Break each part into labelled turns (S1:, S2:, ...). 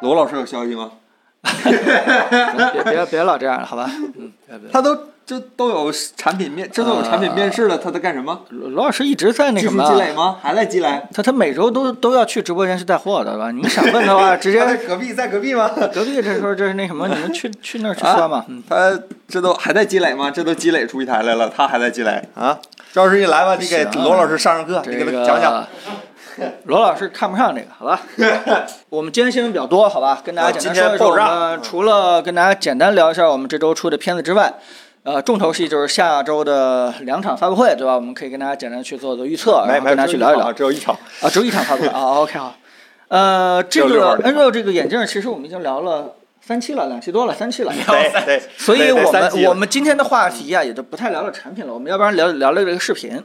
S1: 罗老师有消息吗？
S2: 别别别老这样了，好吧？嗯，别别。
S1: 他都这都有产品面，这都有产品面试了，他在干什么？
S2: 罗罗老师一直在那
S1: 技
S2: 什
S1: 术
S2: 么啊
S1: 积，累吗？还在积累？
S2: 他他每周都都要去直播间去带货的，对吧？你们想问的话，直接
S1: 他在隔壁，在隔壁吗？啊
S2: 隔壁这时候这是那什么，你们去去那儿去说
S3: 啊
S2: 嘛。嗯，
S1: 他这都还在积累吗？这都积累出一台来了，他还在积累。
S3: 啊，赵师一来吧，你给
S2: 行啊
S3: 罗老师上上课，
S2: 这
S3: 你
S2: 个
S3: 给他讲 讲。
S2: 罗老师看不上这个，好吧？我们今天新闻比较多，好吧？跟大家
S3: 啊
S2: 简单
S3: 今
S2: 说
S3: 天
S2: 一说，我
S3: 爆炸嗯
S2: 们除了跟大家简单聊一下我们这周出的片子之外，呃，重头戏就是下周的两场发布会，对吧？我们可以跟大家简单去做做预测，然
S3: 没
S2: 后
S3: 没
S2: 跟大家去聊一聊。
S3: 只有一 场，
S2: 啊，只有一场发布会啊。OK，好。呃，这
S3: 只有六
S2: 个
S3: 号那
S2: Nreal 这个眼镜，其实我们已经聊了三期了，两期多了，三期了。
S3: 对对，
S2: 所以
S3: 得得
S2: 我
S3: 三级
S2: 们
S3: 了
S2: 我们今天的话题啊，也就不太聊聊产品了，我们要不然聊聊聊这个视频，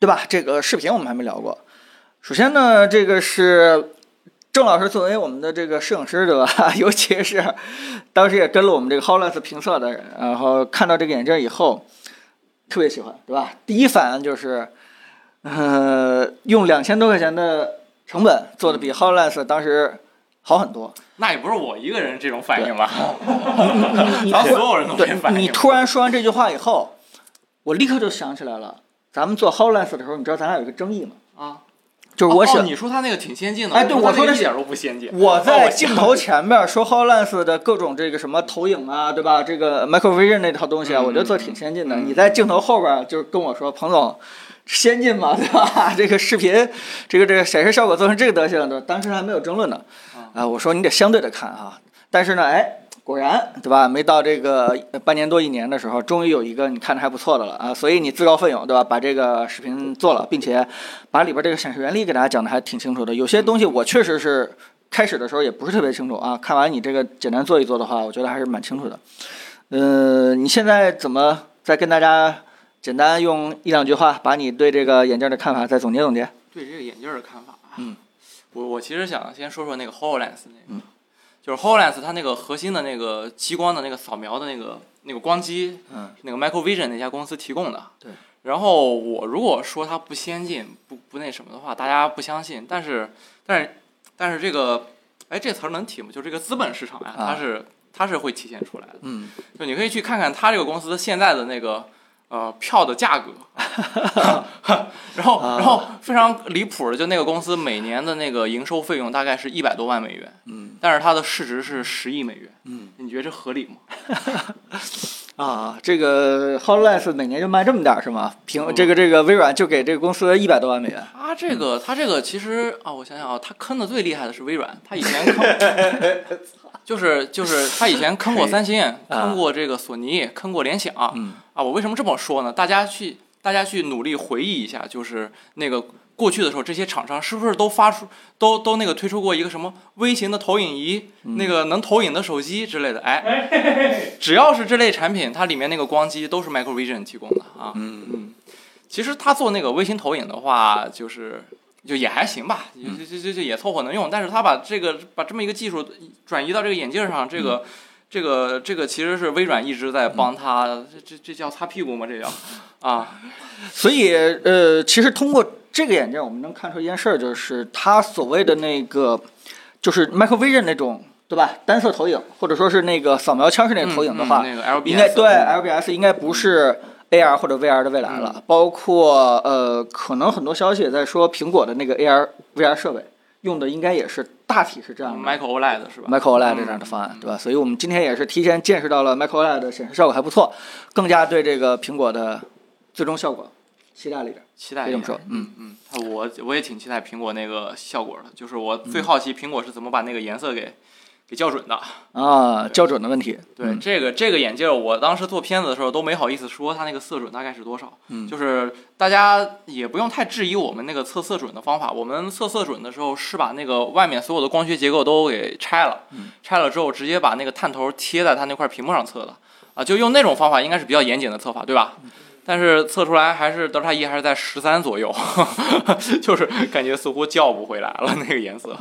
S2: 对吧？这个视频我们还没聊过。首先呢，这个是郑老师作为我们的这个摄影师，对吧？ 尤其是当时也跟了我们这个 Hololens 评测的人，然后看到这个眼镜以后，特别喜欢，对吧？第一反应就是，呃，用两千多块钱的成本做的比 Hololens 当时好很多。
S4: 那也不是我一个人这种反应吧？
S2: 你
S4: 咱所有人都没
S2: 对
S4: 反应。
S2: 你突然说完这句话以后，我立刻就想起来了，咱们做 Hololens 的时候，你知道咱俩有一个争议吗？
S4: 啊，
S2: 就是我
S4: 哦
S2: 想，
S4: 你说他那个挺先进的，
S2: 哎对
S4: 我
S2: 我说的
S4: 那个
S2: 是
S4: 一点都不先进。
S2: 我
S4: 哦
S2: 在
S4: 我想
S2: 镜头前面说 Hololens 的各种这个什么投影啊，对吧？这个 Microvision 那套东西啊，
S4: 嗯
S2: 我觉得做得挺先进的。
S4: 嗯
S2: 你在镜头后边就是跟我说，彭总。先进嘛，对吧？ 这个视频，这个这个显示效果做成这个德行了，对吧？当时还没有争论呢。啊、我说你得相对的看啊。但是呢，哎，果然对吧？没到这个半年多一年的时候，终于有一个你看着还不错的了啊！所以你自告奋勇对吧？把这个视频做了，并且把里边这个显示原理给大家讲的还挺清楚的。有些东西我确实是开始的时候也不是特别清楚啊，看完你这个简单做一做的话，我觉得还是蛮清楚的。呃，你现在怎么再跟大家简单用一两句话把你对这个眼镜的看法再总结总结？
S4: 对这个眼镜儿的看法，啊
S2: 嗯，
S4: 我我其实想先说说那个 Hololens 那个，
S2: 嗯
S4: 就是 Hololens 它那个核心的那个激光的那个扫描的那个那个光机，
S2: 嗯，
S4: 那个 Microvision 那家公司提供的。
S2: 对。
S4: 然后我如果说它不先进、不不那什么的话，大家不相信。但是，但是，但是这个，哎，这词儿能提吗？就这个资本市场呀、
S2: 啊
S4: 它是它是会体现出来的。
S2: 嗯，
S4: 就你可以去看看它这个公司现在的那个呃票的价格， 然后
S2: 啊
S4: 然后非常离谱的，就那个公司每年的那个营收费用大概是一百多万美元，
S2: 嗯，
S4: 但是它的市值是十亿美元，
S2: 嗯，
S4: 你觉得这合理吗？
S2: 啊，这个 Hololens 每年就卖这么点儿是吗？凭
S4: 嗯
S2: 这个这个微软就给这个公司一百多万美元，
S4: 它这个它这个其实啊，我想想啊，它坑的最厉害的是微软，它以 前坑。 就是就是他以啊前坑过三星，坑过这个索尼，坑过联想，
S2: 嗯
S4: 啊，我为什么这么说呢？大家去，大家去努力回忆一下，就是那个过去的时候，这些厂商是不是都发出，都都那个推出过一个什么微型的投影仪，那个能投影的手机之类的？嗯哎，只要是这类产品，它里面那个光机都是 Microvision 提供的啊。嗯嗯，其实他做那个微型投影的话，就是。就也还行吧，
S2: 嗯
S4: 就就就就也凑合能用，但是他把这个把这么一个技术转移到这个眼镜上，这
S2: 嗯
S4: 个这个这个其实是微软一直在帮他，这这这叫擦屁股吗？这 叫啊，
S2: 所以呃，其实通过这个眼镜，我们能看出一件事儿，就是它所谓的那个就是 Microvision 那种对吧，单色投影或者说是那个扫描枪式那个投影的话，
S4: 嗯嗯那个 LBS
S2: 应该对 LBS 应该不是 AR 或者 VR 的未来
S4: 嗯
S2: 了，包括呃，可能很多消息也在说苹果的那个 AR VR 设备用的应该也是大体是这样的。
S4: ，Michael OLED 嗯是吧嗯
S2: Micro OLED E 这样的方案，对吧？所以我们今天也是提前见识到了 Micro OLED E 的显示效果还不错，更加对这个苹果的最终效果期待了一点。
S4: 期待
S2: 可以
S4: 一
S2: 这么
S4: 下
S2: 说嗯
S4: 嗯，我我也挺期待苹果那个效果的，就是我
S2: 嗯
S4: 最好奇苹果是怎么把那个颜色给给校准的。
S2: 啊，校准的问题，
S4: 对，
S2: 嗯
S4: 这个这个眼镜儿，我当时做片子的时候都没好意思说它那个色准大概是多少。
S2: 嗯
S4: 就是大家也不用太质疑我们那个测色准的方法。我们测色准的时候是把那个外面所有的光学结构都给拆了，
S2: 嗯
S4: 拆了之后直接把那个探头贴在它那块屏幕上测的。啊，就用那种方法应该是比较严谨的测法，对吧？但是测出来还是德尔塔 E 还是在十三左右， 就是感觉似乎叫不回来了那个颜色。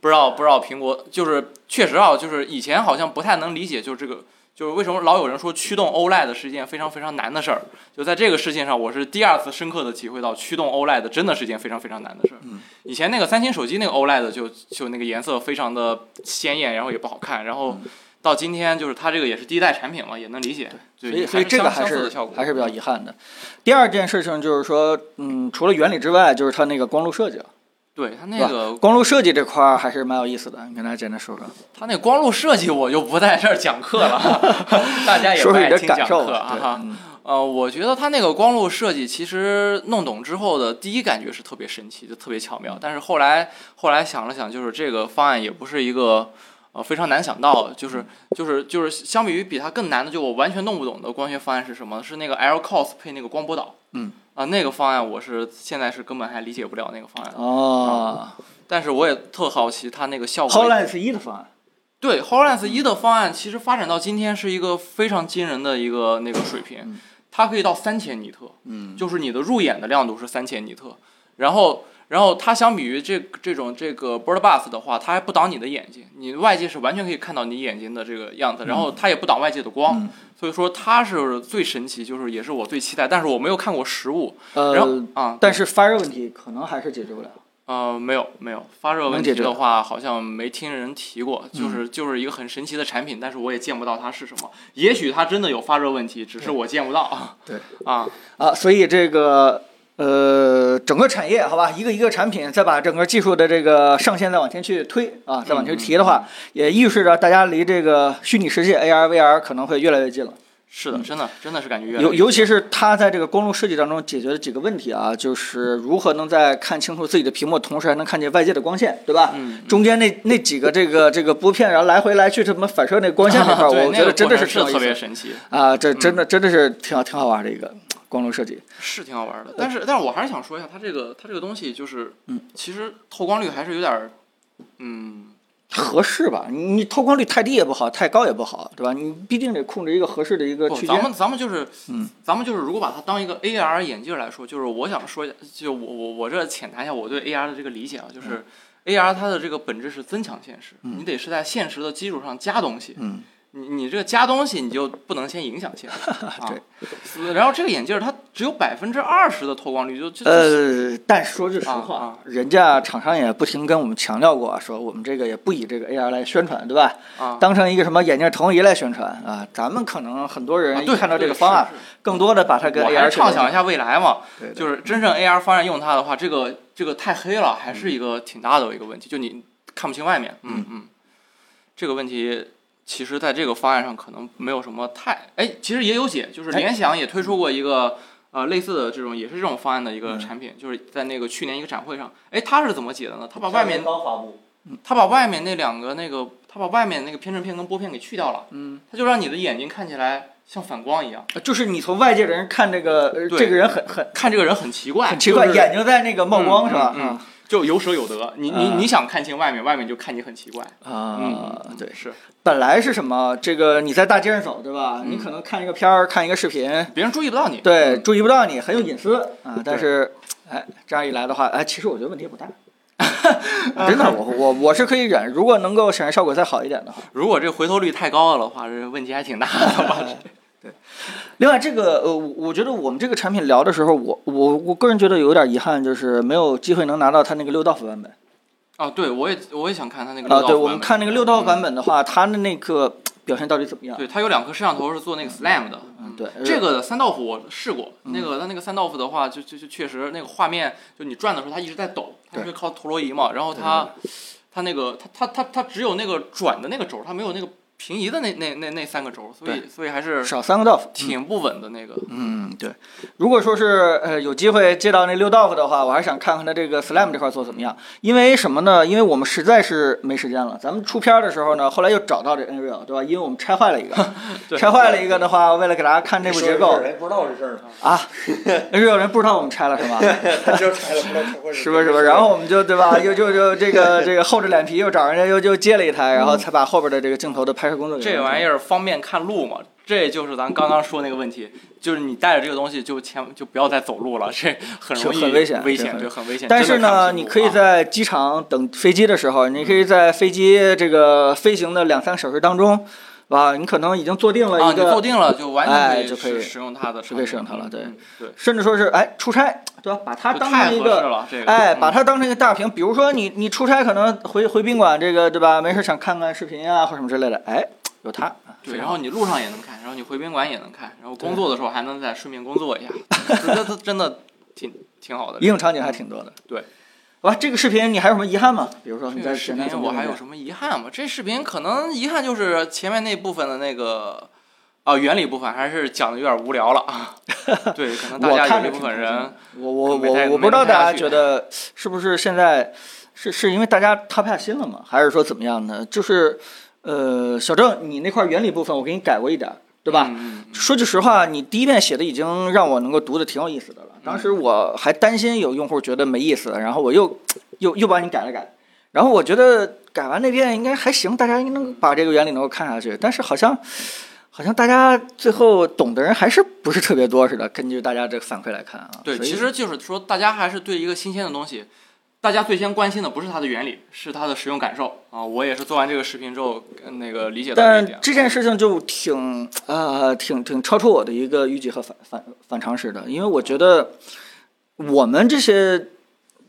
S4: 不知道不知道苹果就是确实啊，就是以前好像不太能理解，就是这个就是为什么老有人说驱动 OLED 是一件非常非常难的事儿？就在这个事情上，我是第二次深刻的体会到，驱动 OLED 真的是一件非常非常难的事儿。以前那个三星手机那个 OLED 就就那个颜色非常的鲜艳，然后也不好看，然后到今天就是它这个也是第一代产品嘛，也能理解。
S2: 所
S4: 所
S2: 以所以这个还
S4: 相似
S2: 是
S4: 的效果嗯
S2: 还是比较遗憾的。第二件事情就是说，嗯，除了原理之外，就是它那个光路设计了。
S4: 对它那个
S2: 光路设计这块儿还是蛮有意思的，你跟大家简单说说。
S4: 它那光路设计，我就不在这儿讲课 了，大家也不
S2: 说说你
S4: 爱
S2: 的
S4: 听
S2: 感
S4: 讲
S2: 受
S4: 课
S2: 吧
S4: 啊
S2: 对
S4: 哈。
S2: 嗯
S4: 呃，我觉得它那个光路设计，其实弄懂之后的第一感觉是特别神奇，就特别巧
S2: 嗯
S4: 妙。但是后来后来想了想，就是这个方案也不是一个呃非常难想到，就是
S2: 嗯
S4: 就是就是相比于比它更难的，就我完全弄不懂的光学方案是什么，是那个 L cos 配那个光波导。
S2: 嗯。
S4: 啊、那个方案我是现在是根本还理解不了那个方案，
S2: 哦
S4: 但是我也特好奇它那个效果。
S2: ，HoloLens 一的方案，
S4: 对 HoloLens 一的方案，其实发展到今天是一个非常惊人的一个那个水
S2: 嗯
S4: 平，它可以到三千尼特，嗯，就是你的入眼的亮度是三千尼特，然后然后它相比于这这种这个 Bird Bus 的话，它还不挡你的眼睛，你外界是完全可以看到你眼睛的这个样子，然
S2: 嗯
S4: 后它也不挡外界的光，所以说它是最神奇，就是也是我最期待，但是我没有看过实物，然后
S2: 呃，
S4: 啊
S2: 但是发热问题可能还是解决不了。
S4: 呃没有没有发热问
S2: 能解
S4: 题
S2: 决嗯
S4: 的话，好像没听人提过，就是就是一个很神奇的产品，但是我也见不到它是什么。也许它真的有发热问题，只是我见不到。
S2: 对
S4: 啊，
S2: 啊，所以这个呃，整个产业好吧，一个一个产品，再把整个技术的这个上限再往前去推啊，再往前提的话，
S4: 嗯
S2: 也预示着大家离这个虚拟世界 AR、VR 可能会越来越近了。
S4: 是
S2: 嗯
S4: 的，真的真的是感觉越来
S2: 尤
S4: 越
S2: 尤其是它在这个光路设计当中解决了几个问题啊，就是如何能在看清楚自己的屏幕，同时还能看见外界的光线，对吧？
S4: 嗯
S2: 中间那那几个这个这个拨片，然后来回来去什么反射那光线那块儿，
S4: 对
S2: 我
S4: 那
S2: 觉得
S4: 个
S2: 真的
S4: 过
S2: 是挺
S4: 程
S2: 有
S4: 是
S2: 意
S4: 特
S2: 思
S4: 别嗯
S2: 的
S4: 神奇，
S2: 啊，这真的真的是挺好挺好玩的一个光路设计。
S4: 是挺好玩
S2: 呃
S4: 的。但是但是我还是想说一下，它这个它这个东西就是，
S2: 嗯
S4: 其实透光率还是有点儿，嗯，
S2: 合适吧，你你透光率太低也不好，太高也不好，对吧？你必定得控制一个合适的一个
S4: 不，
S2: 区
S4: 咱
S2: 间。
S4: 们咱们就是，
S2: 嗯
S4: 咱们就是，如果把它当一个 AR 眼镜来说，就是我想说一下，就我我我这浅谈一下我对 AR 的这个理解啊，
S2: 嗯
S4: 就是、AR 它的这个本质是增强现实，你得是在现实的基础上加东西。
S2: 嗯
S4: 你你这个加东西，你就不能先影响 现实啊
S2: 对。
S4: 所以 然后这个眼镜它只有百分之二十的透光率，就就
S2: 呃，但说句实
S4: 啊
S2: 话，
S4: 啊
S2: 人家厂商也不停跟我们强调过啊，说我们这个也不以这个 AR 来宣传，对吧？
S4: 啊，
S2: 当成一个什么眼镜投影仪来宣传啊。咱们可能很多人
S4: 啊
S2: 一
S4: 对
S2: 看到这
S4: 对
S2: 个方案，
S4: 是是
S2: 更多的把它跟
S4: 我
S2: AR
S4: 还是畅
S2: 去联
S4: 想
S2: 系
S4: 一下未来嘛，
S2: 对对
S4: 就是真正 AR 方案用它的话，这个这个太黑了，还是一个挺大的一个问题，就你看不清外面。嗯嗯，这个问题其实在这个方案上可能没有什么太哎，其实也有解，就是
S2: 哎
S4: 联想也推出过一个。呃，类似的这种也是这种方案的一个产品，就是在那个去年一个展会上，哎，它是怎么解的呢？它把外面
S1: 刚发布，
S4: 它把外面那两个那个，它把外面那个偏振片跟波片给去掉了，嗯，它就让你的眼睛看起来像反光一样，
S2: 就是你从外界的人看这个，呃
S4: 对
S2: 这个人很很
S4: 看这个人很奇怪，
S2: 很奇怪，
S4: 就是
S2: 眼睛在那个冒光、是吧？
S4: 嗯嗯，就有舍有得。你你
S2: 嗯
S4: 你想看清外面，外面就看你很奇怪。
S2: 啊，
S4: 嗯，
S2: 对，
S4: 是
S2: 本来是什么？这个你在大街上走，对吧？
S4: 嗯
S2: 你可能看一个片儿，看一个视频，
S4: 别人注意不到你。
S2: 对，注意不到你，很有隐私啊。但是，哎，这样一来的话，哎，其实我觉得问题也不大。 啊真的，我我我是可以忍，如果能够显示效果再好一点的话。
S4: 如果这回头率太高的话，这问题还挺大的吧？
S2: 另外，这个呃，我我觉得我们这个产品聊的时候，我我我个人觉得有点遗憾，就是没有机会能拿到它那个六道夫版本
S4: 啊，对，我也我也想看他那个
S2: 啊。
S4: 六道
S2: 对，
S4: 夫
S2: 我
S4: 版
S2: 们
S4: 本嗯
S2: 看那个六道夫版本的话，它的那个表现到底怎么样？
S4: 对，它有两颗摄像头是做那个 SLAM 的。嗯
S2: 对
S4: 这个三道夫我试过，那个它那个三道夫的话，就就就确实那个画面，就你转的时候它一直在抖，它是靠陀螺仪嘛，然后它它那个它它它它只有那个转的那个轴，它没有那个平移的那那那那三个轴，所以所以还是
S2: 少三个道夫，
S4: 挺不稳的那个。
S2: 嗯，对。如果说是呃有机会接到那六道夫的话，我还想看看他这个 slam 这块做怎么样。因为什么呢？因为我们实在是没时间了。咱们出片儿的时候呢，后来又找到这 Nreal，对吧？因为我们拆坏了 一个，拆坏了一个的话，为了给大家看内部结构
S1: 人不知道这事儿呢，
S2: 啊，Nreal 人不知道我们拆了是 吧？
S1: 他就拆了，不知道 拆过
S2: 是不是？是不是？然后我们就对吧？又就就这个这个厚着脸皮又找人家又又借了一台，然后才把后边的这个镜头的拍摄工作给
S4: 这玩意儿方便看路嘛？这就是咱刚刚说那个问题，就是你带着这个东西就千就不要再走路了，这很容易
S2: 就很危险对
S4: 危险，
S2: 很
S4: 对，很危险。
S2: 但是
S4: 真的
S2: 呢，
S4: 看不清
S2: 你
S4: 路
S2: 可以
S4: 啊嗯
S2: 在机场等飞机的时候，你可以在飞机这个飞行的两三个小时当中，啊，你可能已经做定了
S4: 啊，
S2: 一
S4: 你
S2: 个，
S4: 做定了就完
S2: 哎
S4: 全
S2: 就可
S4: 使
S2: 以
S4: 使用它的产
S2: 就
S4: 品，
S2: 可以使用它了对
S4: 嗯对，
S2: 甚至说是哎出差，对吧？把它
S4: 就
S2: 当
S4: 太
S2: 成一
S4: 合适
S2: 个。
S4: 了，这个
S2: 哎，
S4: 嗯
S2: 把它当成一个大屏，比如说你你出差可能回回宾馆，这个对吧？没事想看看视频啊或什么之类的，哎，有它，
S4: 对，然后你路上也能看，然后你回宾馆也能看，然后工作的时候还能再顺便工作 一下，这这真的挺挺好的。
S2: 应用场景还挺多的。
S4: 嗯对，
S2: 好吧，这个视频你还有什么遗憾吗？比如说你
S4: 这
S2: 在
S4: 个视
S2: 简单
S4: 频
S2: 总结
S4: 我还
S2: 一
S4: 有
S2: 下
S4: 什么遗憾吗？这视频可能遗憾就是前面那部分的那个啊、原理部分还是讲的有点无聊了 啊。对，可能大
S2: 我
S4: 家
S2: 看
S4: 有
S2: 着
S4: 一部
S2: 挺
S4: 分
S2: 开
S4: 人
S2: 我我
S4: 可能没太
S2: 我我不知道
S4: 没太
S2: 大家
S4: 下去
S2: 觉得是不是现在是是因为大家踏不下心了吗？还是说怎么样呢？就是呃，小郑，你那块原理部分我给你改过一点儿，对吧？
S4: 嗯嗯
S2: 说句实话，你第一遍写的已经让我能够读的挺有意思的了。当
S4: 嗯
S2: 时我还担心有用户觉得没意思，然后我又又又帮你改了改，然后我觉得改完那遍应该还行，大家应该能把这个原理能够看下去。但是好像好像大家最后懂的人还是不是特别多似的。根据大家这个反馈来看啊，
S4: 对，
S2: 所以
S4: 其实就是说大家还是对一个新鲜的东西。大家最先关心的不是它的原理，是它的使用感受啊！我也是做完这个视频之后，呃那个理解到这一
S2: 但
S4: 点。
S2: 这件事情就挺呃挺挺超出我的一个预计和反反反常识的，因为我觉得我们这些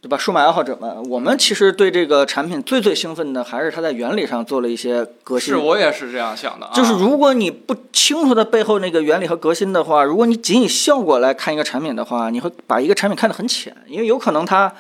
S2: 对吧数码爱好者们，我们其实对这个产品最最兴奋的还是它在原理上做了一些革新
S4: 是。我也是这样想的啊。
S2: 就是如果你不清楚它背后那个原理和革新的话，如果你仅以效果来看一个产品的话，你会把一个产品看得很浅，因为有可能它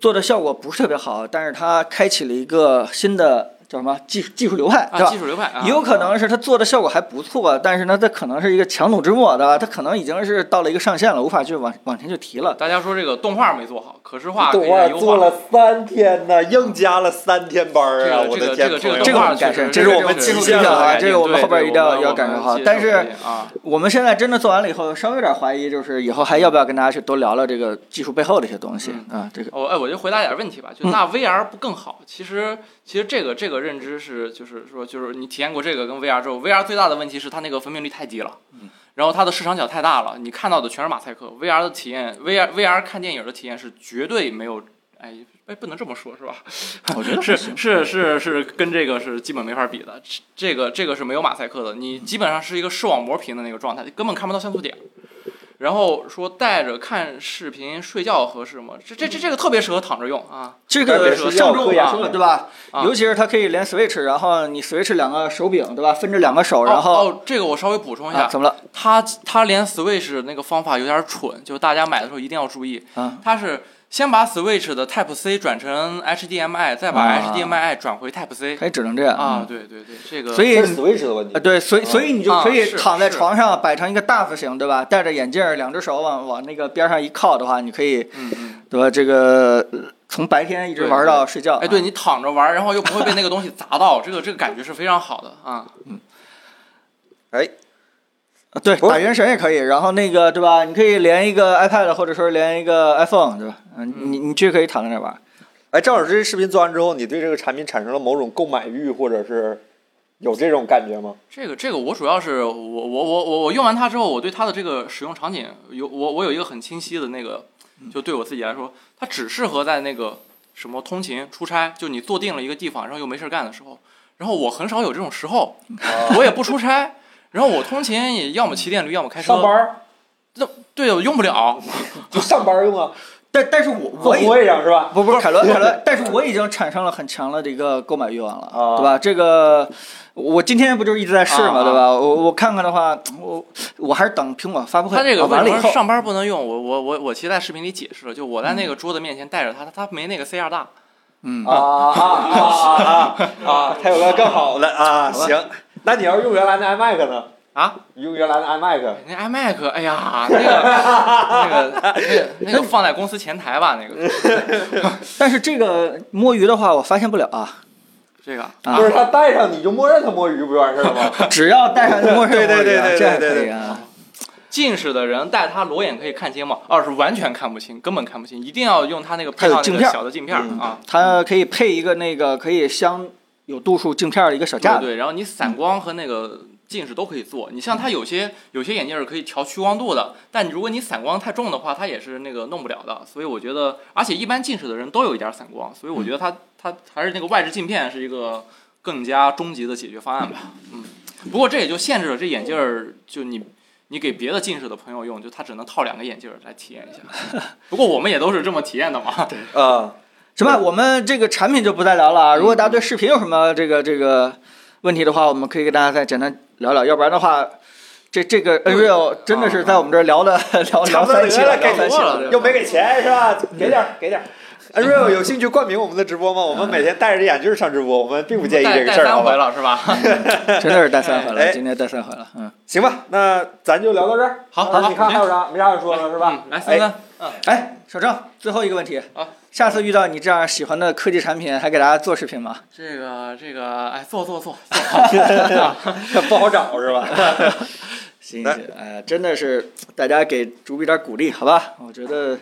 S2: 做的效果不是特别好，但是它开启了一个新的叫什么技技术流派，对
S4: 啊，
S2: 吧
S4: 技？术流派啊，
S2: 也有可能是他做的效果还不错，但是呢，他可能是一个强弩之末，对吧？他可能已经是到了一个上限了，无法去往往前去提了。
S4: 大家说这个动画没做好，可视化可
S1: 动
S4: 以
S1: 画
S4: 优
S1: 做
S4: 化。
S1: 了三天呢，硬加了三天班儿啊！
S4: 这个
S1: 我的
S4: 这
S1: 天
S4: 个，
S1: 朋友
S2: 这个我
S4: 动画
S2: 们改善，
S4: 确实
S2: 是
S1: 是
S2: 我们
S1: 这
S2: 技
S1: 个
S2: 术
S1: 是
S2: 技巧啊，
S4: 改
S2: 这
S4: 进
S2: 个我们
S4: 对
S2: 后边
S4: 对
S2: 一定要
S4: 我们
S2: 要改善
S4: 我们
S2: 好
S4: 接。受
S2: 但
S4: 这
S2: 是
S4: 一点啊，
S2: 我们现在真的做完了以后，稍微有点怀疑，就是以后还要不要跟大家去多聊聊这个技术背后的一些东西啊？这个
S4: 我哎，我就回答点问题吧，就
S2: 嗯
S4: 那 VR 不更好？其实其实这个这个认知是，就是说就是你体验过这个跟 VR 之后，VR 最大的问题是它那个分辨率太低了，
S2: 嗯
S4: 然后它的市场角太大了，你看到的全是马赛克。VR 的体验，VR VR 看电影的体验是绝对没有。哎哎，不能这么说，是吧？
S2: 我觉得
S4: 是
S2: 还行
S4: 是是是跟这个是基本没法比的，这这个这个是没有马赛克的，你基本上是一个视网膜屏的那个状态，根本看不到像素点。然后说带着看视频睡觉合适吗？这这这这个特别适合躺着用啊。
S2: 这
S1: 特
S2: 个
S1: 别是
S2: 上周我也
S1: 要
S2: 说了对吧
S4: 啊？
S2: 尤其是它可以连 Switch，然后你 Switch 两个手柄对吧？分着两个手，然
S4: 哦
S2: 后
S4: 哦这个我稍微补充一
S2: 啊
S4: 下，
S2: 怎么了？
S4: 它它连 Switch 那个方法有点蠢，就是大家买的时候一定要注意，
S2: 啊
S4: 它是先把 Switch 的 Type C 转成 HDMI，再把
S2: 啊
S4: HDMI 转回 Type C
S2: 还只能这样
S4: 啊，。对对对，这个
S2: 所以
S1: 这是 Switch 的问题
S2: 啊，。对，所以所以你就可
S4: 啊
S2: 以
S4: 是
S2: 躺在
S4: 是
S2: 床上摆成一个大字形，对吧？戴着眼镜儿，两只手往往那个边上一靠的话，你可以，
S4: 嗯嗯。
S2: 对吧？这个呃从白天一直
S4: 对
S2: 玩
S4: 对
S2: 到睡觉。
S4: 哎，对，你躺着玩儿，然后又不会被那个东西砸到，这个这个感觉是非常好的啊。
S1: 哎
S2: 啊对，
S1: 不是
S2: 打原神也可以。然后那个，对吧？你可以连一个 iPad，或者说连一个 iPhone，对吧？嗯，你你去可以躺在那玩。
S1: 哎，正好这些视频做完之后，你对这个产品产生了某种购买欲，或者是有这种感觉吗？
S4: 这个这个我主要是我我我我我用完它之后，我对它的这个使用场景有我我有一个很清晰的那个，
S2: 嗯
S4: 就对我自己来说，它只适合在那个什么通勤、出差，就你坐定了一个地方，然后又没事儿干的时候。然后我很少有这种时候，
S2: 哦
S4: 我也不出差，然后我通勤也要么骑电驴，要么开车。
S1: 上班儿
S4: 对，我用不了。
S1: 就上班儿用啊，
S2: 但但是我
S4: 嗯
S1: 坐
S2: 我已
S1: 工位上是 吧？
S2: 不不是凯伦凯伦，但是我已经产生了很强的这个购买欲望了，
S1: 啊
S2: 对吧？这个我今天不就是一直在试嘛，
S4: 啊
S2: 对吧？我我看看的话，我我还是等苹果发布会
S4: 他这个
S2: 啊
S4: 为
S2: 完了以
S4: 什么
S2: 后，
S4: 上班不能用？我我我我其实在视频里解释了，就我在那个桌子面前带着它，它它没那个 C R 大。
S2: 嗯
S1: 啊啊啊啊啊！他有个更好的啊，行。那你要是用原来的 iMac 呢？
S4: 啊，
S1: 用原来的 iMac
S4: 那 iMac，哎呀，那个那个那个那个放在公司前台吧，那个
S2: 但是这个摸鱼的话，我发现不了啊，
S4: 这个
S2: 啊
S1: 不是他带上你就默认他摸鱼不就完事儿了 吗？
S2: 只要带上陌生人，
S1: 对对对对
S2: 这还
S1: 对
S2: 可
S1: 对
S2: 以啊。
S4: 近视的人戴它裸眼可以看清吗？二是完全看不清，根本看不清，一定要用它那个
S2: 它
S4: 配
S2: 有
S4: 套那
S2: 镜
S4: 个
S2: 片儿
S4: 小的镜片儿
S1: 嗯
S4: 啊。
S2: 它可以配一个那个可以镶有度数镜片儿的一个小架
S4: 对
S2: 子，
S4: 对，然后你
S1: 嗯
S4: 散光和那个近视都可以做。你像它有些有些眼镜是可以调屈光度的，但如果你散光太重的话，它也是那个弄不了的。所以我觉得，而且一般近视的人都有一点儿散光，所以
S1: 嗯
S4: 我觉得它它还是那个外置镜片是一个更加终极的解决方案吧。嗯
S5: 不过这也就限制了这眼镜儿，就你你给别的近视的朋友用，就他只能套两个眼镜儿来体验一下。 不过我们也都是这么体验的嘛。
S1: 啊，
S2: 行吧，我们这个产品就不再聊了
S1: 嗯
S2: 啊。如果大家对视频有什么这个这个问题的话，我们可以跟大家再简单聊聊，要不然的话，这这个 Unreal 真的是在我们这儿聊的聊
S1: 啊差
S2: 聊
S1: 不多
S2: 三期
S1: 得了，
S2: 了，
S1: 给
S2: 聊三期了。
S1: 又没给钱是吧？给点儿，给点儿。Unreal 有兴趣冠名我们的直播吗？我们每天戴着眼镜上直播，我们并不介意
S5: 带
S1: 这个
S5: 带
S1: 事儿，好
S5: 三回
S1: 吧？
S5: 了是吧？
S2: 真的是带 三回
S1: 哎
S2: 了，今天带三回了，嗯。
S1: 行吧，那咱就聊到这儿。
S5: 好
S1: 啊
S5: 好
S1: 你看还有啥？没啥可说了是吧
S5: 嗯？来三三，
S2: 哎，小郑，最后一个问题
S5: 啊，
S2: 下次遇到你这样喜欢的科技产品，还给大家做视频吗？
S5: 这个这个，哎，坐坐坐，坐
S1: 哎， 不好找是吧？
S2: 行
S1: 来
S2: 行，哎，真的是大家给主笔点鼓励，好吧？我觉得，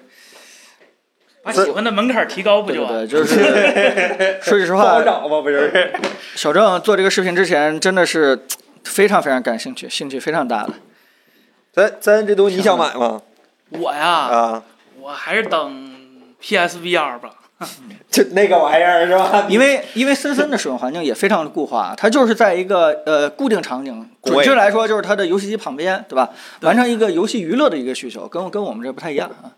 S4: 把喜欢的门槛提高不
S2: 对
S4: 啊
S2: 对
S4: 就完了？
S2: 对，就是 说句实
S1: 不好
S2: 话，
S1: 找吗？不就是？
S2: 小郑做这个视频之前，真的是非常非常感兴趣，兴趣非常大的。
S1: 咱咱这东西你想买吗？
S4: 我呀，
S1: 啊，
S4: 我还是等 PSVR 吧。
S1: 就那个玩意儿是吧？
S2: 因为因为森森的使用环境也非常固化，它就是在一个呃固定场景，
S1: 国
S2: 准确
S1: 位
S2: 来说就是它的游戏机旁边，对吧？完成一个游戏娱乐的一个需求，跟跟我们这不太一样啊。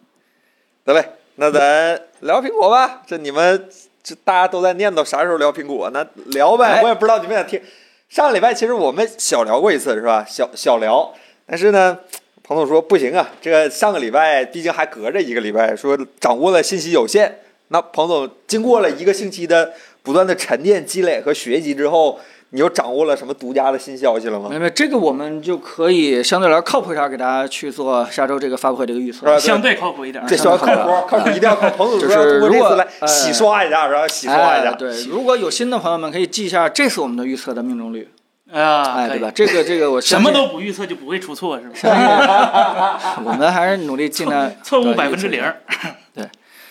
S1: 得嘞，那咱聊苹果吧。这你们这大家都在念叨啥时候聊苹果，那聊呗。
S2: 哎
S1: 我也不知道你们想听。上礼拜其实我们小聊过一次是吧？小小聊，但是呢，彭总说不行啊，这个上个礼拜毕竟还隔着一个礼拜，说掌握了信息有限。那彭总经过了一个星期的不断的沉淀、积累和学习之后，你又掌握了什么独家的新消息了吗
S2: 没？有没有，这个我们就可以相对来说靠谱一点，给大家去做下周这个发布会的一个预测。
S1: 啊对
S4: 相对靠谱一点。
S1: 这消息靠谱，靠谱， 一定要靠彭总
S2: 就
S1: 说
S2: 是
S1: 要通过
S2: 如
S1: 这次
S2: 果
S1: 来
S2: 呃
S1: 洗刷一下，然后洗刷一
S2: 哎
S1: 下。，
S2: 对，如果有新的朋友们可以记一下这次我们的预测的命中率，
S4: 啊，
S2: 哎，
S4: 可
S2: 对
S4: 以
S2: 吧？这个这个我
S4: 什
S2: 相
S4: 么
S2: 信
S4: 都不预测就不会出错，是 吧？嗯
S2: 我们还是努力尽量
S4: 错误百分之零。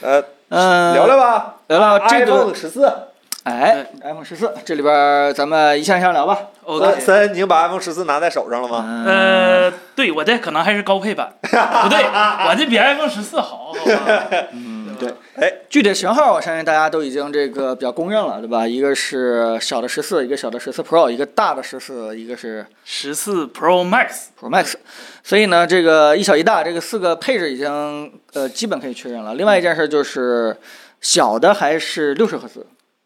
S1: 呃，
S2: 嗯，
S1: 聊聊吧。
S2: 聊聊这个，
S1: iPhone 十四，
S2: 哎，iPhone 十四这里边儿咱们一项一项聊吧。
S1: 森
S4: OK，
S1: 呃森，您把 iPhone 十四拿在手上了吗？
S2: 嗯，
S4: 呃，对我这可能还是高配版，不对，我这比 iPhone 十四好，好吧？嗯，
S2: 对
S1: 哎，
S2: 具体型号我相信大家都已经这个比较公认了，对吧？一个是小的十四，一个小的十四 Pro，一个大的十四，一个是
S4: 十四 Pro Max，
S2: Pro Max，所以呢，这个一小一大这个四个配置已经呃基本可以确认了。另外一件事就是，小的还是六十赫兹，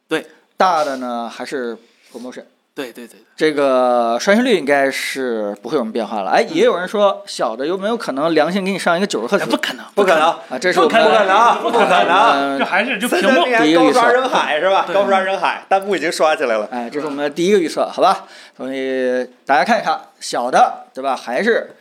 S4: 对，
S2: 大的呢还是 ProMotion，
S4: 对对对，
S2: 这个刷新率应该是不会有什么变化了。哎，
S4: 嗯
S2: 也有人说小的有没有可能良心给你上一个九十赫
S4: 哎
S2: 兹
S4: 不？可能，
S1: 不可能，
S2: 啊，这是我
S4: 不可
S2: 们
S4: 能，
S1: 不可能
S4: 可
S2: 能
S4: 这还是就
S1: 森
S4: 屏
S1: 森
S4: 幕
S1: 那
S2: 第
S1: 边
S2: 一个
S1: 高
S2: 预测
S1: 刷扔海是吧？
S4: 对
S1: 高刷扔海，弹幕已经刷起来了。
S2: 哎，这是我们的第一个预测，好吧？所以大家看一看，小的对吧？还是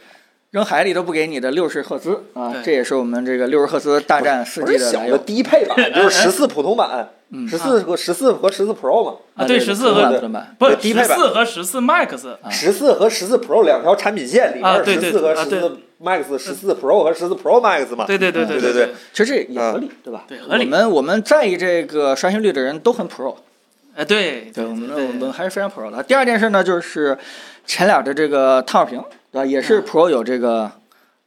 S2: 扔海里都不给你的六十赫兹啊，
S4: 对
S2: 这也是我们这个六十赫兹大战四
S1: 不
S2: G
S1: 是
S2: 的
S1: 小
S2: 来
S1: 的
S2: 源。
S1: 低配版，哎嗯就是十四普通版，十四和十四和十四 Pro 嘛，
S4: 啊，对，十四
S2: 和
S4: 和
S2: 版本。
S4: 不
S1: 对
S4: 是
S1: 低
S4: 十
S1: 配版
S4: 四和十四 Max，
S1: 十四和十四 Pro 两条产品线里
S4: 啊
S1: 面，
S4: 对
S1: 十
S4: 对
S1: 四和
S4: 啊
S1: 十
S4: 对
S1: 四 Max、十四 Pro 和十四 Pro Max 嘛。
S4: 对对对
S1: 对
S4: 对
S1: 对
S4: 对
S1: 对，
S2: 其实也合理，
S1: 嗯
S2: 对吧？
S4: 对合理
S2: 我们我们在意这个刷新率的人都很 pro，
S4: 哎对
S2: 我们
S4: 对
S2: 我们还是非常 pro 的。第二件事呢，就是前脸的这个烫手屏，对吧？也是
S4: 嗯
S2: pro 有这个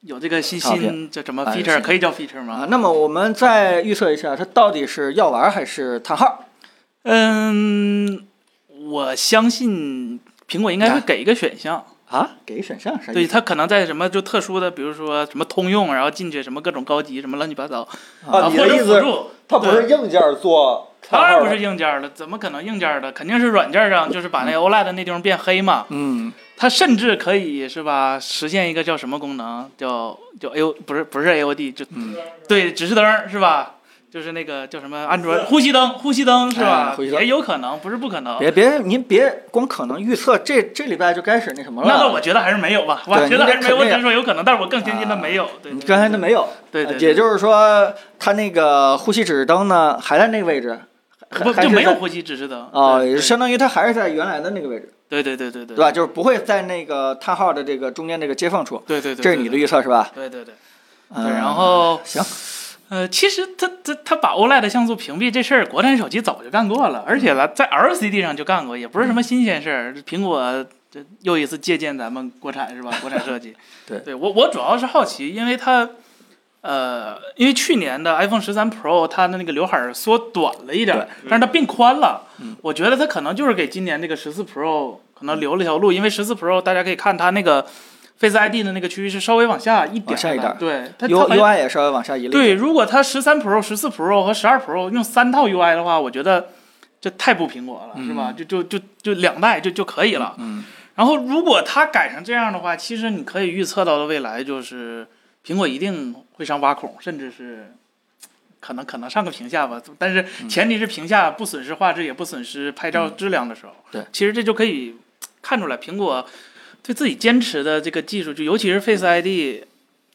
S4: 有这个新
S2: 差别
S4: 新这什么
S2: 哎
S4: feature
S2: 是
S4: 可以叫 feature
S2: 啊
S4: 吗。？
S2: 那么我们再预测一下，它到底是药丸还是叹号？
S4: 嗯，我相信苹果应该会给一个选项，
S2: 啊，给选项啥意
S4: 对
S2: 思？
S4: 它可能在什么就特殊的，比如说什么通用，然后进去什么各种高级什么乱七八糟
S1: 啊，
S4: 或
S1: 你的意
S4: 者辅
S1: 思，
S4: 助，
S1: 它不是硬件做
S4: 当
S1: 叹
S4: 然
S1: 号
S4: 不是
S1: 的，
S4: 硬件了，怎么可能硬件的？肯定是软件上，就是把
S1: 嗯
S4: 那 OLED 那地方变黑嘛。
S2: 嗯，
S4: 它甚至可以是吧，实现一个叫什么功能？叫叫 A O 不是不是 A O D，就、对指示灯是吧？就是那个叫什么安卓呼吸灯，呼吸灯是吧
S2: 哎？呼吸灯
S4: 也有可能，不是不可能。
S2: 别别，您别光可能预测，这这礼拜就开始那什么了。
S4: 那倒我觉得还是没有吧，我
S2: 对
S4: 觉得还是没有，
S2: 你得肯定
S4: 我只是说有可能，但是我更坚信它没有。对，
S2: 你
S4: 对
S2: 刚才都没有，
S4: 对对对
S2: 也就是说，它那个呼吸指示灯呢还在那个位置，还
S4: 不
S2: 还
S4: 就是没有
S2: 在
S4: 呼吸指示灯
S2: 哦，
S4: 对
S2: 也
S4: 对
S2: 相当于它还是在原来的那个位置，
S4: 对对对对对
S2: 对吧？就是不会在那个叹号的这个中间这个接缝处，
S4: 对对对，
S2: 这是你的
S4: 对
S2: 预测是吧？
S4: 对对对。
S2: 嗯，
S4: 对，然后
S2: 行，
S4: 呃，其实他他他把 OLED 像素屏蔽这事儿，国产手机早就干过了，而且呢，在 LCD 上就干过，也不是什么新鲜事儿。苹果这又一次借鉴咱们国产是吧？国产设计。
S2: 对
S4: 我我主要是好奇，因为它。呃，因为去年的 iPhone 十三 Pro 它的那个刘海儿
S2: 嗯
S4: 缩短了一点儿，但是它变宽了。我觉得它可能就是给今年这个十四 Pro 可能留了条路，因为十四 Pro 大家可以看它那个 Face ID 的那个区域是稍微往下一点
S2: 往下一
S4: 的
S2: 点，
S4: 对，它
S2: U
S4: 它
S2: U I 也稍微往下移了。，
S4: 对，如果它十三 Pro、十四 Pro 和十二 Pro 用三套 UI 的话，我觉得这太不苹果了，是吧？就就就就两代就就可以了。
S2: 嗯，
S4: 然后如果它改成这样的话，其实你可以预测到的未来就是苹果一定会上挖孔，甚至是可能可能上个屏下吧。但是前提是屏下不损失画质，也不损失拍
S2: 嗯
S4: 照质量的时候。
S2: 对，
S4: 其实这就可以看出来苹果对自己坚持的这个技术，就尤其是 Face ID。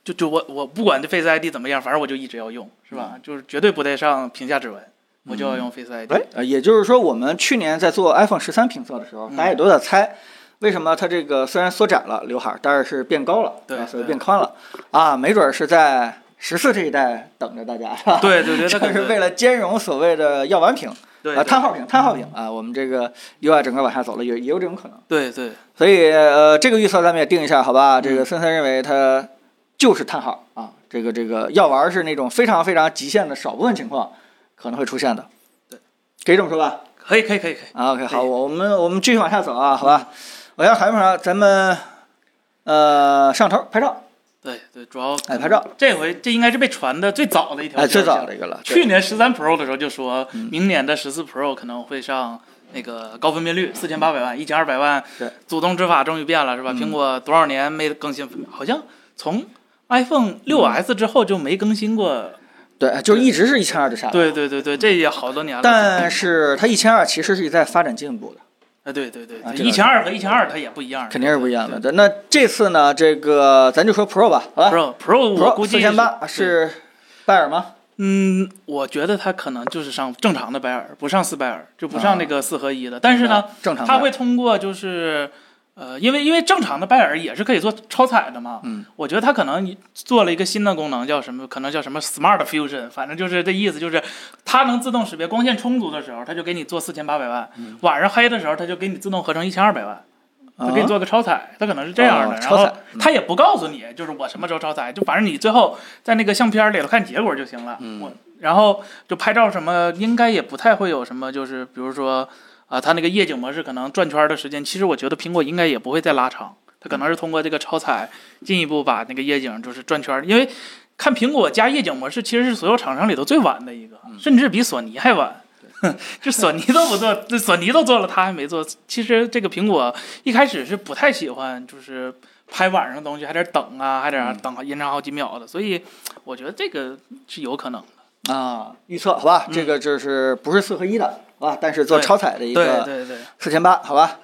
S4: 就就我我不管这 Face ID 怎么样，反正我就一直要用，是吧？
S2: 嗯
S4: 就是绝对不带上屏下指纹，我就要用 Face ID。
S1: 哎
S2: 呃，也就是说，我们去年在做 iPhone 十三评测的时候，
S4: 嗯
S2: 大家也都在猜，为什么它这个虽然缩窄了刘海儿，但是变高了，
S4: 对
S2: 啊所以
S4: 对
S2: 变宽了啊，没准儿是在十四这一代等着大家，是吧？
S4: 对对对，
S2: 这
S4: 它可
S2: 是
S4: 能
S2: 为了兼容所谓的药丸屏
S4: 对嗯
S2: 啊，叹号屏，叹号屏啊，我们这个 UI 整个往下走了，也也有这种可能。
S4: 对对
S2: 所以呃，这个预测咱们也定一下，好吧？这个森森认为它就是叹号啊，这个这个药丸是那种非常非常极限的少部分情况可能会出现的，
S4: 对，
S2: 可以这么说吧？
S4: 可以可以可以可以。
S2: 啊，OK，
S4: 对
S2: 好，我我们我们继续往下走啊，好吧？我要还有啥？咱们呃上头拍照，
S4: 对对，主要
S2: 哎拍照，
S4: 这回这应该是被传的嗯最早的一条消
S2: 哎，
S4: 息
S2: 最
S4: 了。
S2: 早的一个了，
S4: 去年十三 Pro 的时候就说，明年的十四 Pro 可能会上那个高分辨率，四千八百万、一千二百万
S2: 嗯对。嗯
S4: 祖宗之法终于变了，是吧？苹果多少年没更新分辨，好像从 iPhone 六
S2: 嗯
S4: S 之后就没更新过。
S2: 对，对就一直是一千二的下来，
S4: 对对对对，这也好多年了。
S2: 啊但是它一千二其实是在发展进步的，
S4: 啊，对对对
S2: 啊，这个
S4: 一千二和一千二它也不一样，
S2: 肯定是不一样的。对，那这次呢，这个咱就说 Pro 吧，好吧
S4: Pro Pro 我估
S2: ？Pro
S4: 计
S2: 四千八是拜耳吗？
S4: 嗯，我觉得它可能就是上正常的白耳，不上四白耳，就不
S2: 啊
S4: 上那个四合一的。但是呢，，
S2: 正常的。
S4: 它会通过就是，呃，因为因为正常的拜耳也是可以做超彩的嘛。
S2: 嗯，
S4: 我觉得它可能做了一个新的功能，叫什么？可能叫什么 Smart Fusion，反正就是这意思，就是它能自动识别光线充足的时候，它就给你做四千八百万；
S2: 嗯
S4: 晚上黑的时候，它就给你自动合成一千二百万。它给你做个超彩，它可能是这样
S2: 啊哦
S4: 的，然
S2: 超彩
S4: 后它也不告诉你，就是我什么时候超彩，就反正你最后在那个相片里头看结果就行了。我然后就拍照什么，应该也不太会有什么，就是比如说啊，它那个夜景模式可能转圈的时间，其实我觉得苹果应该也不会再拉长，它可能是通过这个超彩进一步把那个夜景就是转圈儿，因为看苹果加夜景模式其实是所有厂商里头最晚的一个，甚至比索尼还晚。这索尼都不做，这索尼都做了，他还没做。其实这个苹果一开始是不太喜欢，就是拍晚上的东西还得等啊，还得等延长好几秒的，所以我觉得这个是有可能的。
S2: 啊，预测好吧，
S4: 嗯
S2: 这个就是不是四合一的，好吧？但是做
S4: 对
S2: 超彩的一
S4: 对
S2: 个
S4: 对对，
S2: 四千八，好吧。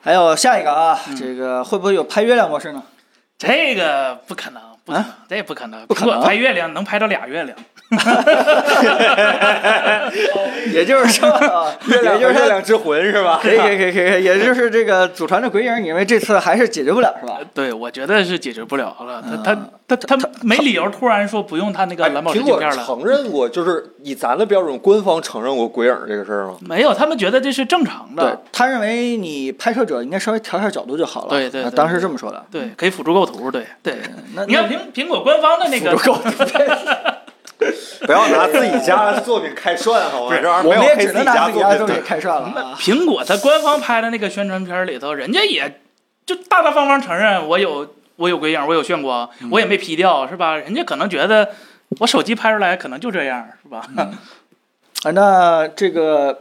S2: 还有下一个啊，
S4: 嗯
S2: 这个会不会有拍月亮模式呢？
S4: 这个不可能，不可能，这不可能。
S2: 不可
S4: 苹
S2: 能
S4: 果拍月亮能拍到俩月亮，
S2: 也就是 说，啊
S1: 月亮
S2: 也就是
S1: 月
S2: 说，
S1: 亮之魂是吧？
S2: 可以可以可以可以，也就是这个祖传的鬼影，你认为这次还是解决不了是吧？
S4: 对我觉得是解决不了了。他他他他没理由突然说不用他那个
S1: 哎
S4: 蓝宝石
S1: 苹
S4: 镜
S1: 果
S4: 片了。
S1: 承认过，就是以咱的标准，官方承认过鬼影这个事儿吗？
S4: 没有，他们觉得这是正常
S2: 对
S4: 的，，
S2: 他认为你拍摄者应该稍微调一下角度就好了。
S4: 对对
S2: 啊
S4: 对
S2: 当时这么说的。
S4: 对，可以辅助构图，对对。
S2: 那
S4: 你看苹苹果官方的那个，
S1: 不要拿自己家作品开涮，好吗？这玩意儿
S2: 我
S1: 没有
S2: 们也
S1: 黑
S2: 只
S1: 自己
S2: 能拿
S1: 家
S2: 自己家
S1: 作
S2: 作
S1: 品
S2: 品。开涮了啊。
S4: 苹果它官方拍的那个宣传片里头，人家也就大大方方承认我有我有鬼影，我有眩光，我也没 P 掉，是吧？人家可能觉得我手机拍出来可能就这样，是吧？
S2: 啊，那这个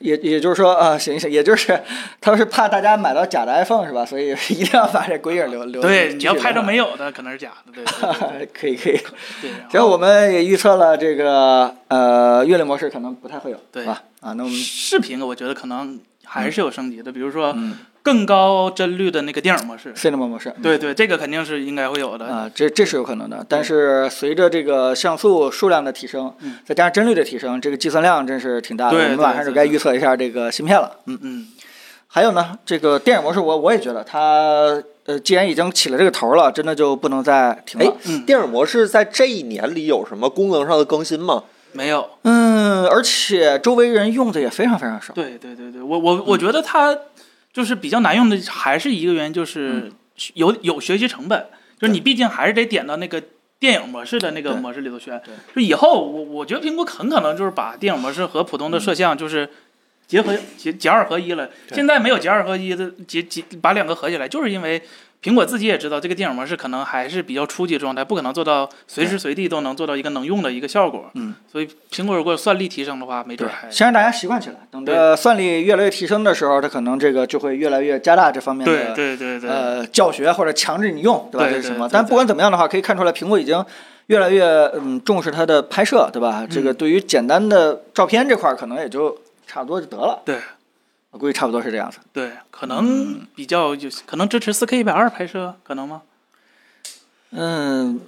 S2: 也也就是说啊，行行，也就是他们是怕大家买到假的 iPhone 是吧？所以 一定要把这鬼影留留。
S4: 对，你
S2: 继续
S4: 要
S2: 留
S4: 拍着
S2: 下
S4: 没有的，可能是假的，对 对对
S2: 可以可以。
S4: 对。 然
S2: 行，
S4: 后
S2: 我们也预测了这个呃月亮模式可能不太会有，
S4: 对
S2: 是吧？啊，那我们
S4: 视频我觉得可能还是有升级的，比如说更高帧率的那个电影模式，
S2: Cinema 模式。
S4: 对对，这个肯定是应该会有的。
S2: 啊，这这是有可能的，但是随着这个像素数量的提升，再加上帧率的提升，这个计算量真是挺大的。
S4: 嗯对
S2: 我们
S4: 对
S2: 晚上就
S4: 对
S2: 该
S4: 对
S2: 预测一下这个芯片了。嗯，
S4: 嗯，
S2: 还有呢，这个电影模式我，我也觉得它呃，既然已经起了这个头了，真的就不能再停
S1: 哎
S2: 了。，
S4: 嗯
S1: 电影模式在这一年里有什么功能上的更新吗？
S4: 没有。
S2: 嗯，而且周围人用的也非常非常少。
S4: 对对对对，我我我觉得它就是比较难用的，还是一个原
S2: 嗯
S4: 因，就是有有学习成本，就是你毕竟还是得点到那个电影模式的那个
S2: 对
S4: 模式里头选
S2: 对。嗯
S4: 就以后我我觉得苹果很可能就是把电影模式和普通的摄像就是结合结结二合一了。
S5: 对
S4: 现在没有结二合一的结结把两个合起来，就是因为苹果自己也知道这个电影模式可能还是比较初级状态，不可能做到随时随地都能做到一个能用的一个效果。
S2: 嗯，
S4: 所以苹果如果算力提升的话，没准还
S2: 先让大家习惯起来，等着算力越来越提升的时候，它可能这个就会越来越加大这方面
S4: 对
S2: 的
S4: 对对对，
S2: 呃教学或者强制你用，对吧？
S4: 对
S2: 这是什
S4: 对
S2: 么？
S4: 对
S2: 但
S4: 对
S2: 不管怎么样的话，可以看出来苹果已经越来越嗯重视它的拍摄，对吧？这个
S4: 嗯
S2: 对于简单的照片这块儿，可能也就差不多就得了。
S4: 对，
S2: 我估计差不多是这样子。
S4: 对，可能比较就可能支持四 K 一百二拍摄，可能吗？
S2: 嗯，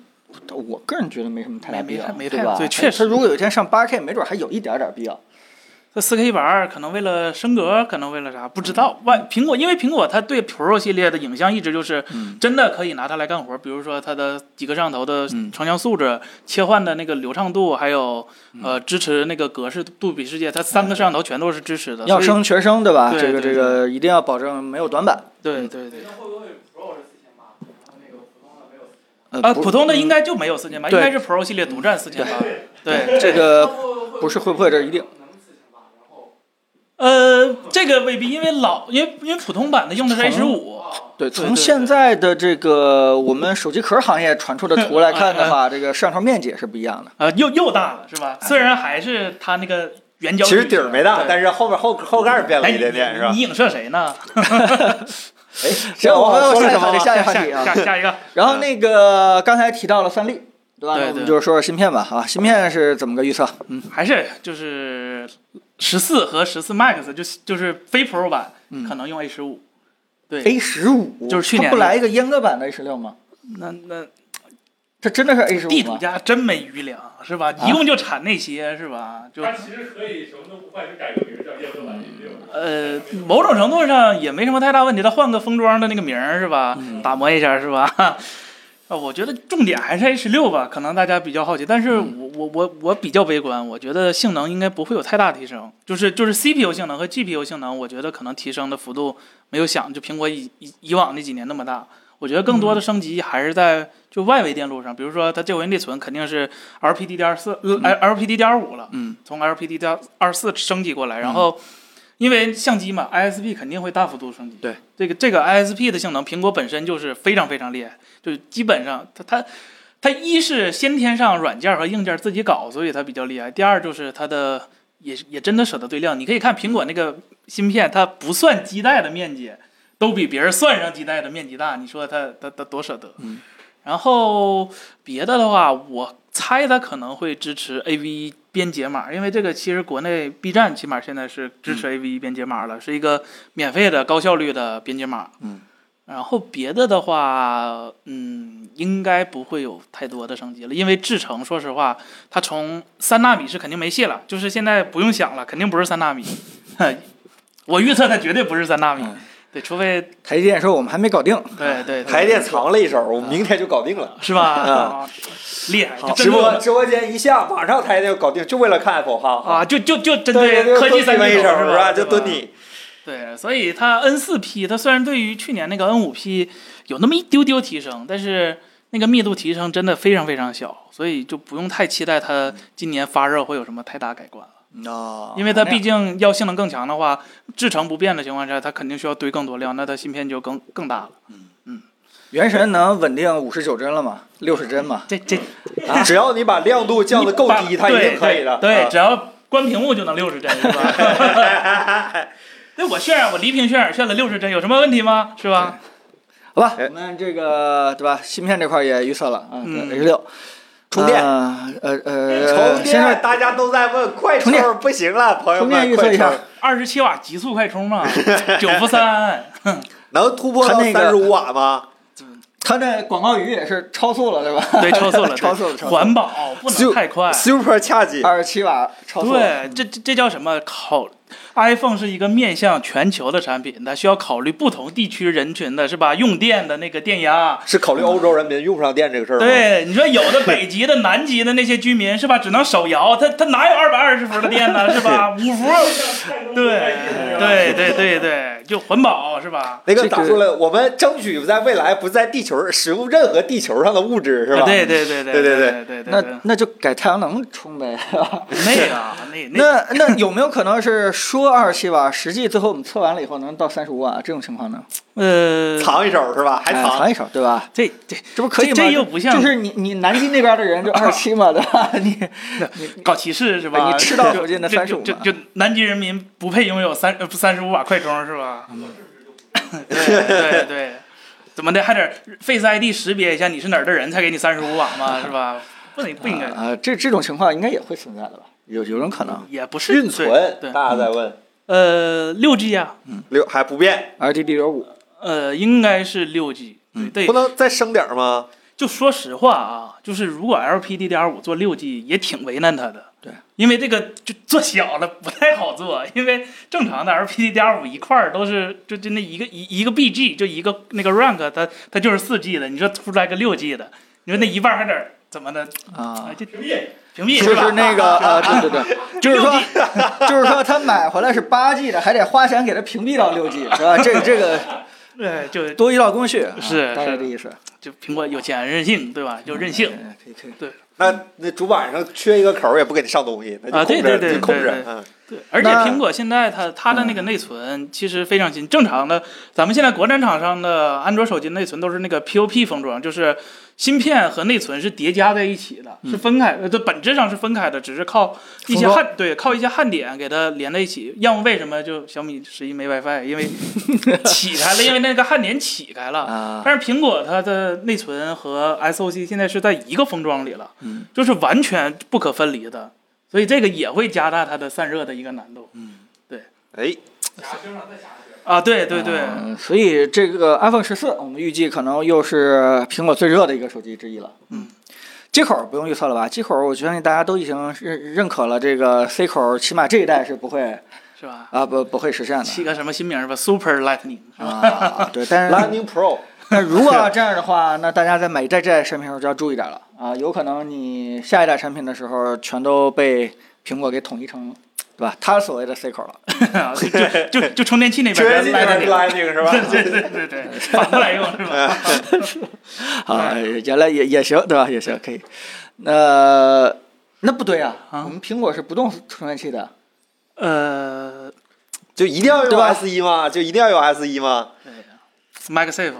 S2: 我个人觉得没什么太大
S4: 没
S2: 必要，
S4: 没没
S2: 对
S4: 太
S2: 吧？
S4: 对确实
S2: 它如果有一天上八 K，没准还有一点点必要。
S4: 这四 K 一百二可能为了升格，可能为了啥不知道。
S2: 嗯
S4: 万苹果因为苹果它对 Pro 系列的影像一直就是
S2: 嗯
S4: 真的可以拿它来干活，比如说它的几个摄像头的
S2: 嗯
S4: 成像素质、切换的那个流畅度，还有
S2: 嗯
S4: 呃支持那个格式杜比世界，它三个摄像头全都是支持的。
S2: 要
S4: 呃所以
S2: 升学生，对吧？
S4: 对
S2: 这个
S4: 对
S2: 这个一定要保证没有短板。
S4: 对对对
S2: 呃
S4: 啊，
S2: 不
S4: 普通的应该就没有四千八，应
S2: 对
S4: 该是 Pro 系列独占四千八。对，
S2: 这个不是会不会，这一定。
S4: 呃，这个未必，因为老因为因为普通版的用的是 A 十五，
S2: 对，
S4: 对
S2: 从
S4: 对
S2: 现在的这个我们手机壳行业传出的图来看的
S4: 嗯
S2: 话，这个摄像头面积也是不一样的。
S4: 呃，又又大了是吧？
S2: 哎
S4: 虽然还是它那个圆角
S1: 其
S4: 体，
S1: 实底儿没大，
S4: 对
S1: 但是后面后后盖儿变了
S4: 哎，
S1: 一点点，是吧
S4: 你？你影射 谁呢？
S1: 哎，
S2: 行，我
S1: 好像
S2: 们
S1: 说了
S2: 下一
S1: 什么
S2: 个
S1: 吗
S2: 话题，？下一个话
S4: 下
S2: 题啊
S4: 下。下一个，
S2: 然后那个刚才提到了算力，对吧？
S4: 对
S2: 那我们
S4: 嗯对
S2: 就说说芯片吧，啊，芯片是怎么个预测？
S4: 嗯，还是就是十四和十四 Max，就是就是非 Pro 版，
S2: 嗯
S4: 可能用 A 十五。对
S2: A 十五
S4: 就是去年
S2: 不
S4: 的
S2: 来一个阉割版的 A 十六吗？
S4: 那那
S2: 这真的是 A 十
S4: 地
S2: 五啊
S4: 主
S2: 吗？
S4: 家真没余粮是吧？一共就产那些是吧？就
S6: 它其实可以什么都不换，就改个名儿叫叶问版也有。
S4: 呃，某种程度上也没什么太大问题，他换个封装的那个名儿是吧？打磨一下是吧？ 啊，我觉得重点还是 A 十六吧，可能大家比较好奇，但是我我我我比较悲观，我觉得性能应该不会有太大提升，就是就是 CPU 性能和 GPU 性能，我觉得可能提升的幅度没有想就苹果以以以往那几年那么大，我觉得更多的升级还是在就外围电路上，比如说它这回内存肯定是 LPDDR 四、呃 LPDDR 五了，
S2: 嗯，
S4: 从 LPDDR 二四升级过来，然后因为相机嘛，ISP 肯定会大幅度升级。
S2: 对，
S4: 这个这个 ISP 的性能，苹果本身就是非常非常厉害，就是基本上它它它一是先天上软件和硬件自己搞，所以它比较厉害；第二就是它的也也真的舍得对量，你可以看苹果那个芯片，它不算基带的面积，都比别人算上基带的面积大，你说它它它多舍得？
S2: 嗯。
S4: 然后别的的话，我猜它可能会支持 AV 编解码，因为这个其实国内 B 站起码现在是支持 AV 编解码了，是一个免费的高效率的编解码。
S2: 嗯。
S4: 然后别的的话，嗯，应该不会有太多的升级了，因为制程，说实话，它从三纳米是肯定没戏了，就是现在不用想了，肯定不是三纳米。我预测它绝对不是三纳米，
S2: 嗯
S4: 对，除非
S2: 台积电说我们还没搞定，
S4: 对对，对
S1: 台电藏了一手，我们明天就搞定了。
S4: 是吧？啊厉害，就
S1: 直
S4: 针对我
S1: 播
S4: 们
S1: 直播间一下，马上台电就搞定，就为了看 Apple 哈。
S4: 啊，就就就针
S1: 对对，
S4: 科技三
S1: 一
S4: 巨
S1: 手
S4: 头
S1: 是吧？
S4: 吧？
S1: 就
S4: 对
S1: 蹲
S4: 吧
S1: 你。
S4: 对，所以它 N 四 P 它虽然对于去年那个 N 五 P 有那么一丢丢提升，但是那个密度提升真的非常非常小，所以就不用太期待它今年发热会有什么太大改观了。
S2: 哦
S4: 因为它毕竟要性能更强的话，制程不变的情况下，它肯定需要堆更多量，那它芯片就更更大了。
S2: 原神能稳定五十九帧了吗？六十帧吗？
S4: 这这
S1: 只要你把亮度降得够低，它一定可以的。
S4: 对，
S1: 啊
S4: 只要关屏幕就能六十帧，是吧？ 那我渲染，我黎屏渲染渲染六十帧，有什么问题吗？是吧？
S2: 好吧，
S1: 哎
S2: 我们这个对吧？芯片这块也预测了啊
S4: 嗯
S2: ，H 六
S1: 充电
S2: 呃呃呃，
S1: 充
S2: 先说
S4: 哎
S1: 电，大家都在问，快
S2: 充电
S1: 充不行了，朋友
S2: 充电
S1: 们，
S2: 预测
S1: 快
S2: 一下
S1: 充，
S4: 二十七瓦极速快充嘛，啊 九伏三，
S1: 能突破
S2: 它
S1: 到
S2: 那个
S1: 三十五瓦吗？
S2: 它的广告语也是超速了，对吧？
S4: 对，超速了，对
S2: 超速了超速了
S4: 环保不能太快。
S1: Super 恰吉，
S2: 二十七瓦超速了，
S4: 对，这这这叫什么？考 iPhone 是一个面向全球的产品，它需要考虑不同地区人群的是吧？用电的那个电压，
S1: 是考虑欧洲人民用不上电这个事儿吗？，
S4: 对，你说有的北极的、南极的那些居民是吧，只能手摇，他他哪有二 百二十伏的电呢，是吧？五伏，对对对对对，就环保少是吧？
S1: 雷哥
S2: 这个
S1: 打出了我们争取在未来不在地球使用任何地球上的物质，是吧？
S4: 啊对对对对
S1: 对对
S4: 对
S1: 对
S4: 对对
S2: 那
S4: 对，
S2: 那就改太阳能充 呗。
S4: 那个啊那那
S2: 那那有没有可能是说二十七瓦，实际最后我们测完了以后能到三十五瓦这种情况呢？
S4: 呃，
S1: 藏一手是吧？还
S2: 哎
S1: 藏。
S2: 藏一手，对吧？
S4: 这这
S2: 这不可以吗？
S4: 这这又不像
S2: 就是你你南京那边的人就二十七 嘛，对吧？你
S4: 搞歧视是吧？
S2: 你吃到手进的
S4: 就
S2: 35
S4: 就
S2: 嘛
S4: 就就南极人民不配拥有三三十五瓦快充是吧？
S2: 嗯
S4: 对对对，怎么的还得 Face ID 识别一下你是哪儿的人才给你三十五瓦嘛是吧？不能不应该，
S2: 啊，这这种情况应该也会存在的吧？有有种可能
S4: 也不是
S1: 运
S4: 对
S1: 存，
S4: 对，
S1: 大家在问，
S4: 呃，六 G 啊，
S1: 六还不变，
S2: ，LDDR 五
S4: 呃，应该是六 G。对
S2: 嗯
S1: 不，能再升点儿吗？
S4: 就说实话啊，就是如果 LPDDR 五做六 G 也挺为难它的，
S2: 对，
S4: 因为这个就做小了不太好做，因为正常的 LPDDR 五一块儿都是就就那一个一一个 BG 就一个那个 rank 它它就是四 G 的，你说出来个六 G 的，你说那一半儿还得怎么的？
S2: 啊
S4: 哎，，这
S6: 屏蔽，
S4: 屏蔽
S2: 就是
S4: 吧？
S2: 是那 个啊，对对对，就是说就是说他买回来是八 G 的，还得花钱给他屏蔽到六 G，是吧？这个这个
S4: 对，就
S2: 多一道工序啊
S4: 是
S2: 大概
S4: 是
S2: 这意思。
S4: 就苹果有钱任性，对吧？就任性。
S2: 哎可以可以。
S1: 那那主板上缺一个口儿也不给你上东西，那
S4: 啊
S1: 就控制，
S4: 对对对
S1: 就控制
S4: 对对，
S1: 嗯，
S4: 对，而且
S2: 那
S4: 苹果现在它它的那个内存其实非常新，正常的，咱们现在国产厂商的安卓手机内存都是那个 POP 封装，就是芯片和内存是叠加在一起的，是分开，呃，这本质上是分开的，只是靠一些
S2: 嗯封装
S4: 焊对靠一些焊点给它连在一起。要么为什么就小米十一没 WiFi？因为 起开了，因为那个焊点起开了。
S2: 啊，
S4: 但是苹果它的内存和 SOC 现在是在一个封装里了，就是完全不可分离的，所以这个也会加大它的散热的一个难度。
S1: 哎，
S6: 假声上再假声，
S4: 啊，对对对，
S2: 嗯所以这个 iPhone 十四，我们预计可能又是苹果最热的一个手机之一了。
S4: 嗯，
S2: 接口不用预测了吧？接口我相信大家都已经认认可了，这个 C 口起码这一代是不会
S4: 是吧？
S2: 啊不不会实现
S4: 起
S2: 的
S4: 个什么新名儿吧，Super Lightning 是吧？
S2: 啊。对，
S4: 哎
S2: 但是
S1: Lightning Pro
S2: 那 如果要这样的话，那大家在买一代这代产品的时候就要注意点了啊，有可能你下一代产品的时候全都被苹果给统一成，对吧？它所谓的 C 口了。
S4: 啊就就就就充电器那边
S1: 缺
S4: 儿
S1: 进
S4: 的
S1: 去 Lightning
S4: Lightning，
S1: 是吧？
S4: 对对对对，反过来用是吧？
S2: 啊， 原来也也行，对吧？也行，可以。那那不对啊，
S4: 啊
S2: 我们苹果是不动充电器的。
S4: 呃
S1: 就一定要
S2: 对
S1: 用
S2: 吧
S1: S 一吗？就一定要用 S 一吗？
S4: ，MagSafe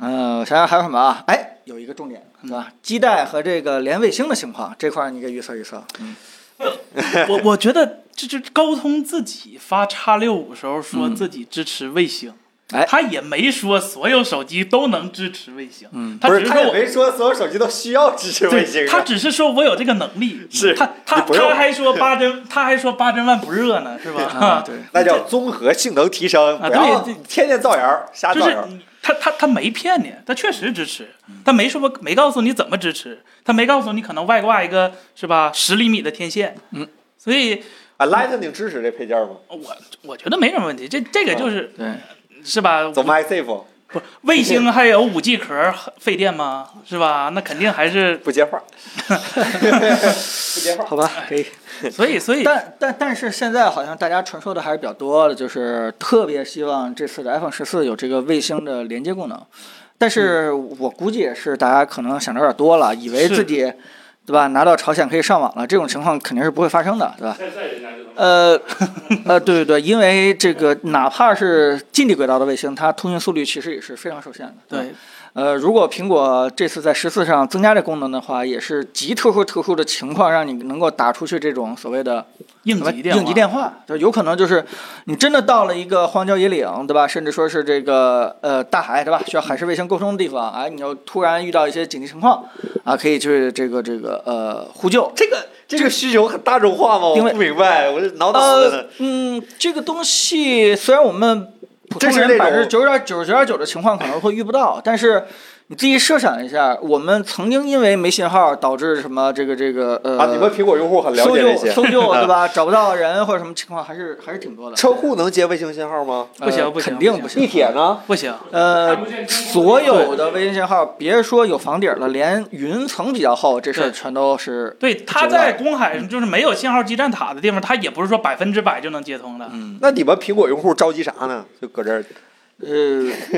S2: 嗯，我想想还有什么啊？哎，有一个重点，对吧？基带和这个连卫星的情况这块儿，你给预测预测。嗯
S4: 我我觉得这就是高通自己发叉六五时候说
S1: 嗯
S4: 自己支持卫星，
S2: 哎
S4: 他也没说所有手机都能支持卫星，嗯，他
S1: 不
S4: 只
S1: 是，
S4: 说
S1: 他也
S4: 我。
S1: 没说所有手机都需要支持卫星
S4: 对，
S1: 啊。
S4: 他只是说我有这个能力，
S1: 是
S4: 他他
S1: 你不用
S4: 他还说八针，他还说八针万不热呢，是吧？
S2: 啊，对，
S1: 那叫综合性能提升，
S4: 啊
S1: 不要
S4: 对
S1: 天天造谣儿，瞎
S4: 就
S1: 造
S4: 是
S1: 谣儿。
S4: 你他他他没骗你，他确实支持，
S1: 嗯
S4: 他没说没告诉你怎么支持，他没告诉你可能外挂一个是吧十厘米的天线，嗯，所以
S1: 啊，Lightning 支持这配件吗？
S4: 我我觉得没什么问题，这这个就是
S2: 对，
S1: 哦
S4: 是吧？
S1: 走 MySafe
S4: 不是卫星还有五 G 壳费电吗？是吧？那肯定还是
S1: 不接话，不接话。
S2: 好吧，可以。
S4: 所以所以
S2: 但但但是现在好像大家传说的还是比较多的，就是特别希望这次的 iPhone 十四有这个卫星的连接功能，但是我估计也是大家可能想的有点多了，以为
S4: 是
S2: 自己对吧拿到朝鲜可以上网了，这种情况肯定是不会发生的，对吧？
S6: 现在人家就能。
S2: 呃， 呃，对对对，因为这个哪怕是近地轨道的卫星，它通讯速率其实也是非常受限的。吧
S4: 对，
S2: 呃，如果苹果这次在十四上增加这功能的话，也是极特殊特殊的情况，让你能够打出去这种所谓的
S4: 应
S2: 什么
S4: 急电话，
S2: 应急电话，就有可能就是你真的到了一个荒郊野岭，对吧？甚至说是这个呃大海，对吧？需要海事卫星沟通的地方，哎，你要突然遇到一些紧急情况，啊，可以去这个这个呃呼救。
S1: 这个这个需求很大众化吗？我
S2: 因为
S1: 不明白，我这挠脑子
S2: 呃
S1: 呢。，
S2: 嗯，这个东西虽然我们普通
S1: 这
S2: 人
S1: 是
S2: 百
S1: 那
S2: 分之
S1: 种
S2: 九十点九九点九的情况可能会遇不到，但是你自己设想一下，我们曾经因为没信号导致什么这个这个呃
S1: 啊，你们苹果用户很了
S2: 搜
S1: 解这
S2: 救
S1: 些。
S2: 搜 救对吧？找不到人或者什么情况还是还是挺多的。
S1: 车库能接卫星信号吗？
S4: 不行
S2: 呃
S4: 不行
S2: 肯
S4: 不
S2: 定
S4: 行
S2: 不行。
S1: 地铁呢？
S4: 不行，
S2: 呃
S6: 看不，见天空
S2: 所有的微信信号，别说有房顶了，连云层比较厚，这事儿
S4: 对
S2: 全都是
S4: 对，它
S2: 接不到
S4: 在公海就是没有信号基站塔的
S2: 嗯
S4: 地方，它也不是说百分之百就能接通的。
S1: 那你们苹果用户着急啥呢？就搁这儿
S2: 呃，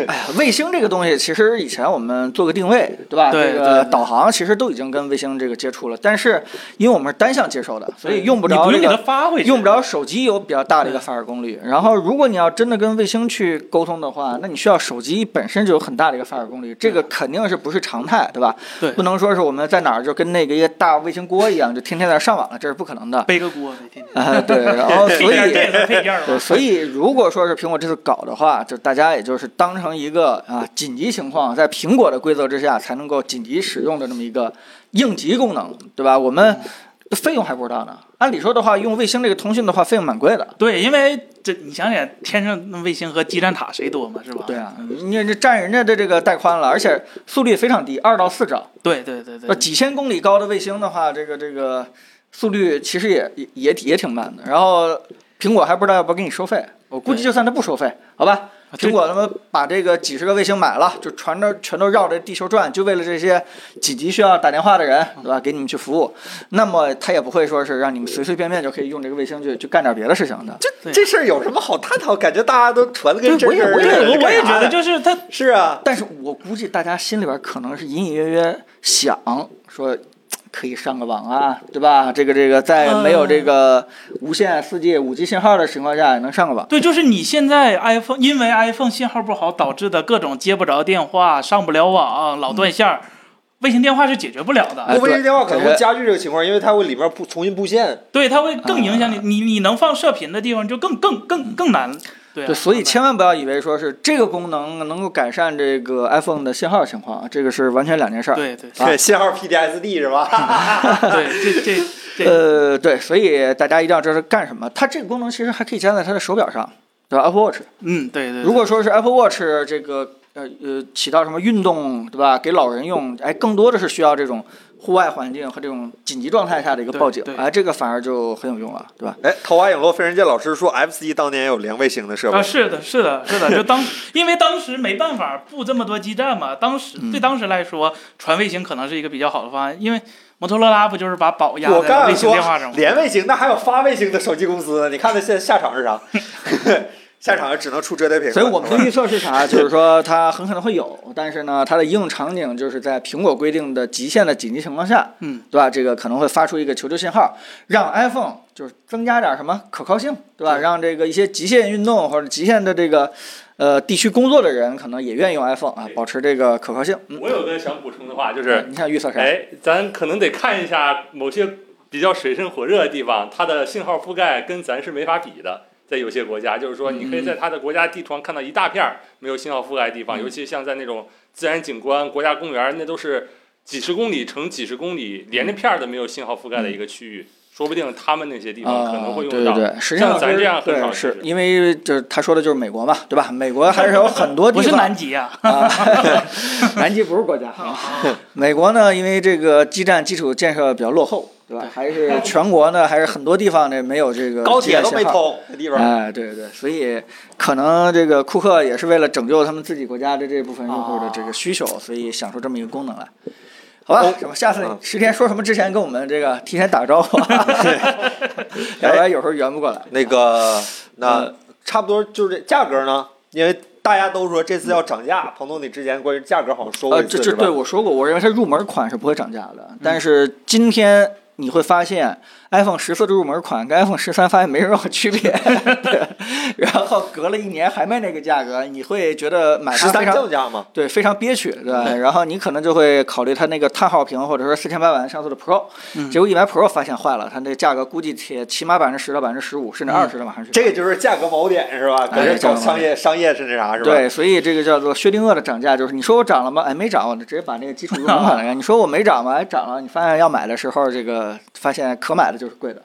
S2: 哎呀，卫星这个东西，其实以前我们做个定位，对吧？
S4: 对
S2: 这个
S4: 对
S2: 导航其实都已经跟卫星这个接触了，但是因为我们是单向接收的，所以用不
S4: 你
S2: 着
S4: 不
S2: 这
S4: 用给它
S2: 个。
S4: 发回去，
S2: 用不着手机有比较大的一个
S4: 对
S2: 发射功率，然后如果你要真的跟卫星去沟通的
S4: 嗯
S2: 话，那你需要手机本身就有很大的一个发射功率，这个肯定是不是常态，对吧？
S4: 对
S2: 不能说是我们在哪儿就跟那个一个大卫星锅一样，就天天在那儿上网了，这是不可能 的。
S4: 背个锅，每天天
S2: 啊，对，然后所以
S4: 这能配件儿
S2: 对，
S4: 吗？
S2: 呃所以如果说是苹果这次搞的话，就大家也就是当成一个啊紧急情况，在苹果的规则之下才能够紧急使用的这么一个应急功能，对吧？我们费用还不知道呢。按理说的话，用卫星这个通讯的话，费用蛮贵的。
S4: 对，因为这你想想，天上那卫星和基站塔谁多嘛，是吧？嗯
S2: 对啊，你这占人家的这个带宽了，而且速率非常低，二到四兆。
S4: 对对对对
S2: 那，几千公里高的卫星的话，这个这个速率其实也也也也挺慢的。然后苹果还不知道要不要给你收费，我估计
S4: 对
S2: 就算它不收费，好吧，
S4: 这
S2: 苹果他妈把这个几十个卫星买了，就传着全都绕着地球转，就为了这些紧急需要打电话的人，对吧？给你们去服务。那么他也不会说是让你们随随便便就可以用这个卫星去去干点别的事情的。
S1: 这这事儿有什么好探讨？感觉大家都传的跟真
S2: 对我也
S1: 事儿
S2: 我
S1: 似
S2: 也
S1: 的。
S4: 对，我我也
S1: 干啥
S4: 觉
S1: 呀
S4: 得就是它
S1: 是啊，
S2: 但是我估计大家心里边可能是隐隐约约想说，嘖可以上个网啊，对吧？这个这个，在没有
S4: 嗯
S2: 这个无线、4 G、5 G 信号的情况下，也能上个网。
S4: 对，就是你现在 iPhone 因为 iPhone 信号不好导致的各种接不着电话、上不了网、老断线儿，卫星电话是解决不了的。
S2: 哎
S1: 不过卫
S2: 对
S1: 星电话可能
S2: 我觉
S1: 会
S2: 得
S1: 加剧这个情况，因为它会里面布重新布线。
S4: 对，它会更影
S2: 啊
S4: 响你，你你能放射频的地方就更更更更难。对啊、
S2: 对，所以
S4: 千
S2: 千万不要以为说是这个功能能够改善这个 iPhone 的信号情况，啊这个是完全两件事儿。啊
S4: 对对
S1: 对，啊信号 PDSD 是吧？
S4: 对，这这这
S2: 呃，对，所以大家一定要知道是干什么。它这个功能其实还可以加在它的手表上，对吧？Apple Watch。
S4: 嗯对对，
S2: 如果说是 Apple Watch 这个呃呃起到什么运动，对吧？给老人用，哎，更多的是需要这种户外环境和这种紧急状态下的一个
S4: 对
S2: 报警
S4: 对，
S2: 哎，这个反而就很有用了，对吧？
S1: 哎，桃花影落飞人界老师说，FC 当年也有连卫星的设备
S4: 啊，。是的，是的，是的，就 当因为当时没办法布这么多基站嘛，当时
S2: 嗯
S4: 对当时来说，传卫星可能是一个比较好的方案，因为摩托罗拉不就是把宝压
S1: 我
S4: 在
S1: 刚
S4: 卫
S1: 想
S4: 星
S1: 说
S4: 电话上吗？
S1: 连卫星，那还有发卫星的手机公司呢？你看它现在下场是啥？下场只能出折叠屏了。
S2: 所以我们的预测是啥？就是说它很可能会有， 但是呢，它的应用场景就是在苹果规定的极限的紧急情况下，
S4: 嗯，
S2: 对吧？这个可能会发出一个求救信号，让 iPhone 就是增加点什么可靠性，对吧？让这个一些极限运动或者极限的这个呃地区工作的人，可能也愿意用 iPhone 啊，保持这个可靠性。嗯，
S6: 我有个想补充的话，就是
S2: 你想预测啥？
S6: 哎，咱可能得看一下某些比较水深火热的地方，它的信号覆盖跟咱是没法比的。在有些国家，就是说，你
S2: 嗯
S6: 可以在它的国家地图上看到一大片儿没有信号覆盖的地方，尤其像在那种自然景观、国家公园儿，那都是几十公里乘几十公里，
S2: 嗯
S6: 连着片儿都没有信号覆盖的一个区域，说不定他们那些地方可能会用
S2: 啊、
S6: 到。
S2: 对对对，实际上
S6: 像咱
S2: 就是
S6: 这样很少
S2: 对，是
S6: 其实
S2: 因为就是他说的就是美国嘛，对吧？美国还是有很多地
S4: 不是
S2: 方，
S4: 南极 啊，
S2: 啊，南极不是国家。美国呢，因为这个基站基础建设比较落后，对吧？还是全国呢，还是很多地方呢没有这个
S1: 高铁都没
S2: 基站信号。
S1: 通，那地方。
S2: 哎，对对，所以可能这个库克也是为了拯救他们自己国家的这部分用户的这个需求，所以想出这么一个功能来。好吧
S1: 哦，
S2: 什么下次你
S1: 嗯
S2: 十天说什么之前跟我们这个提前打个 招呼， 要不然有时候圆不过来。
S1: 那
S2: 嗯
S1: 个，那差不多就是这价格呢，因为大家都说这次要涨价。彭总，你之前关于价格好像说过
S2: 呃，
S1: 一
S2: 这
S1: 次，
S2: 这
S1: 是吧
S2: 对？我说过，我认为它入门款是不会涨价的。但是今天你会发现，iPhone 十四的入门款跟 iPhone 十三发现没什么区别， 对然后隔了一年还卖那个价格，你会觉得买
S1: 十
S2: 它
S1: 三
S2: 非常
S1: 降价嘛，
S2: 对非常憋屈，对吧？然后你可能就会考虑它那个碳耗屏，或者说四千八百万像素的 Pro，、
S4: 嗯
S2: 结果一买 Pro 发现坏了，它那价格估计起起码百分之十到百分之十五，甚至二十的往上去。
S1: 嗯这个就是价格锚点是吧？搁
S2: 哎
S1: 这
S2: 价格
S1: 搞
S2: 锚
S1: 商业商业是那啥是吧？
S2: 对，所以这个叫做薛定谔的涨价，就是你说我涨了吗？哎，没涨，我就直接把那个基础入门 款的人，你说我没涨吗？哎，涨了。你发现要买的时候，这个发现可买的就是贵的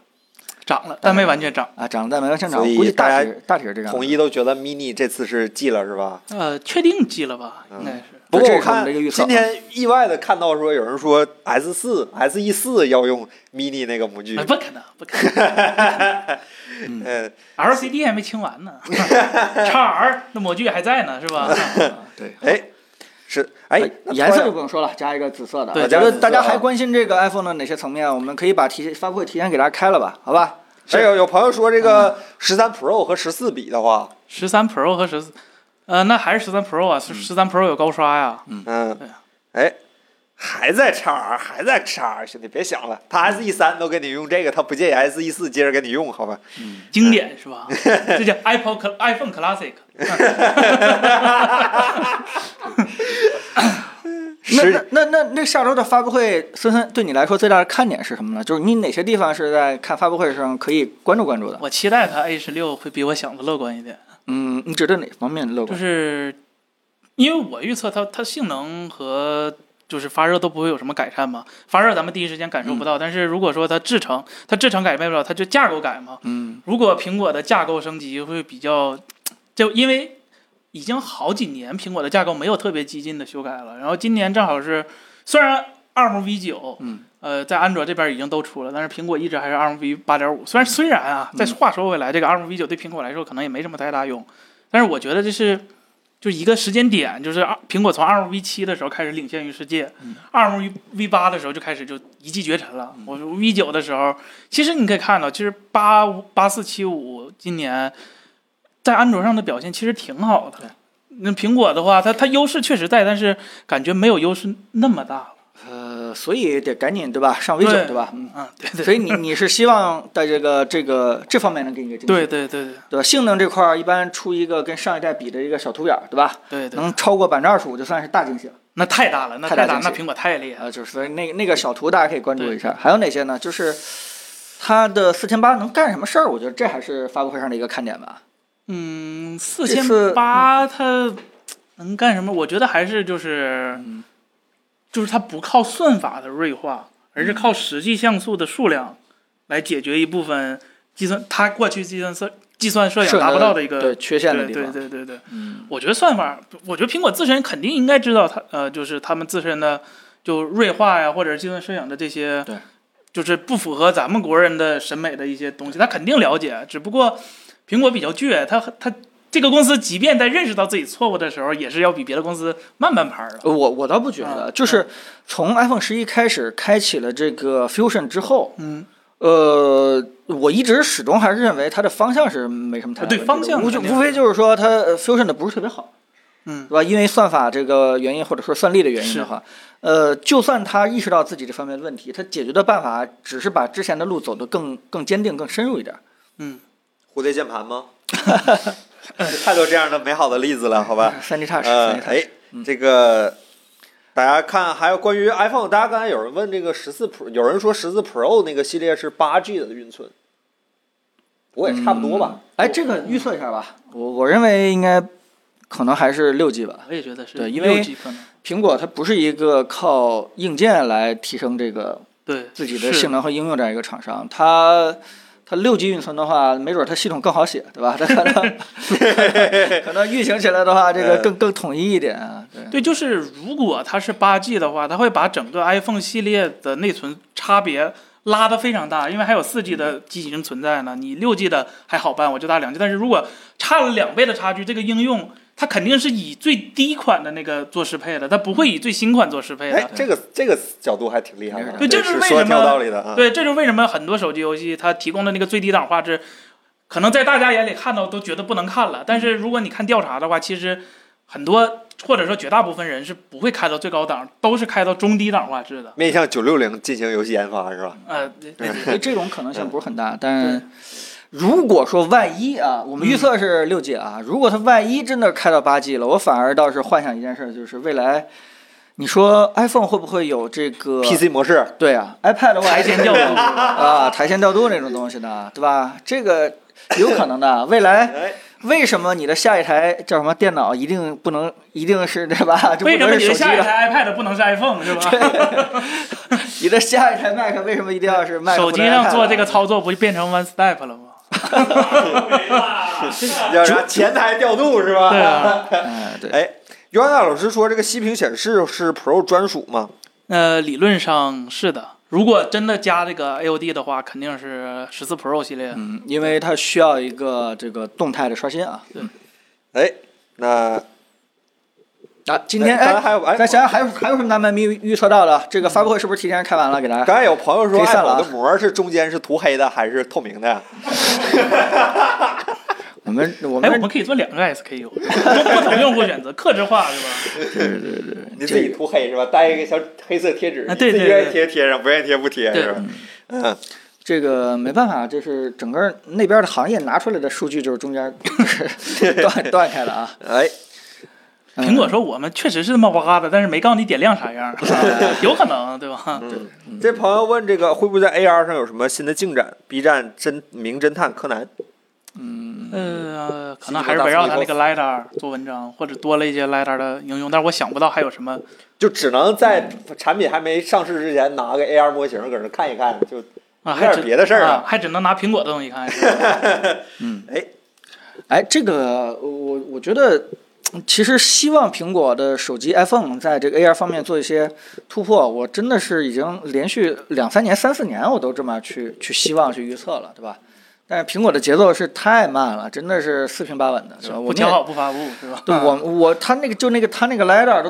S4: 涨了，但没完全涨。
S2: 啊，涨了但没完全涨，
S1: 所以
S2: 估计大
S1: 大
S2: 体大体是这个样子。
S1: 统一都觉得 mini 这次是记了是吧？
S4: 呃，确定记了吧？应该是。
S1: 不过我
S2: 这是我
S1: 看
S2: 们的一个预测啊
S1: 今天意外的看到说有人说 S 四 S E 四要用 mini 那个模具
S4: 哎，不可能，不可能
S1: 嗯，
S4: ！LCD 还没清完呢，叉 R 那模具还在呢，是吧？
S1: 哎，是哎
S2: 哎，
S1: 那
S2: 颜
S1: 突
S2: 色
S1: 然
S2: 就不用说了，加一个紫色的。啊
S4: 对
S2: 我觉得大家还关心这个 iPhone 的哪些层面？我们可以把提发布会提前给大家开了吧？好吧？
S1: 哎有有朋友说这个十三 Pro 和十四比的话，
S4: 十三 Pro 和十四呃，那还是十三 Pro 啊，十三 Pro 有高刷呀、
S1: 嗯
S4: 对啊，
S1: 哎，还在叉 R，还在叉 R，兄弟别想了，他 S E 三都给你用这个，他不介意 S E 四接着给你用，好吧？
S4: 经典是吧？这叫 Apple Cl- iPhone Classic。
S2: 那
S1: 是
S2: 那那那那下周的发布会，森森对你来说最大的看点是什么呢？就是你哪些地方是在看发布会上可以关注关注的？
S4: 我期待它 A 十六会比我想的乐观一点，
S2: 嗯，你觉得哪方面乐
S4: 就
S2: 观？
S4: 是因为我预测它它性能和就是发热都不会有什么改善嘛。发热咱们第一时间感受不到，但是如果说它制程它制程改变不了，它就架构改嘛。
S2: 嗯
S4: 如果苹果的架构升级会比较，就因为已经好几年苹果的架构没有特别激进的修改了，然后今年正好是虽然 ARM V 九，
S2: 嗯，
S4: 呃，在安卓这边已经都出了，但是苹果一直还是 ARM V 八点五。虽然虽然啊，但是话说回来，这个 ARM V 九对苹果来说可能也没什么太大用，但是我觉得这是。就一个时间点，就是啊苹果从 ARM V 七的时候开始领先于世界、二 a r m V 八的时候就开始就一骑绝尘了。我说 V 九的时候其实你可以看到，其实八五八四七五今年在安卓上的表现其实挺好的。那苹果的话，它它优势确实在，但是感觉没有优势那么大了。
S2: 呃，所以得赶紧对吧？上 V 九对吧？嗯。
S4: 嗯，对对
S2: 所以你你是希望在这个这个这方面能给你个惊喜，
S4: 对对对对
S2: 对吧？性能这块儿一般出一个跟上一代比的一个小图表，对吧？
S4: 对对，
S2: 能超过百分之二十五就算是大惊喜了。
S4: 那太大了，那
S2: 嗯太大
S4: 大，
S2: 惊
S4: 那
S2: 喜
S4: 苹果太厉害了。
S2: 啊，就是说那那个小图大家可以关注一下。还有哪些呢？就是它的四千八能干什么事儿？我觉得这还是发布会上的一个看点吧。
S4: 嗯，四
S2: 这嗯
S4: 千
S2: 次
S4: 八它能干什么？我觉得还是就是，
S2: 嗯
S4: 就是它不靠算法的锐化，而
S2: 嗯
S4: 是靠实际像素的数量来解决一部分计算它过去计算摄计算摄影
S2: 摄影
S4: 达不
S2: 的
S4: 到的一个
S2: 对缺陷的
S4: 对
S2: 地方
S4: 对对对对，
S2: 嗯
S4: 我觉得算法，我觉得苹果自身肯定应该知道它呃，就是他们自身的就锐化呀，或者是计算摄影的这些，
S2: 对，
S4: 就是不符合咱们国人的审美的一些东西，他肯定了解。只不过苹果比较倔，他他这个公司即便在认识到自己错误的时候，也是要比别的公司慢半拍儿的。
S2: 呃我我倒不觉得，
S4: 啊
S2: 就是从 iPhone 十一开始开启了这个 Fusion 之后，
S4: 嗯，
S2: 呃，我一直始终还是认为它的方向是没什么太大
S4: 啊对
S2: 问题的
S4: 方向
S2: 无
S4: 肯
S2: 就
S4: 定
S2: 无非
S4: 是
S2: 就是说它呃 Fusion 的不是特别好。
S4: 嗯
S2: 对吧？因为算法这个原因，或者说算力的原因
S4: 是
S2: 的话，呃，就算他意识到自己这方面的问题，他解决的办法只是把之前的路走得更更坚定、更深入一点。
S1: 蝴蝶键盘吗？ 太多这样的美好的例子了，好吧？
S2: 三 D Touch，
S1: 呃
S2: 三 D，Touch，
S1: 哎，
S4: 嗯
S1: 这个大家看，还有关于 iPhone，大家刚才有人问这个十四 Pro，有人说十四 Pro 那个系列是八 G 的运存，不过也差不多吧？
S2: 哎，这个预测一下吧，我我认为应该可能还是六 G 吧。
S4: 我也觉得是
S2: 对因为
S4: 6G 可能
S2: 苹果它不是一个靠硬件来提升这个
S4: 对
S2: 自己的
S4: 是
S2: 性能和应用这样一个厂商，它它六 G 运存的话，没准它系统更好写，对吧？ 它可能可能运行起来的话，这个更更统一一点啊。对。
S4: 对，就是如果它是八 G 的话，它会把整个 iPhone 系列的内存差别拉得非常大，因为还有四 G 的机型存在呢。你六 G 的还好办，我就打两 G，但是如果差了两倍的差距，这个应用它肯定是以最低款的那个做适配的，它不会以最新款做适配嗯的。
S1: 哎，这个这个角度还挺厉害的，
S4: 对这就是
S1: 是
S4: 为
S1: 说
S4: 什
S1: 挺有
S4: 么
S1: 道理的啊。
S4: 对，这就是为什么很多手机游戏它提供的那个最低档画质，可能在大家眼里看到都觉得不能看了。但是如果你看调查的话，其实很多或者说绝大部分人是不会开到最高档，都是开到中低档画质的。
S1: 面向九六零进行游戏研发是吧？
S4: 呃， 对对对
S2: 所以这种可能性不是很大。但如果说万一啊，我们预测是六 G 啊，如果它万一真的开到八 G 了，我反而倒是幻想一件事，就是未来，你说 iPhone 会不会有这个
S1: PC 模式，
S2: 对啊，iPad 的话
S4: 台前调度
S2: 啊，台前调度那种东西呢，对吧？这个有可能 的。未来
S1: 哎，
S2: 为什么你的下一台叫什么电脑一定不能，一定是对吧？就不
S4: 为什
S2: 能
S4: 么
S2: 是
S4: 你
S2: 手
S4: 的
S2: 机
S4: 下一
S2: 了？
S4: 台 iPad 不能是 iPhone 是吧？
S2: 你的下一台 Mac 为什么一定要 是 Mac？
S4: 手机上做这个
S2: 操。
S4: 操作不就变成 One Step 了 吗？
S1: 要啥前台调度是吧？
S4: 对啊，
S2: 哎，对。
S1: 哎，袁大老师说这个息屏显示是 Pro 专属吗？
S4: 呃，理论上是的。如果真的加这个 AOD 的话，肯定是十四 Pro 系列。
S2: 嗯，因为它需要一个这个动态的刷新啊。
S1: 哎，那
S2: 啊，今天
S1: 哎刚才还有哎
S2: 哎，咱想想还有还有什么咱们没预预测到的？这个发布会是不是提前开完了？给
S4: 哎
S2: 大家
S1: 刚才有朋友说
S2: 可以散了啊
S1: iPhone 的膜是中间是涂黑的还是透明的？
S2: 我们我
S4: 哎，我
S2: 们
S4: 们可以做两个 SKU，不 同用户选择，克制化是吧？
S1: 你自己涂黑是吧？带一个小黑色贴纸，
S4: 啊对
S1: 你自己
S4: 对
S1: 愿意贴贴上，不愿意贴不贴
S4: 对
S1: 是吧？嗯，
S2: 这个没办法，就是整个那边的行业拿出来的数据，就是中间断断开了啊。
S1: 哎，
S2: 嗯
S4: 苹果说我们确实是这么挖的，但是没告诉你点亮啥样， 有可能对吧？
S1: 嗯，这朋友问这个会不会在 AR 上有什么新的进展？B 站侦名侦探柯南，嗯
S4: 呃，可能还是围绕它那个 LiDAR 做文章，或者多了一些 LiDAR 的应用，但是我想不到还有什么。
S1: 就只能在产品还没上市之前拿个 AR 模型搁那看一看，就有
S4: 啊，还
S1: 点
S4: 只
S1: 别的事儿啊
S4: 啊，还只能拿苹果的东西 看。是吧
S1: 嗯
S2: 哎，这个我我觉得，其实希望苹果的手机 iPhone 在这个 AR 方面做一些突破，我真的是已经连续两三年、三四年我都这么去去希望去预测了，对吧？但是苹果的节奏是太慢了，真的是四平八稳的，是吧？我
S4: 不
S2: 们也
S4: 调好不发布是吧？
S2: 对我我他那个就那个他那个 LiDAR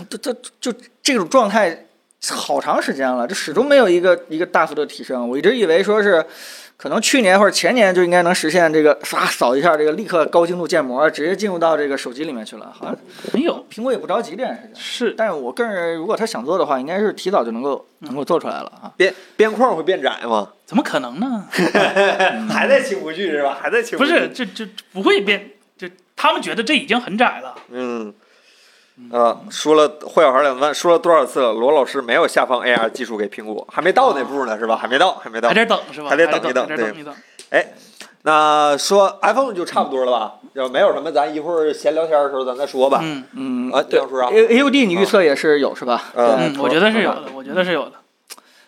S2: 都都都就这种状态好长时间了，这始终没有一个一个大幅度提升。我一直以为说是可能去年或者前年就应该能实现这个唰扫一下这个立刻高精度建模，直接进入到这个手机里面去了。好像
S4: 没有，
S2: 苹果也不着急这件事情，
S4: 是
S2: 但是我个人认为如果他想做的话，应该是提早就能够
S4: 嗯
S2: 能够做出来了啊。
S1: 边边框会变窄吗？
S4: 怎么可能呢？
S1: 哎还在清不剧是吧？还在清
S4: 不 是，，这这这不会变，这他们觉得这已经很窄了。
S1: 嗯。啊，说了坏小孩两万，说了多少次了？罗老师没有下放 AR 技术给苹果，还没到那步呢，是吧？还没到，还没到
S4: 还。得等是吧？
S1: 还
S4: 还
S1: 得
S4: 得
S1: 等一等
S4: 还
S1: 对
S4: 得等一等。
S1: 那说 iPhone 就差不多了吧？要没有什么，咱一会儿闲聊天的时候咱再说吧。
S4: 嗯
S2: 嗯
S1: 啊，廖叔啊，
S2: ，A A U D 你预测也是有是吧？
S1: 嗯
S4: 嗯，我觉得是有的，我觉得是有的。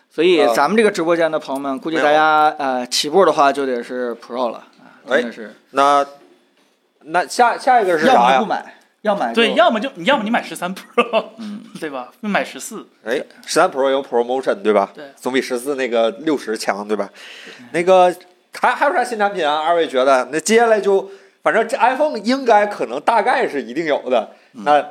S2: 所以
S1: 啊
S2: 咱们这个直播间的朋友们，估计大家呃起步的话就得是 Pro 了，啊
S1: 哎
S2: 真的是，
S1: 那那下下一个是
S2: 要
S1: 啥
S2: 么不
S1: 呀？
S2: 买，要买就
S4: 对，要么就你要么你买十三 Pro，对吧？买十四，
S1: 哎，十三 Pro 有 ProMotion 对吧？
S4: 对
S1: 总比十四那个六十强对吧？那个还还有啥新产品啊？二位觉得？那接下来就反正这 iPhone 应该可能大概是一定有的。那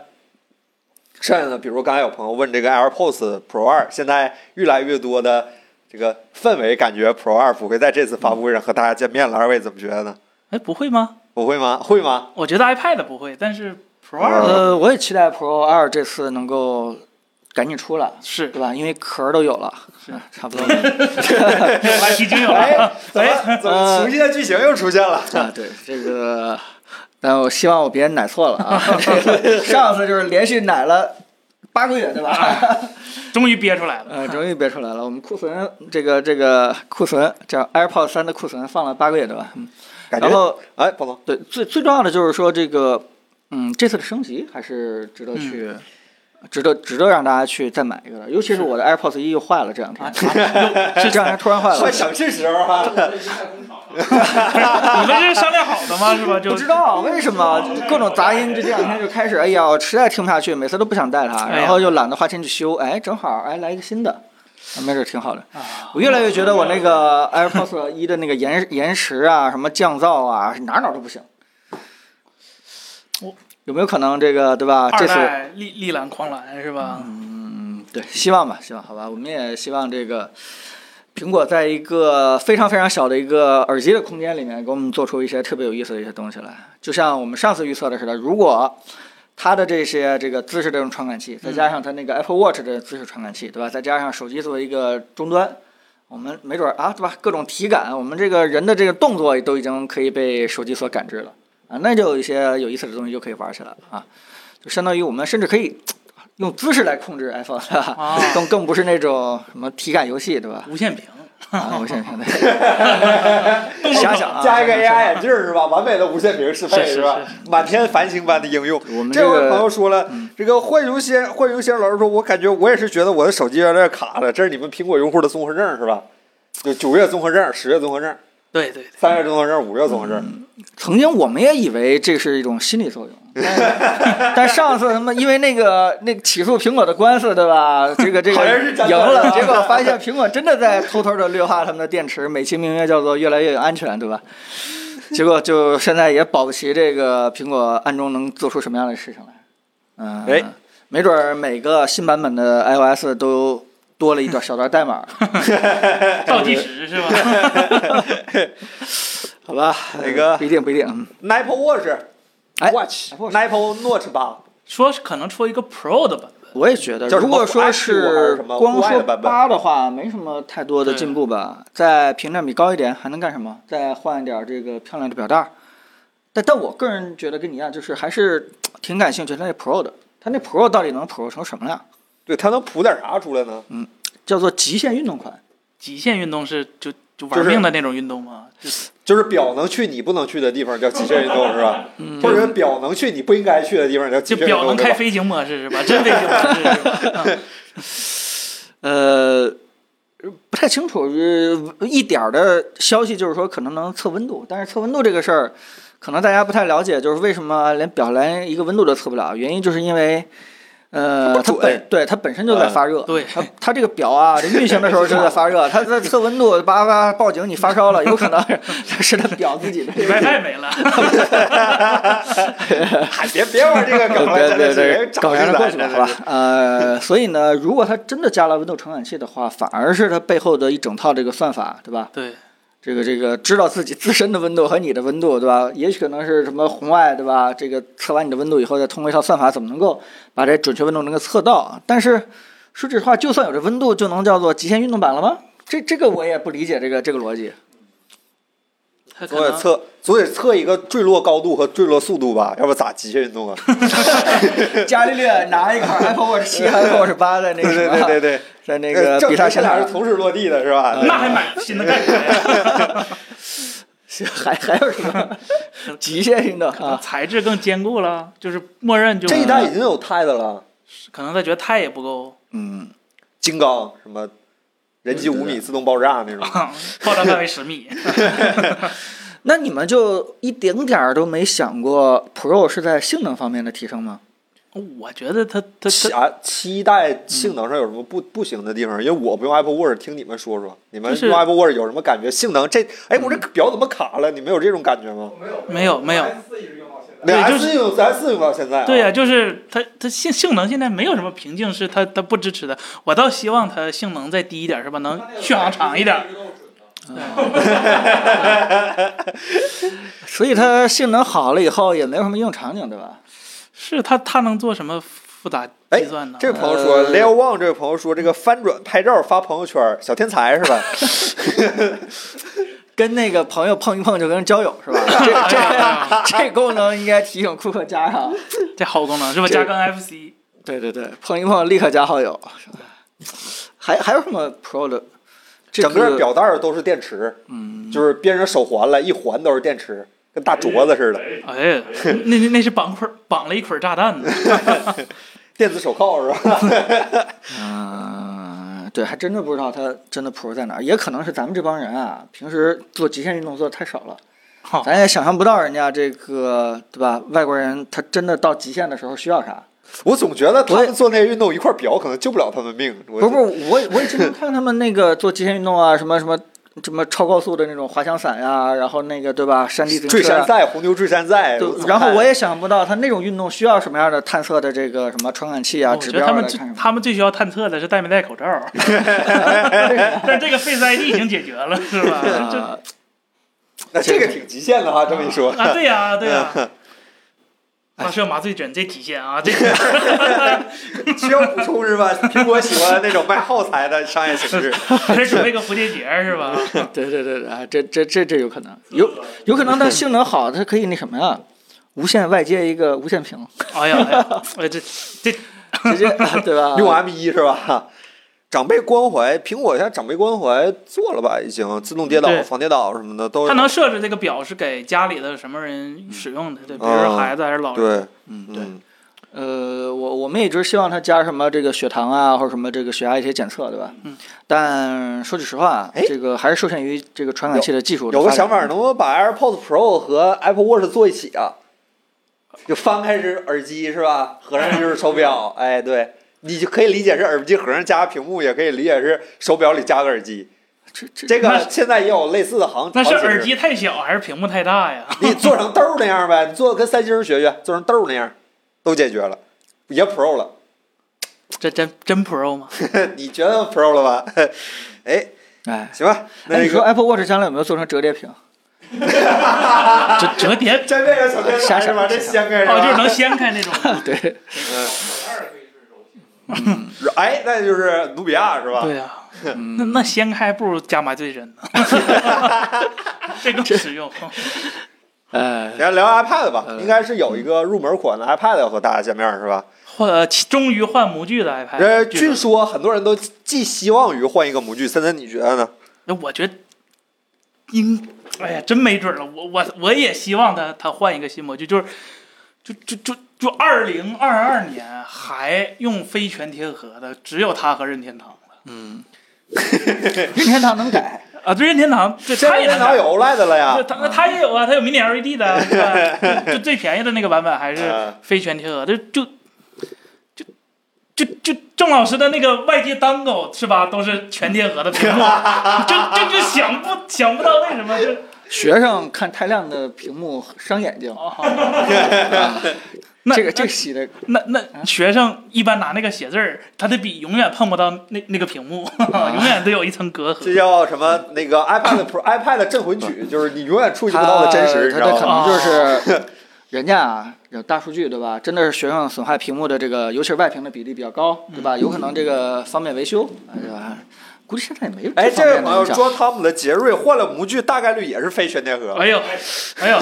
S1: 剩下的，比如刚才有朋友问这个 AirPods Pro 二，现在越来越多的这个氛围感觉 Pro 二不会在这次发布会上和大家见面了。二位怎么觉得呢？
S4: 哎，不会吗？
S1: 不会吗？会吗？
S4: 我觉得 iPad 不会，但是 Pro 二
S2: 呃，我也期待 Pro 二这次能够赶紧出来，
S4: 是
S2: 对吧？因为壳儿都有了，
S4: 是
S2: 啊差不多了
S4: 已经有了。
S1: 哎，怎么怎么熟悉的剧情又出现了？
S2: 啊。对这个，但我希望我别奶错了 啊。上次就是连续奶了八个月，对吧？
S4: 终于憋出来了。
S2: 呃，终于憋出来了。我们库存这个这个库存叫 AirPods 三的库存放了八个月，对吧？嗯
S1: 感
S2: 然
S1: 觉
S2: 后
S1: 哎，彭总，
S2: 对，最最重要的就是说这个，嗯，这次的升级还是值得去，
S4: 嗯
S2: 值得值得让大家去再买一个的。尤其是我的 AirPods 一又坏了，这
S4: 啊
S2: 两天，是这两天突然坏了，
S1: 快 想这时候啊哈、
S4: 你们是商量好的吗？是吧？就
S2: 不知。道为什么各种杂音，这这两天就开始，哎呀，我实在听不下去，每次都不想带它，
S4: 哎呀
S2: 然后又懒得花钱去修，哎，正好哎来一个新的，啊没准挺好的。
S4: 啊
S2: 我越来越觉得我那个 AirPods 一的那个延延时啊，什么降噪啊，哪哪都不行
S4: 我。
S2: 有没有可能这个对吧？
S4: 二
S2: 啊这次
S4: 代力力挽狂澜是吧？
S2: 对，希望吧，希望好吧，我们也希望这个苹果在一个非常非常小的一个耳机的空间里面，给我们做出一些特别有意思的一些东西来。就像我们上次预测的似的，如果它的这些这个姿势这种传感器，再加上它那个 Apple Watch 的姿势传感器，对吧？再加上手机作为一个终端。我们没准儿啊，对吧？各种体感，我们这个人的这个动作都已经可以被手机所感知了啊，那就有一些有意思的东西就可以玩起来了啊，就相当于我们甚至可以用姿势来控制 iPhone，对吧？
S4: 啊
S1: 哦
S2: 更更不是那种什么体感游戏，对吧？
S4: 无线屏，
S2: 啊，我 想想 的，
S4: 动
S2: 想
S4: 动
S2: 想啊，
S1: 加一个
S2: 想
S1: AI 眼镜儿是吧？完美的无线屏适配
S4: 是是
S1: 吧？满天繁星般的应用。
S2: 我们
S1: 这位朋
S2: 个嗯
S1: 友说了，这个浣熊先浣熊先生老师说，我感觉我也是觉得我的手机有点卡了，这是你们苹果用户的综合症是吧？就九月综合症、十月综合症、
S4: 对对对，
S1: 三月综合症、五月综合
S2: 嗯
S1: 症，
S2: 曾经我们也以为这是一种心理作用， 但但上次他妈因为那个那个起诉苹果的官司，对吧？这个这
S1: 好
S2: 个
S1: 像是真的
S2: 赢了，结果发现苹果真的在偷偷的劣化他们的电池，美其名曰叫做越来越安全，对吧？结果就现在也保不齐这个苹果暗中能做出什么样的事情来，嗯，
S1: 哎
S2: 没准儿每个新版本的 iOS 都多 了一段小段代码，
S4: 倒计时是吧？
S2: 好吧，
S1: 那个
S2: 不一定不一定，嗯
S1: Apple Watch
S2: 哎
S1: Watch
S2: Apple Watch
S1: Apple Note 八，
S4: 说是可能出一个 Pro 的版本，
S2: 我也觉得，
S1: 叫什
S2: 如
S1: 么
S2: 果说
S1: iQOO 还是
S2: 是
S1: 什么
S2: 光
S1: Y 的
S2: 说
S1: 版本
S2: 八的话，没什么太多的进步吧。在屏占比高一点，还能干什么？再换一点这个漂亮的表带儿。但但我个人觉得跟你一样，就是还是挺感兴趣它那 Pro 的。它那 Pro 到底能 Pro 成什么样？
S1: 对，它能谱点啥出来
S2: 嗯
S1: 呢？
S2: 叫做极限运动款。
S4: 极限运动是就就
S1: 就
S4: 玩
S1: 是
S4: 命的那种运动吗？
S1: 就是表能去你不能去的地方叫极限运动是吧？
S2: 嗯
S1: 或者表能去你不应该去的地方叫极限
S4: 就
S1: 运
S4: 表
S1: 动
S4: 能
S1: 对
S4: 开
S1: 吧？
S4: 飞行模式是吧？真飞行模式是吧？嗯
S2: 呃，不太清楚，呃一点儿的消息就是说可能能测温度，但是测温度这个事儿，可能大家不太了解，就是为什么连表连一个温度都测不了，原因就是因为。呃，
S1: 它
S2: 它
S1: 不准
S2: 本对它呃本身就在发热，
S4: 对
S2: 它它这个表啊，这运行的时候就在发热，它在测温度，叭叭报警你发烧了，有可能是是 它表自 己的。
S4: 你 WiFi 没了，
S1: 嗨哎别别玩这个梗了，
S2: 对
S1: 真的
S2: 对
S1: 是
S2: 对
S1: 人，
S2: 搞
S1: 找
S2: 完
S1: 人
S2: 了过去了，
S1: 来
S2: 好 吧？呃，所以呢，如果它真的加了 Windows 传感器的话，反而是它背后的一整套这个算法，对吧？
S4: 对，
S2: 这个这个知道自己自身的温度和你的温度，对吧？也许可能是什么红外，对吧？这个测完你的温度以后，再通过一套算法，怎么能够把这准确温度能够测到啊？但是说实话，就算有这温度，就能叫做极限运动版了吗？这这个我也不理解这个这个 逻辑。
S4: 它
S1: 总
S4: 可
S1: 得
S4: 能
S1: 测，总得测一个坠落高度和坠落速度吧，要不咋极限运动啊？
S2: 伽利略拿一款 Apple Watch 七、Apple Watch 八在 那
S1: 对
S2: 个
S1: 对对
S2: 什么，
S1: 对呃对，
S2: 在嗯那个
S1: 证
S2: 比
S1: 明
S2: 萨
S1: 他
S2: 现
S1: 俩
S2: 场
S1: 是同时落地的是吧？
S4: 那还买新的干啥呀？
S2: 是还还有什么 极限运动啊？
S4: 材质更坚固了，就是默认就
S1: 这一代已经有 Tide 了，
S4: 可能他觉得钛也不够，
S2: 嗯，
S1: 金刚什么人机五米自动爆炸那种，
S4: 爆炸范围十米，
S2: 那你们就一丁点儿都没想过 Pro 是在性能方面的提升吗？
S4: 我觉得他他
S1: 七
S4: 他
S1: 啊七代性能上有什么不不行的地方？因为我不用 Apple Watch，听你们说说，你们
S4: 就是
S1: 用 Apple Watch 有什么感觉？性能这，哎，
S2: 嗯
S1: 我这表怎么卡了？你们有这种感觉吗？
S4: 没有没有，
S1: 那
S4: 对就
S1: S 用 S 用到现在啊，
S4: 对呀、就是它它性性能现在没有什么瓶颈是它它不支持的，我倒希望它性能再低一点，是吧？能续航长一点。
S2: 所以它性能好了以后也没有什么应用场景，对吧？
S4: 是它它能做什么复杂计算呢？
S1: 哎这
S2: 嗯
S1: 位朋友说、l e o Wang 这位朋友说，这个翻转拍照发朋友圈，小天才是吧？
S2: 跟那个朋友碰一碰就跟交友是吧？这这这功能应该提醒库克加上。
S4: 这好功能是吧？
S2: 这
S4: 加跟 FC
S2: 对对对，碰一碰立刻加好友。还还有什么 Pro 的？这
S1: 整个表带儿都是电池，嗯，就是变成手环了，一环都是电池，跟大镯子似的。
S4: 哎，那那那是绑捆绑了一捆炸弹呢。
S1: 电子手铐是吧？
S2: 啊、对，还真的不知道它真的 Pro 在哪儿，也可能是咱们这帮人啊，平时做极限运动做的太少了。
S4: 好，
S2: 咱也想象不到人家这个对吧？外国人他真的到极限的时候需要啥？
S1: 我总觉得他
S2: 我也
S1: 们做那个运动，一块表可能救不了他们命。
S2: 不
S1: 不
S2: 是不是，我也我也经常看他们那个做极限运动啊，什么什么什么超高速的那种滑翔伞呀、然后那个对吧，山地自行
S1: 坠
S2: 车
S1: 山
S2: 啊。
S1: 赛，红牛坠山赛。
S2: 对
S1: 怎么
S2: 然后
S1: 看
S2: 我也想不到他那种运动需要什么样的探测的这个什么传感器啊、
S4: 哦我
S2: 指
S4: 觉
S2: 标啊
S4: 得他
S2: 来
S4: 们
S2: 看
S4: 最
S2: 什么。
S4: 他们最需要探测的是戴没戴 口罩，但这个 Face ID 已经解决 了，是吧？这
S2: 啊
S1: 那这个挺极限的哈，这么一说，
S4: 啊，对呀、对呀、发射麻醉针这极限啊，这个
S1: 需要补充是吧？苹果喜欢那种卖耗材的商业形式，
S4: 还准备个蝴蝶结是吧？
S2: 对对对对啊，这这这这有可能，有有可能它性能好，它可以那什么呀，无线外接一个无线屏，
S4: 哎呀，哎呀，哎这这
S2: 直接 对吧？
S1: 用 M 一是吧？长辈关怀，苹果现在长辈关怀做了吧？已经自动跌倒、
S4: 对
S1: 防跌倒什么的都
S4: 它能设置这个表是给家里的什么人使用的？对，比如说孩子还是老人。
S1: 对，
S2: 嗯
S4: 嗯对
S1: 嗯，
S2: 呃，我我们也一直希望它加什么这个血糖啊，或者什么这个血压一些检测，对吧？
S4: 嗯。
S2: 但说句实话啊
S1: 哎，
S2: 这个还是受限于这个传感器的技术的
S1: 有个
S2: 发展
S1: 想法，能不能把 AirPods Pro 和 Apple Watch 做一起啊？就翻开是耳机是吧？合上就是手表，哎，对，你就可以理解是耳机盒上加个屏幕，也可以理解是手表里加个耳机。
S2: 这这
S1: 这
S4: 那
S1: 个现在也有类似的行，
S4: 那是
S1: 行情
S4: 耳机太小还是屏幕太大呀？
S1: 你做成豆儿那样呗，你做跟三星人学学，做成豆儿那样，都解决了，也 Pro 了。
S4: 这真真 Pro 吗？
S1: 你觉得 Pro 了吧？哎，
S2: 哎，
S1: 行吧，那
S2: 那哎你
S1: 个
S2: 说 Apple Watch 将来有没有做成折叠屏？
S4: 折折叠
S1: 真变成小天
S2: 啥
S1: 才
S2: 啥
S1: 是吗？这掀开是
S4: 哦，就是
S1: 吧？
S4: 能掀开那种。
S2: 对，
S1: 哎，那就是努比亚是 吧？
S4: 对呀、那那掀开不如加麻醉针呢， 这更实用。
S2: 呃，
S1: 聊聊 iPad 吧，应该是有一个入门款的 iPad 要和大家见面是吧？
S4: 换呃终于换模具的
S2: 哎
S4: iPad，
S1: 呃，
S4: 据
S1: 据
S4: 说
S1: 说很多人都寄希望于换一个模具，森森你觉得呢？
S4: 那我觉得应，哎呀，真没准了。我我我也希望他他换一个新模具，就是就就就就二零二二年还用非全贴合的，只有他和任天堂了
S2: 任天堂能改，
S4: 啊！对任天堂，对
S1: 现
S4: 他
S1: 在
S4: 也
S1: 电脑
S4: 能
S1: 有 OLED 了呀
S4: 对，他他 也有啊，他有 Mini LED 的，是吧就就 最便宜的那个版本还是
S1: 嗯
S4: 非全贴合的，就就就就郑老师的那个外接单口是吧，都是全贴合的屏幕，就就就想不想不到为什么就
S2: 学生看太亮的屏幕伤眼睛，
S4: 哦， 那
S2: 这个嗯这个洗的
S4: 那那学生一般拿那个写字儿，他的笔永远碰不到那那个屏 幕， 永远都有一层隔
S1: 这
S4: 阂。
S1: 叫什么？那个 iPad Pro、iPad 镇魂
S2: 嗯
S1: 曲，就是你永远触及不到
S2: 他
S1: 的真实，你
S2: 他
S1: 知
S2: 这
S1: 道
S2: 可
S1: 吗？
S2: 能就是人家啊有大数据对吧？真的是学生损害屏幕的这个，尤其是外屏的比例比较高，对
S1: 嗯
S2: 吧？有可能这个方便维修，对吧？估计现在也没有
S1: 哎，
S2: 这
S1: 这位
S2: 方
S1: 朋
S2: 面的啊
S1: 友
S2: 影响
S1: 说汤姆的杰瑞换了模具，大概率也是非全贴合。
S4: 哎呦，哎呦，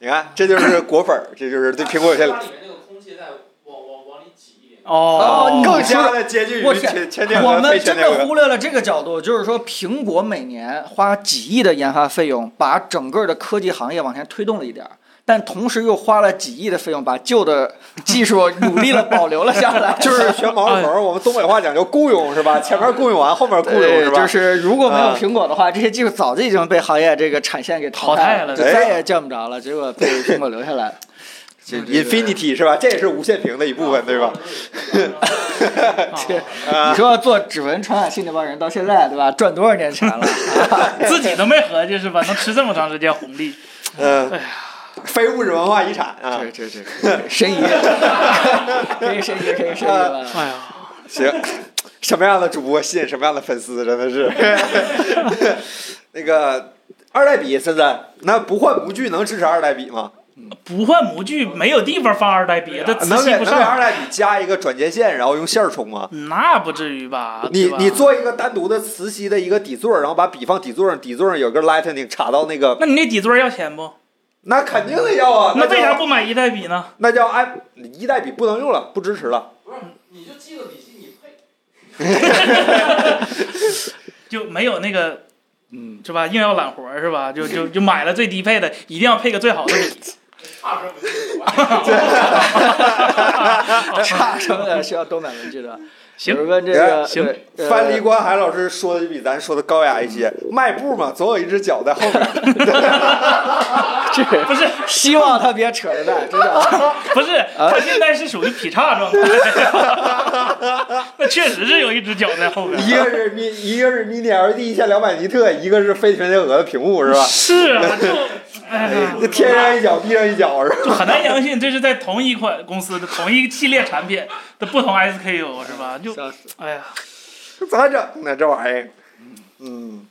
S1: 你看，这就是果粉儿，这就是对苹果有些
S5: 面那个空气再往往往里挤一点。
S4: 哦，
S1: 更加的接近于
S2: 我
S1: 全
S2: 天
S1: 全贴
S2: 我
S1: 合、非
S2: 们
S1: 全
S2: 真
S1: 贴
S2: 的
S1: 合。
S2: 忽略了这个角度，就是说，苹果每年花几亿的研发费用，把整个的科技行业往前推动了一点儿，但同时又花了几亿的费用，把旧的技术努力了保留了下来。
S1: 就是学毛毛虫儿，我们东北话讲究雇佣是吧？前面雇佣完，后面雇佣
S2: 对，
S1: 是吧？
S2: 哎就是如果没有
S1: 啊
S2: 苹果的话，这些技术早就已经被行业这个产线给淘汰
S4: 淘汰了
S2: 就再也见不着了。结果被苹果留下来了。
S1: 这 Infinity 是吧？这也是无线屏的一部分，对 吧？
S2: 这你说做指纹传感器那帮人到现在对吧，赚多少年钱了？
S4: 自己都没合计是吧？能吃这么长时间红利，
S2: 哎
S1: 嗯，非物质文化遗产啊。
S2: 这这这，申遗， 可以申遗，可以申遗了。
S4: 哎呀，
S1: 行，什么样的主播吸引什么样的粉丝，真的是。 那个二代笔，森森，那不换模具能支持二代笔吗？
S4: 不换模具没有地方放二代笔，它磁
S1: 啊能给
S4: 吸不
S1: 能给二
S4: 上，
S1: 代笔加一个转接线，然后用线儿充吗？
S4: 那不至于吧？啊对
S1: 你
S4: 吧
S1: 你，做一个单独的磁吸的一个底座儿，然后把笔放底座上，底座上有根 Lightning 插到那 个，
S4: 那你那底座要钱不？
S1: 啊那肯定得要啊。
S4: 那为啥
S1: 叫
S4: 不买一代笔呢？
S1: 那叫 i 一代笔不能用了，不支持了。
S5: 不是，你就记个笔记，你配。
S4: 就没有那个。嗯，是吧？硬要揽活儿是吧？就就就买了最低配的，一定要配个最好的 笔。
S5: 差生
S2: 差什么的需要多买文具的。
S4: 行
S2: 有人问这个
S4: 行
S2: 对呃
S1: 范蠡关海老师说的比咱说的高雅一些，迈步嘛，总有一只脚在后面。
S4: 不是，
S2: 希望他别扯着蛋，真的。
S4: 不是，
S1: 啊
S4: 他现在是属于劈叉状态， 那确实是有一只脚在后边。
S1: 一个是 mini，一个是 mini LED 一千两百尼特，一个是非全贴合的屏幕是吧？
S4: 是啊，就哎呀，
S1: 这天上一脚，地上一脚是吧？
S4: 就很难相信这是在同一款公司的同一系列产品的不同 SKU 是吧？就哎呀，
S1: 咋整呢？这玩意儿，嗯，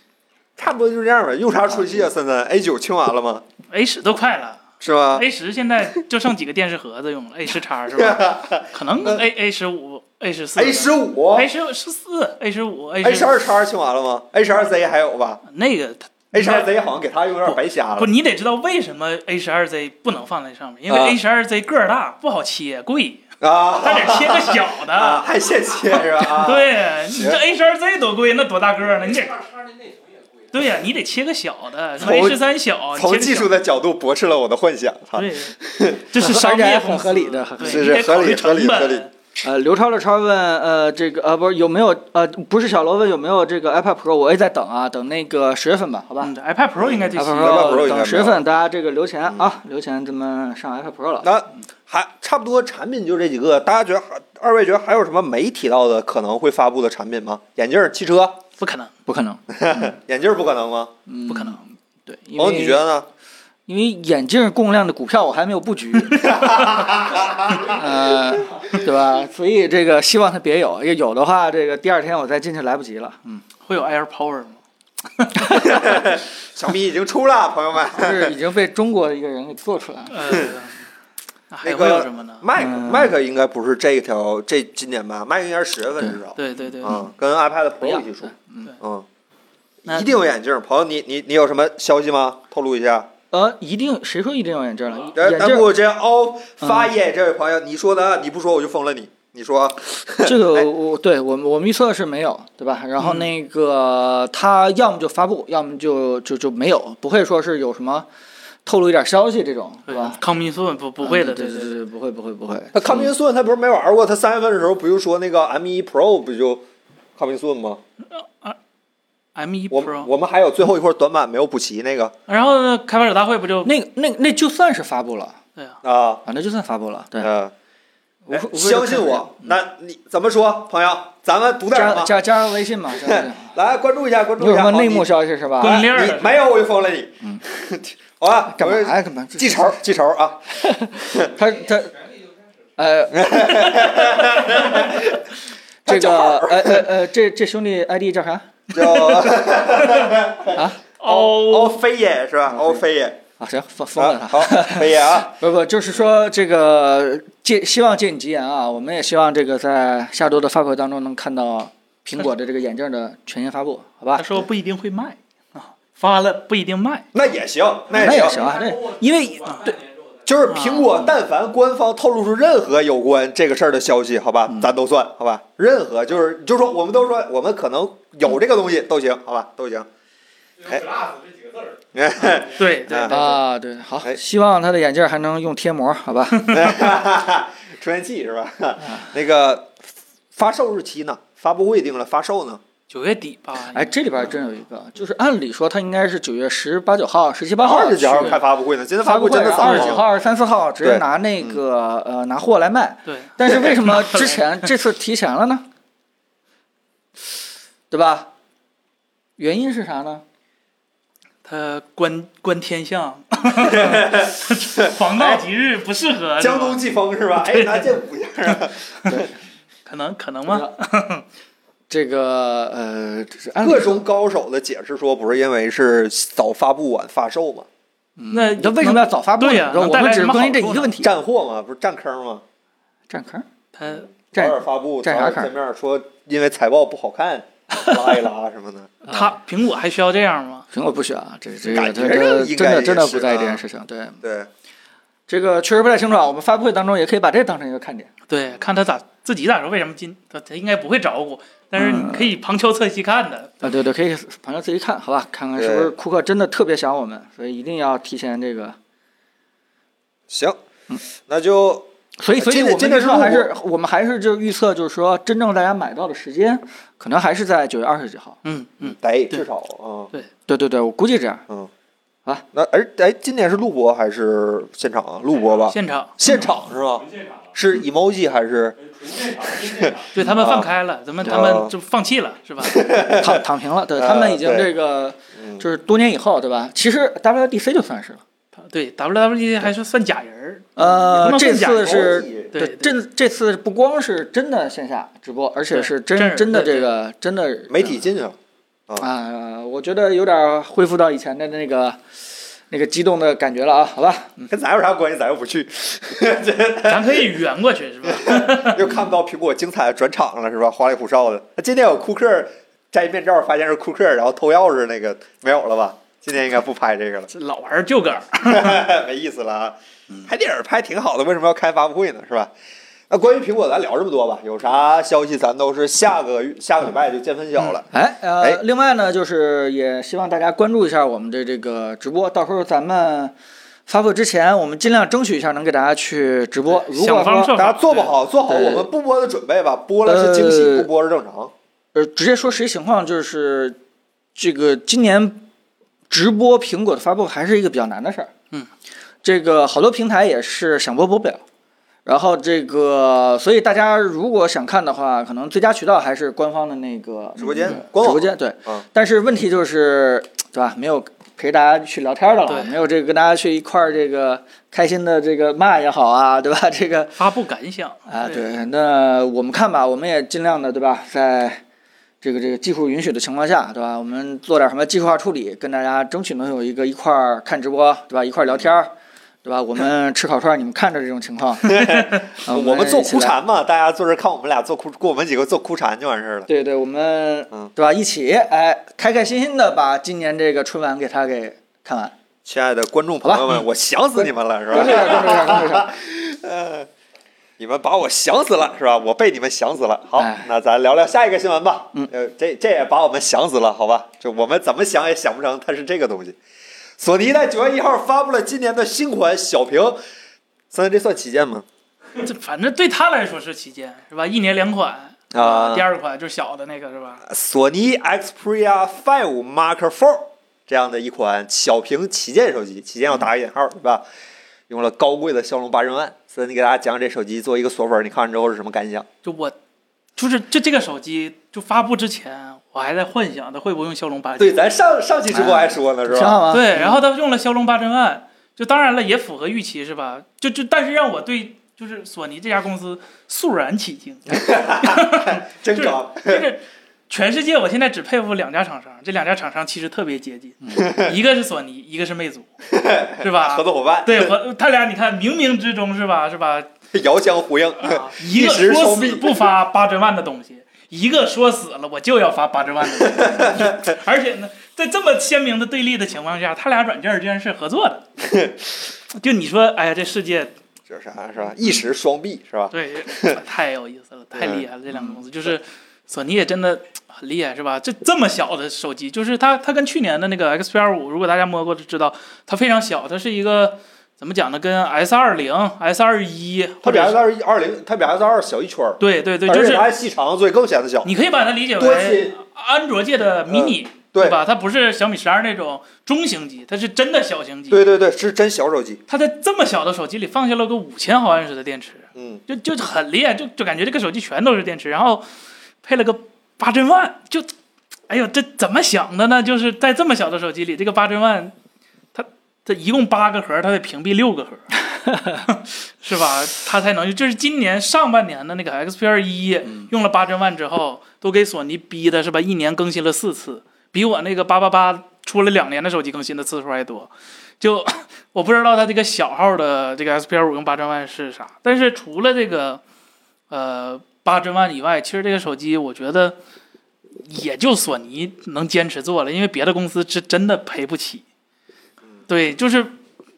S1: 差不多就这样吧。用啥出戏啊？森森，A 九清完了吗？
S4: A 十都快了
S1: 是吧？
S4: ，A 十现在就剩几个电视盒子用了 ，A 十叉是吧？可能 A A 十五、A 十四、
S1: A 十五、
S4: A 十十四、A 十五、A
S1: A 十二叉清完了吗？A 十二 Z 还有吧
S4: 那个它
S1: ？A 十二 Z 好像给他用有点白瞎
S4: 不，
S1: 了。
S4: 你得知道为什么 A 十二 Z 不能放在上面，因为
S1: 啊
S4: A 十二 Z 个儿大，不好切，贵，
S1: 啊
S4: 它得切个小
S1: 啊，
S4: 的。
S1: 还现切是吧？啊，
S4: 对，你这 A 十二 Z 多贵，那多大个儿呢？你得
S5: 叉叉的内存也贵。
S4: 对呀、你得切个小的，什么
S1: 从
S4: A 十三小，切
S1: 从
S4: 个
S1: 技
S4: 小
S1: 术的角度驳斥了我的幻想。哈
S4: 对， 这是商业公司
S2: 很合理的
S4: 对
S1: 是
S4: 你
S1: 是
S4: 得
S1: 合
S4: 考
S1: 理合理
S4: 虑成
S1: 合理
S4: 本。
S2: 呃，刘超的超问，呃，这个呃，不是有没有呃，不是小罗问有没有这个 iPad Pro，我也在等啊，等那个十月份吧，好吧。
S4: 嗯对，iPad Pro 应该最
S2: iPad
S4: 新。
S1: iPad Pro 应该没有嗯
S2: 等十月份，大家这个留钱啊，留钱，咱们上 iPad Pro 了。
S1: 那还差不多产品就这几个，大家觉得还二位觉得还有什么没提到的可能会发布的产品吗？眼镜儿、汽车，
S4: 不可能，
S2: 不可能，嗯
S1: 眼镜儿不可能吗？
S4: 不可能。
S2: 对，因
S1: 哦，
S2: 为
S1: 你觉得呢？
S2: 因为眼镜供应量的股票我还没有 布局，呃，对吧？所以这个希望它别有，要有的话，这个第二天我再进去来不及了。嗯，
S4: 会有 Air Power 吗？
S1: 小米已经出了，朋友们。
S2: 就是已经被中国的一个人给做出来了。
S4: 呃， 那还
S1: 嗯那
S4: 会有
S1: 个
S4: 什么呢？
S1: Mac
S2: 嗯
S1: Mac 应该不是这条这今年吧？Mac 应该是十月份至少，
S4: 对对对，
S1: 嗯，跟 iPad
S2: 一
S1: Pro
S2: 样
S1: 一起出
S2: 对，
S4: 对
S1: 嗯，
S4: 那
S1: 一定有眼镜儿。朋友，你你你有什么消息吗？透露一下。
S2: 呃，一定谁说一定要眼镜 了？
S1: 这
S2: 眼
S1: 咱
S2: 镜
S1: 不这样哦，发言这位朋友，你说的啊，你不说我就封了你。你说，
S2: 这
S1: 哎嗯
S2: 个我对我们我们预测的是没有，对吧？然后那个他要么就发布，要么就就就没有，不会说是有什么透露一点消息这种，
S1: 哎
S2: 对吧？
S4: 康明顺不不会的，
S2: 嗯对
S4: 对
S2: 对对，不会不会不会。嗯
S1: 那康明顺他不是没玩过？他三月份的时候不就说那个 M1 Pro 不就康明顺吗？
S4: ，M 一
S1: 我们
S4: Pro，
S1: 我们还有最后一块短板没有补齐那个
S4: 然后呢，开发者大会不就
S2: 那个那那就算是发布了
S4: 对啊，
S1: 啊，
S2: 啊，那就算发布了，对。
S1: 嗯，
S2: 无非无非就
S1: 相信
S2: 看
S1: 我，那你怎么说，朋友？咱们读点啊什
S2: 加
S1: 么？
S2: 加加上微信嘛，加上微 信
S1: 来关注一下，关
S2: 你
S1: 注
S2: 有
S1: 一
S2: 什
S1: 下。
S2: 么
S1: 好
S2: 内
S1: 你
S2: 幕消息是吧？哎
S4: 滚铃儿
S1: 啊你没有我就封了你。 好吧，
S2: 嗯干嘛哎
S1: 我
S2: 呀？干嘛？
S1: 记仇，记仇啊！
S2: 他他，呃，
S1: 他
S2: 这
S1: 叫
S2: 个
S1: 号
S2: 呃呃呃，这这兄弟 ID 叫啥？
S1: 叫
S4: 哦，
S1: 欧飞也是吧？欧飞 也，
S2: 啊，行，封封
S1: 啊
S2: 了他。
S1: 好， 飞也啊，
S2: 不不，就是说这个借希望借你吉言啊，我们也希望这个在下周的发布会当中能看到苹果的这个眼镜的全新发布，好
S4: 他
S2: 吧？
S4: 说不一定会卖啊，发了不一定卖，
S1: 那也行，
S2: 那
S1: 也
S2: 也行啊，那因为对
S1: 就是苹果，但凡官方透露出任何有关这个事儿的消息，好吧，
S2: 嗯
S1: 咱都算，好吧？任何就是，你就说我们都说我们可能有这个东西都行，好吧，都行。 哎哎，
S4: 对对
S1: 啊
S4: 对，
S2: 啊，对，好
S1: 哎，
S2: 希望他的眼镜还能用贴膜，好吧？
S1: 充电器是吧？
S2: 啊
S1: 那个发售日期呢？发布会定了，发售呢？
S4: 九月底吧，
S2: 哎，这里边真有一个，就是按理说它应该是九月十八九号、十七八号、
S1: 二十几号开发布会呢？今天
S2: 啊发
S1: 布
S2: 布
S1: 会
S2: 会，啊
S1: 真的早
S2: 二十
S1: 上
S2: 几号、二十三四号直接拿那
S1: 对嗯
S2: 个呃拿货来卖，
S4: 对，
S2: 但是为什么之前这次提前了呢？对吧？原因是啥呢？
S4: 他观观天象，黄道吉日不适合，
S1: 哎江东季风是吧？哎，拿这五样啊，
S4: 可能可能
S2: 啊
S4: 吗？
S2: 这个呃，这是按理
S1: 各种高手的解释说不是因为是早发布晚发售嘛，
S4: 嗯那
S2: 你这为什么要早发布呢？
S4: 对呀
S2: 你知道
S4: 能
S2: 我
S4: 带来
S2: 们只
S4: 什
S2: 是
S4: 么
S2: 关心这
S4: 好处
S2: 一个
S4: 呢
S2: 问题，
S1: 占货嘛，不是占坑嘛，
S2: 占坑，
S4: 他
S1: 早
S2: 占
S4: 嗯
S1: 点发布，早
S2: 占啥
S1: 点
S2: 坑
S1: 见面说因为财报不好看，拉一拉什么的。
S4: 他苹果还需要这样吗？
S2: 苹果不选啊，这这
S1: 感
S2: 个
S1: 觉
S2: 这
S1: 上
S2: 这
S1: 应
S2: 真
S1: 该
S2: 的真的
S1: 也是
S2: 不在意这
S1: 啊
S2: 件事情，对
S1: 对，
S2: 这个确实不太清楚啊。我们发布会当中也可以把这当成一个看点。
S4: 对，看他咋自己咋说，为什么今他他应该不会找我，但是你可以旁敲侧击看的。
S2: 啊，对对，可以朋友自己看好吧，看看是不
S1: 对
S2: 是库克真的特别想我们，所以一定要提前这个。
S1: 行，那就
S2: 所
S4: 呃
S2: 以，所以
S1: 今天
S2: 我们
S1: 今天
S2: 预测
S1: 是
S2: 还是我们还是就预测，就是说真正大家买到的时间，可能还是在九月二十几号。
S4: 嗯嗯，
S1: 得
S4: 对
S1: 至少啊。
S2: 对对对，我估计这样。
S1: 那而哎，今年是录播还是现场啊？录播吧，
S4: 现场
S1: 现场是吧？是 emoji 还是
S4: 对他们放开了，咱们他
S1: 啊
S4: 们就放弃了，是吧？
S2: 躺躺平了，对
S4: 啊
S1: 呃
S2: 他们已经
S1: 对
S2: 这个
S1: 嗯
S2: 就是多年以后，对吧？其实 WDC 就算是了，
S4: 对 WWDC 还是算假人儿，也
S2: 呃
S4: 嗯不，能
S2: 这
S4: 算假
S2: 次
S4: 人
S2: 是
S1: emoji
S4: 对对
S2: 这这次不光是真的线下直播，而且
S4: 对
S2: 是
S4: 真
S2: 真
S4: 人
S2: 真的
S4: 对
S2: 这个真的
S1: 媒体进去了？
S2: 啊，我觉得有点恢复到以前的那个那个激动的感觉了啊，好吧？
S1: 跟咱有啥关系？咱又不去，
S4: 咱可以圆过去，是吧？
S1: 又看不到苹果精彩的转场了，是吧？花里胡哨的。那今天有库克摘面罩，发现是库克，然后偷钥匙那个没有了吧？今天应该不拍这个了，
S4: 这老玩旧梗儿，
S1: 没意思了啊！
S2: 嗯
S1: 拍电影拍挺好的，为什么要开发布会呢？是吧？那关于苹果，咱聊这么多吧。有啥消息，咱都是下个月下个礼拜就见分晓了。
S2: 哎，
S1: 哎
S2: 呃，另外呢，就是也希望大家关注一下我们的这个直播，到时候咱们发布之前，我们尽量争取一下能给大家去直播。如
S4: 想
S2: 果
S4: 方
S2: 说
S4: 设
S1: 大
S4: 法
S1: 家做不好，做好
S2: 嗯对
S1: 我们不播的准备吧。播了是惊喜，
S2: 呃
S1: 不播是正 常。
S2: 呃直接说实际情况，就是这个今年直播苹果的发布还是一个比较难的事儿。
S4: 嗯，
S2: 这个好多平台也是想播播不了。然后这个，所以大家如果想看的话，可能最佳渠道还是官方的那个
S1: 直播间
S2: 嗯
S1: 官
S2: 直
S1: 网
S2: 播间对
S1: 嗯。
S2: 但是问题就是，对吧？没有陪大家去聊天的了，
S4: 对
S2: 没有这个跟大家去一块儿这个开心的这个骂也好啊，对吧？这个
S4: 发布感想
S2: 啊啊，，对，那我们看吧，我们也尽量的，对吧？在这个这个技术允许的情况下，对吧？我们做点什么技术化处理，跟大家争取能有一个一块儿看直播，对吧？一块儿聊天儿，对吧？我们吃烤串，你们看着这种情 况，啊
S1: 我们做
S2: 一起
S1: 哭
S2: 来
S1: 蝉嘛，大家坐这儿看我们俩做哭，给我们几个做哭蝉就完事儿了。
S2: 对对，我们
S1: 嗯
S2: 对吧？一起哎，开开心心的把今年这个春晚给它给看 完。
S1: 亲爱的观众朋友们，我想死你们了，是
S2: 关注一
S1: 吧？
S2: 下，关注一下，关注一下。
S1: 你们把我想死了，是吧？我被你们想死了。好
S2: 哎，
S1: 那咱聊聊下一个新闻吧。
S2: 嗯，
S1: 呃，这这也把我们想死了，好吧？就我们怎么想也想不成它是这个东西。索尼在九月一号发布了今年的新款小屏，三三这算旗舰吗？
S4: 这反正对他来说是旗舰，是吧？一年两款呃
S1: 啊
S4: 第二款就是小的那个，是吧？
S1: 索尼 Xperia 5 Mark IV 这样的一款小屏旗舰手机，旗舰要打个引号，对吧？用了高贵的骁龙八千万，所以你给大家讲讲这手机作为一个锁粉，你看完之后是什么感想？
S4: 就我，就是就这个手机就发布之前，我还在幻想它会不会用骁龙八千
S1: 对，嗯咱上上期直播还说呢，是
S2: 挺
S1: 吧？
S2: 好啊。
S4: 对，然后他用了骁龙八千万，就当然了，也符合预期是吧？就就但是让我对就是索尼这家公司肃然起 敬，
S1: 真高，
S4: 就是全世界我现在只佩服两家厂商，这两家厂商其实特别接近，一个是索尼，一个 是魅族，是
S1: 嗯
S4: 吧
S1: 合？作伙伴
S4: 对，和他俩你看冥冥之中是吧是吧？
S1: 遥相呼应，
S4: 啊一个
S1: 时
S4: 说
S1: 双
S4: 死
S1: 璧
S4: 不发八千万的东西，一个说死了我就要发八千万的东西，而且呢，在这么鲜明的对立的情况下，他俩软件儿居然是合作的，就你说，哎呀，这世界
S1: 这啥是吧？一时双璧是吧？
S4: 对太有意思了，太厉害了，这两个公司就是索尼也真的很厉害，是吧？这这么小的手机，就是它它跟去年的那个 Xperia 五，如果大家摸过就知道，它非常小，它是一个。怎么讲呢？跟 S 二零、S 二一，
S1: 它
S4: 或
S1: 比
S4: 者
S1: S
S4: 是
S1: 二二零，它比 S 二小一圈儿，
S4: 对对对，就
S1: 而且
S4: 是
S1: 它还细长，所以更显得小。
S4: 你可以把它理解
S1: 多
S4: 为
S1: 亲
S4: 安卓界的 mini，、
S1: 呃对
S4: 吧？它不是小米十二那种中型机，它是真的小型机。
S1: 对对对，是真小手机。
S4: 它在这么小的手机里放下了个五千毫安时的电池，
S1: 嗯，
S4: 就就很厉害，就就感觉这个手机全都是电池，然后配了个八千万，就，哎呦，这怎么想的呢？就是在这么小的手机里，这个八千万，它它一共八个核，它得屏蔽六个核， 是吧？它才能就是今年上半年的那个 XPR 一用了八千万之后，都给索尼逼的是吧？一年更新了四次，比我那个八八八出了两年的手机更新的次数还多，就。 我不知道它这个小号的这个 SPL 五用八千万是啥，但是除了这个呃八千万以外，其实这个手机我觉得也就索尼能坚持做了，因为别的公司是真的赔不起。对，就是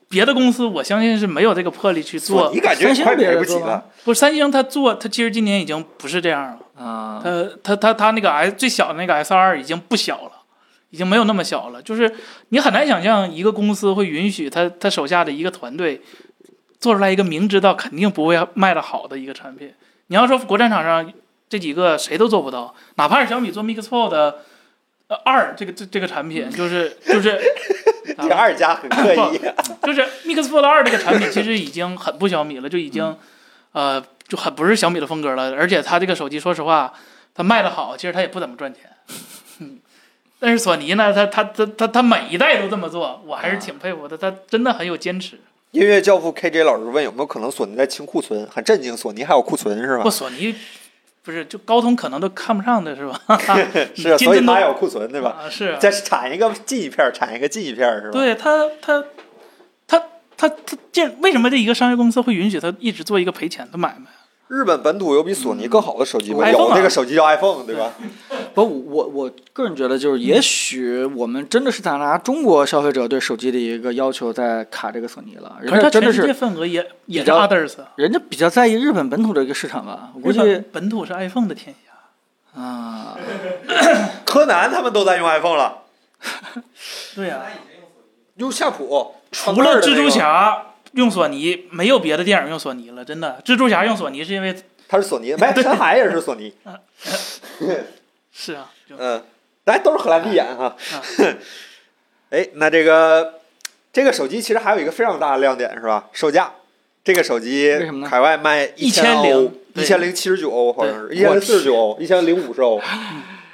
S4: 别的公司我相信是没有这个魄力去做
S1: 你。感觉
S2: 三
S1: 你
S2: 星
S1: 快
S2: 别
S1: 赔
S2: 的
S1: 不起
S2: 做吗
S1: 了，
S4: 不是三星，它做它其实今年已经不是这样了。
S2: 啊，
S4: 它它它它那个 S 最小的那个 S 二已经不小了，已经没有那么小了。就是你很难想象一个公司会允许他他手下的一个团队做出来一个明知道肯定不会卖的好的一个产品。你要说国产厂商这几个谁都做不到，哪怕是小米做 Mix Fold 呃二这个这这个产品，就是就是
S1: 第二家很刻 意。
S4: 就是 Mix Fold 二这个产品其实已经很不小米了，就已经，
S1: 嗯
S4: 呃，就很不是小米的风格了。而且它这个手机，说实话，它卖的好，其实它也不怎么赚钱。嗯但是索尼呢，它它它它它每一代都这么做，我还是挺佩服的，它真的很有坚持。
S1: 音乐教父 KJ 老师问有没有可能索尼在清库存，很震惊，索尼还有库存是
S4: 不，
S1: 吗？
S4: 索尼不是就高通可能都看不上的是吧？
S1: 是 啊，
S4: 金
S1: 所以
S4: 针都
S1: 它有库存对吧？
S4: 啊，是啊
S1: 再产一个进一片儿，产一个进一片儿是吧？
S4: 对他，他，他，他，他，这为什么这一个商业公司会允许他一直做一个赔钱的买卖？
S1: 日本本土有比索尼更好的手机吗？
S4: 嗯
S1: 有
S4: iPhone 啊
S1: 这个手机叫 iPhone 对吧？
S2: 不，我我个人觉得就是，也许我们真的是在拿中国消费者对手机的一个要求在卡这个索尼了，人
S4: 可是
S2: 家
S4: 他
S2: 真的
S4: 全世界
S2: 是
S4: 份额也
S2: 比
S4: 也是
S2: 较
S4: others 啊。
S2: 人家比较在意日本本土的一个市场吧，我估
S4: 日
S2: 计
S4: 本本土是 iPhone 的天下，
S2: 啊，
S1: 柯南他们都在用 iPhone 了，
S4: 对呀、
S1: 用夏普，
S4: 除了蜘蛛，侠用索尼，没有别的电影用索尼了，真的。蜘蛛侠用索尼是 因为
S1: 它是索尼，没山海也是索尼，
S4: 是啊， 就
S1: 嗯，来都是荷兰弟演哈
S4: 啊。
S2: 嗯
S1: 哎，那这个这个手机其实还有一个非常大的亮点是吧？售价，这个手机
S2: 为什么呢
S1: 海外卖
S4: 1000
S1: 一
S4: 对
S1: 千零七十九欧，好像是一
S2: 对
S1: 千
S2: 我
S1: 零四十九欧，一千零五十 欧，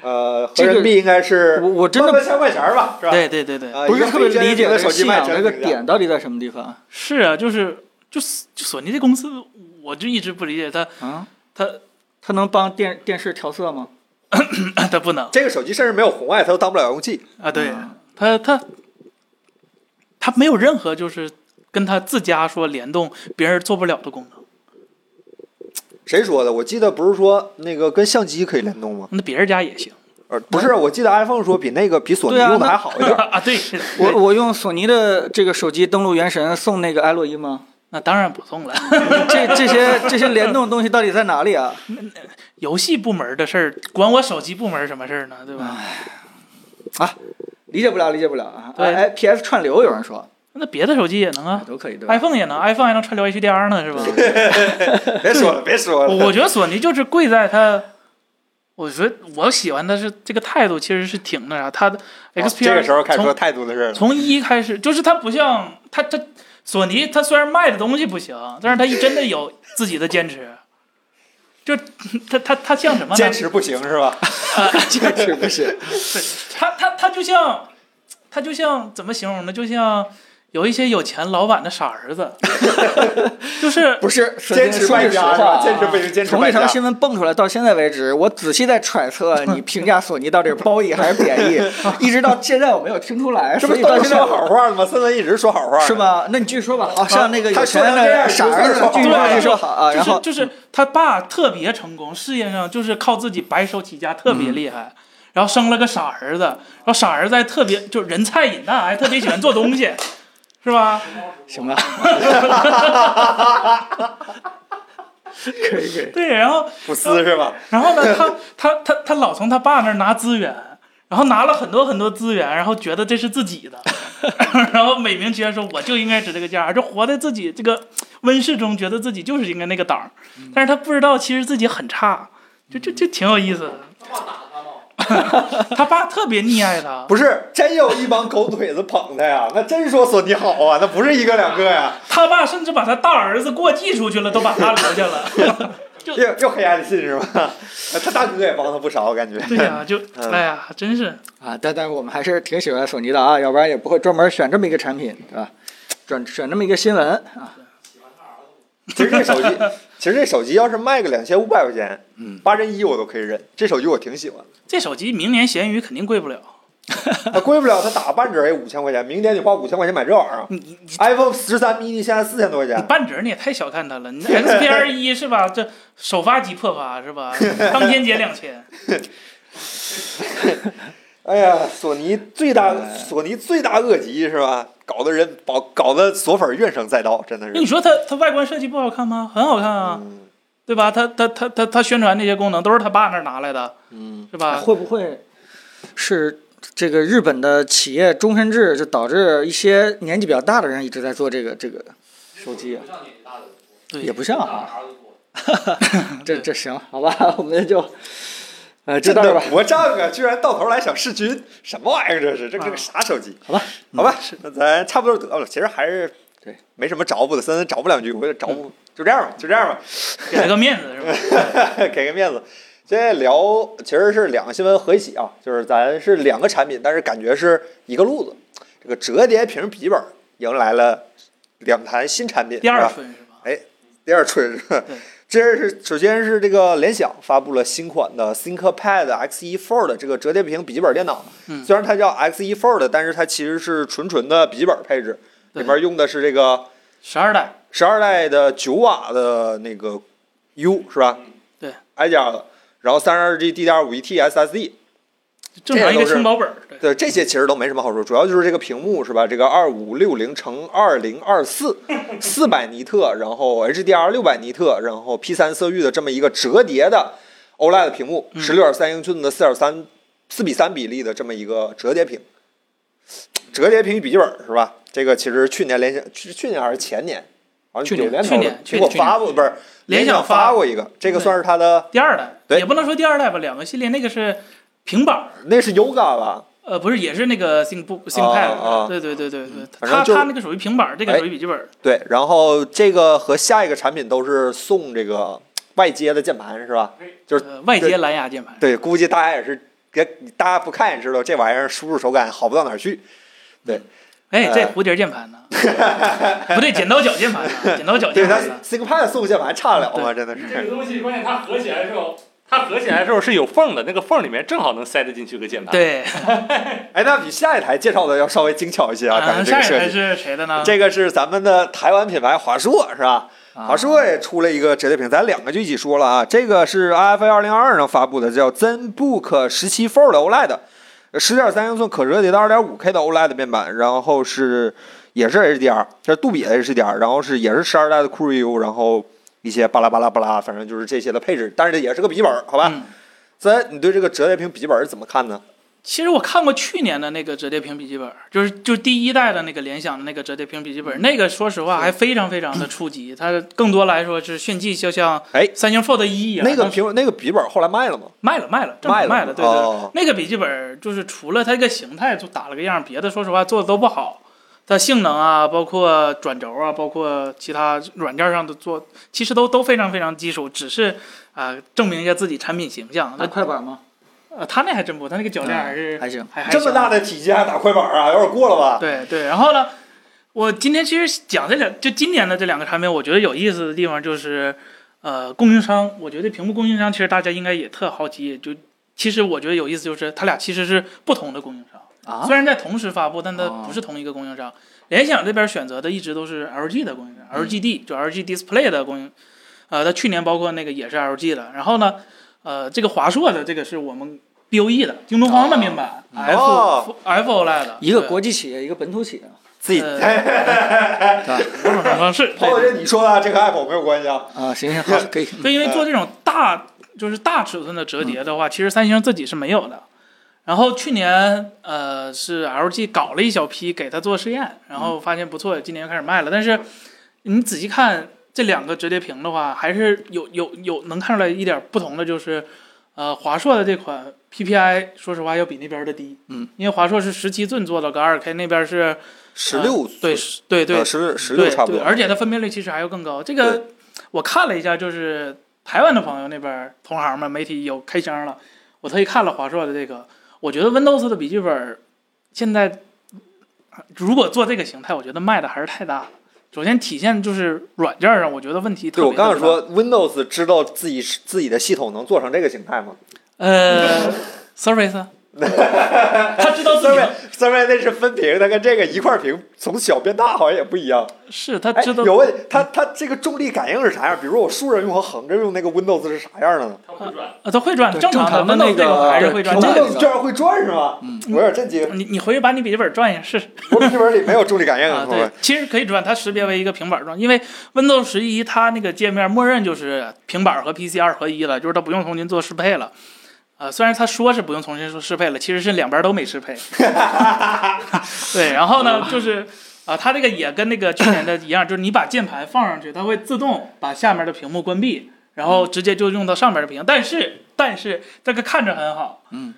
S1: 呃，合
S2: 这个
S1: 人民币应该是
S2: 我我真的
S1: 八千块钱儿吧，是吧？
S4: 对对对对，
S1: 啊，
S2: 不是
S1: 一个
S2: 特别
S1: 非
S2: 理解
S1: 的
S2: 这
S1: 手
S2: 个
S1: 机
S2: 信
S1: 卖
S2: 仰
S1: 成
S2: 这
S1: 个
S2: 个
S1: 评价
S2: 点到底在什么地方
S4: 是啊，就是就是就索尼这公司，我就一直不理解他
S2: 啊？
S4: 他
S2: 它能帮电电视调色吗？
S4: 它不能
S1: 这个手机甚至没有红外，它都当不了遥控器。
S4: 啊，对，
S2: 嗯
S4: 它它它没有任何就是跟它自家说联动别人做不了的功能，
S1: 谁说的？我记得不是说那个跟相机可以联动吗？
S4: 那别人家也行
S1: 呃，不是，我记得 iPhone 说比那个比索尼
S2: 哎对啊
S1: 用的
S2: 那
S1: 还好一 点。
S4: 啊。对，
S2: 我我用索尼的这个手机登录《原神》送那个艾洛伊吗？
S4: 那当然不送了。
S2: 这这些这些联动的东西到底在哪里啊？
S4: 游戏部门的事儿管我手机部门什么事儿呢？对吧？
S2: 理解不了，理解不了啊！
S4: 对
S2: 哎，PS 串流有人说
S4: 那别的手机也能啊
S2: 都可以，对吧？
S4: ，iPhone 也能，iPhone 还能串流 HDR 呢，是吧？
S1: 别说了，别说
S4: 我
S1: 了。
S4: 我觉得索尼就是贵在它，我觉得我喜欢的是这个态度，其实是挺那啥。它的
S1: 好
S4: XP
S1: 哦这个时候开始
S4: 从
S1: 说态度的事儿了。
S4: 从一开始，就是它不像它它索尼，它虽然卖的东西不行，但是它一真的有自己的坚持。就 它它它像什么呢？
S1: 坚持不行是吧？坚持不行。
S4: 它它它就像，它就像怎么形容呢？就像有一些有钱老板的傻儿子， 就是
S2: 不是，
S1: 坚持
S2: 说
S1: 败
S2: 句实
S1: 家是
S2: 话
S1: 吧？
S2: 啊，
S1: 坚持不行，坚持
S2: 从
S1: 败
S2: 这条
S1: 家。
S2: 新闻蹦出来到现在为止，我仔细在揣测你评价索尼到底是褒义还是贬义，一直到现在我没有听出 来，
S1: 这不
S2: 所以
S1: 都
S2: 到
S1: 是说
S2: 现在
S1: 好啊话了吗？森森一直说好话，
S2: 是？吗？那你继续说吧。啊，像那个
S1: 他
S2: 有
S1: 说
S2: 钱
S1: 成这样
S2: 的傻儿子，继续说，
S4: 对
S2: 继续说好啊。
S4: 就
S2: 然
S4: 是
S2: 后
S4: 就是他爸特别成功，事业上就是靠自己白手起家，特
S2: 嗯
S4: 别厉害。然后生了个傻儿子，然后傻儿子还特别就人菜瘾大，还特别喜欢做东西， 是吧？
S2: 什么？可以可以，
S4: 对，然后
S1: 不撕是吧？
S4: 然后呢，他他他他老从他爸那儿拿资源，然后拿了很多很多资源，然后觉得这是自己的，然后美名其曰说我就应该值这个价，就活在自己这个温室中，觉得自己就是应该那个档儿，但是他不知道其实自己很差，就就就挺有意思的。 他爸特别溺爱他，
S1: 不是，真有一帮狗腿子捧他呀，那真说索尼好啊，那不是一个两个呀，
S4: 他爸甚至把他大儿子过继出去了，都把他留下了。
S1: 又又黑暗信是吧？ 他大哥也帮他不少，我感觉。
S4: 对呀、就
S1: 嗯
S4: 哎呀，真是
S2: 啊，但但是我们还是挺喜欢索尼的啊，要不然也不会专门选这么一个产品，对吧？转选这么一个新闻啊，
S1: 其实这手机，其实这手机要是卖个两千五百块钱，
S7: 嗯，
S1: 八针一我都可以忍。这手机我挺喜欢的，
S4: 这手机明年闲鱼肯定贵不了。
S1: 它贵不了，它打半折也五千块钱，明年你花五千块钱买这玩意儿
S4: 你你你
S1: ，iPhone 十三 mini 现在四千多块
S4: 你
S1: 钱，
S4: 半折你也太小看它了，你 XPR 一 是吧？这首发即破发是吧？当天减 两千，
S1: 哎呀，索尼最大，索尼最大恶极是吧？搞得人搞搞得索粉怨声载道，真的
S4: 那你
S1: 是。
S4: 说它它外观设计不好看吗？很好看啊，
S1: 嗯
S4: 对吧？它它它它它宣传这些功能都是他爸那儿拿来的，
S1: 嗯，
S4: 是吧？
S2: 会不会是这个日本的企业终身制，就导致一些年纪比较大的人一直在做这个这个手机啊？
S4: 对，
S2: 也不像啊，这
S4: 对
S2: 这行好吧， 我们就呃
S1: 这
S2: 知道
S1: 的
S2: 了吧？
S1: 国战啊，居然到头来想弑君，什么玩意儿这是？这这个
S4: 啊
S1: 啥手机？
S2: 好吧，
S1: 好吧，那咱差不多得了。其实还是
S2: 对，
S1: 没什么着补的，森森着补两句，我也着补，就这样吧，就这样吧。
S4: 给他个面子 是吧？
S1: 给个面子。现在聊其实是两个新闻合一起啊，就是咱是两个产品，但是感觉是一个路子。这个折叠屏笔记本迎来了两台新产品，
S4: 第
S1: 是
S4: 二
S1: 吧
S4: 春是吧？
S1: 第二春是吧
S4: 对？
S1: 这是首先是这个联想发布了新款的 ThinkPad X1 Fold 这个折叠屏笔记本电脑，
S4: 嗯
S1: 虽然它叫 X1 Fold，但是它其实是纯纯的笔记本配置，
S4: 对
S1: 里面用的是这个
S4: 十二代，
S1: 十二代的九瓦的那个 U 是吧？
S4: 对
S1: ，i 加的，然后三十二 G DDR5 T SSD，
S4: 正常一
S1: 这
S4: 个
S1: 都是
S4: 轻薄本儿，对
S1: 对这些其实都没什么好说，主要就是这个屏幕是吧？这个二五六零乘二零二四，四百尼特，然后 HDR 六百尼特，然后 P 三色域的这么一个折叠的 OLED 的屏幕，
S4: 嗯
S1: 十六点三英寸的四点三四比三比例的这么一个折叠屏，折叠屏笔记本是吧？这个其实去年联想是去年还是前年，好像
S2: 去
S1: 九
S2: 年
S1: 年头
S4: 去年去
S1: 苹果
S4: 去年
S1: 发过不是
S4: 联
S1: 想
S4: 想
S1: 发
S4: 发
S1: 过一个，这个
S4: 对
S1: 算是它的
S4: 第二代
S1: 对
S4: 也不能说第二代吧，两个系列那个是平板儿，
S1: 那是 Yoga 吧？
S4: 呃，不是也是那个 ThinkBook
S1: 啊啊
S4: ThinkPad，对对对对对，
S1: 反正
S4: 它
S1: 就
S4: 它那个属于平板儿，这
S1: 哎
S4: 个属于笔记本儿，
S1: 对，然后这个和下一个产品都是送这个外接的键盘是吧？就是
S4: 呃外接蓝牙键盘。
S1: 对，估计大家也是给大家不看也知道这玩意儿输入手感好不到哪儿去。
S4: 哎，这
S1: 呃
S4: 蝴蝶键盘 呢？不对，剪刀脚键盘呢？剪刀脚
S1: 对，
S4: 键
S1: 它
S4: 盘呢？
S1: ThinkPad 送键盘差得了吗？真的
S6: 这
S1: 是。
S6: 个东西关键它合起来的时候，它合起来的时候是有缝的，那个缝里面正好能塞得进去个键盘。
S4: 对，
S1: 哎，那比下一台介绍的要稍微精巧一些啊，感
S4: 嗯，
S1: 觉这个
S4: 下一
S1: 设
S4: 台
S1: 计。
S4: 是谁的呢？
S1: 这个是咱们的台湾品牌华硕是吧？
S4: 啊
S1: 华硕也出了一个折叠屏，咱两个就一起说了啊。这个是 IFA 二零二二上发布的，叫 ZenBook 十七 Fold OLED，十 E 点三
S4: 嗯
S1: 英寸可折叠的二点五 K 的 OLED 面板，然后是也是 HDR，这是杜比的 HDR，然后是也是十二代的酷睿 U，然后一些巴拉巴拉巴拉，反正就是这些的配置，但是这也是个笔记本，好吧？
S4: 嗯
S1: 咱你对这个折叠屏笔记本怎么看呢？
S4: 其实我看过去年的那个折叠屏笔记本，就是就第一代的那个联想的那个折叠屏笔记
S1: 嗯
S4: 本，那个说实话还非常非常的初级，它更多来说是炫技，就像
S1: 哎
S4: 三星 Fold 一一样。
S1: 那个
S4: 当时
S1: 屏那个笔记本后来卖了吗？
S4: 卖了卖了，正好
S1: 卖
S4: 卖
S1: 了
S4: 了，对对。
S1: 哦
S4: 那个笔记本就是除了它一个形态就打了个样，别的说实话做的都不好。它性能啊，包括转轴啊，包括其他软件上的做，其实都都非常非常基础，只是啊、证明一下自己产品形象。那
S2: 打快板吗？
S4: 呃，它那还真不，它那个铰链还是、
S2: 嗯还行。
S4: 还还
S1: 哎这么
S4: 行
S1: 大的体积还打快板啊，有点过了吧？
S4: 对对，然后呢，我今天其实讲这两，就今年的这两个产品，我觉得有意思的地方就是，呃，供应商，我觉得屏幕供应商其实大家应该也特好奇，就其实我觉得有意思就是它俩其实是不同的供应商，
S2: 啊
S4: 虽然在同时发布，但它
S2: 哦
S4: 不是同一个供应商。联想这边选择的一直都是 LG 的供应商、l
S2: 嗯
S4: g d 就 LG Display 的供应，呃，它去年包括那个也是 LG 的，然后呢，呃，这个华硕的这个是我们 BOE 的京东方的面板、F、
S1: 哦
S4: F OLED E 的
S2: 一个
S4: 对
S2: 国际企业，一个本土企业。
S1: 自己
S4: 呃， 某种程度上 是，
S1: 朋友，
S4: 对
S1: 这你说的啊这和 Apple 没有关系啊。
S2: 啊，行行好，可以。
S4: 就因为做这种大就是大尺寸的折叠的话，其实三星自己是没有的。然后去年呃是 LG 搞了一小批给它做试验，然后发现不错，今年又开始卖了。但是你仔细看这两个折叠屏的话，还是有有有能看出来一点不同的，就是呃华硕的这款 PPI 说实话要比那边的低，
S2: 嗯，
S4: 因为华硕是十七寸做到个二 K，那边是
S1: 十六
S4: 啊对对对
S1: 呃，十十
S4: 对
S1: 六差不多
S4: 对，。而且它分辨率其实还要更高。这个我看了一下，就是台湾的朋友那边儿同行们媒体有开箱了，我特意看了华硕的这个，我觉得 Windows 的笔记本儿现在呃如果做这个形态，我觉得卖的还是太大了。首先体现就是软件儿上，我觉得问题
S1: 对，
S4: 特别
S1: 我刚
S4: 特
S1: 才
S4: 别大
S1: 说 Windows 知道自己是自己的系统能做成这个形态吗？
S4: 呃 Surface，啊他知 道自己能
S1: 三位那是分屏，它跟这个一块屏从小变大好像也不一样。
S4: 是他
S1: 哎，
S4: 知道
S1: 有问题，它它这个重力感应是啥样？比如说我竖着用和横着用那个 Windows 是啥样的呢？
S6: 它会转，
S4: 呃，他会转
S2: 对
S4: 正常
S2: 正常的
S4: Windows
S2: 那个
S4: 这我还是会转。
S2: 对
S4: 这
S2: 屏
S4: 个
S2: 幕
S1: Windows 这样会转是吧？
S4: 嗯
S1: 我有点震惊，
S4: 你你回去把你笔记本转一下试试。
S1: 我笔记本里没有重力感应
S4: 啊，
S1: 朋友
S4: 对
S1: 们，
S4: 其实可以转，它识别为一个平板状，因为 Windows 十一它那个界面默认就是平板和 PC 二合一了，就是它不用重新做适配了。呃，虽然它说是不用重新做适配了，其实是两边都没适配。 对，然后呢，就是啊、它这个也跟那个去年的一样，就是你把键盘放上去，它会自动把下面的屏幕关闭，然后
S1: 嗯
S4: 直接就用到上面的屏。但是，但是这个看着很好，
S2: 嗯。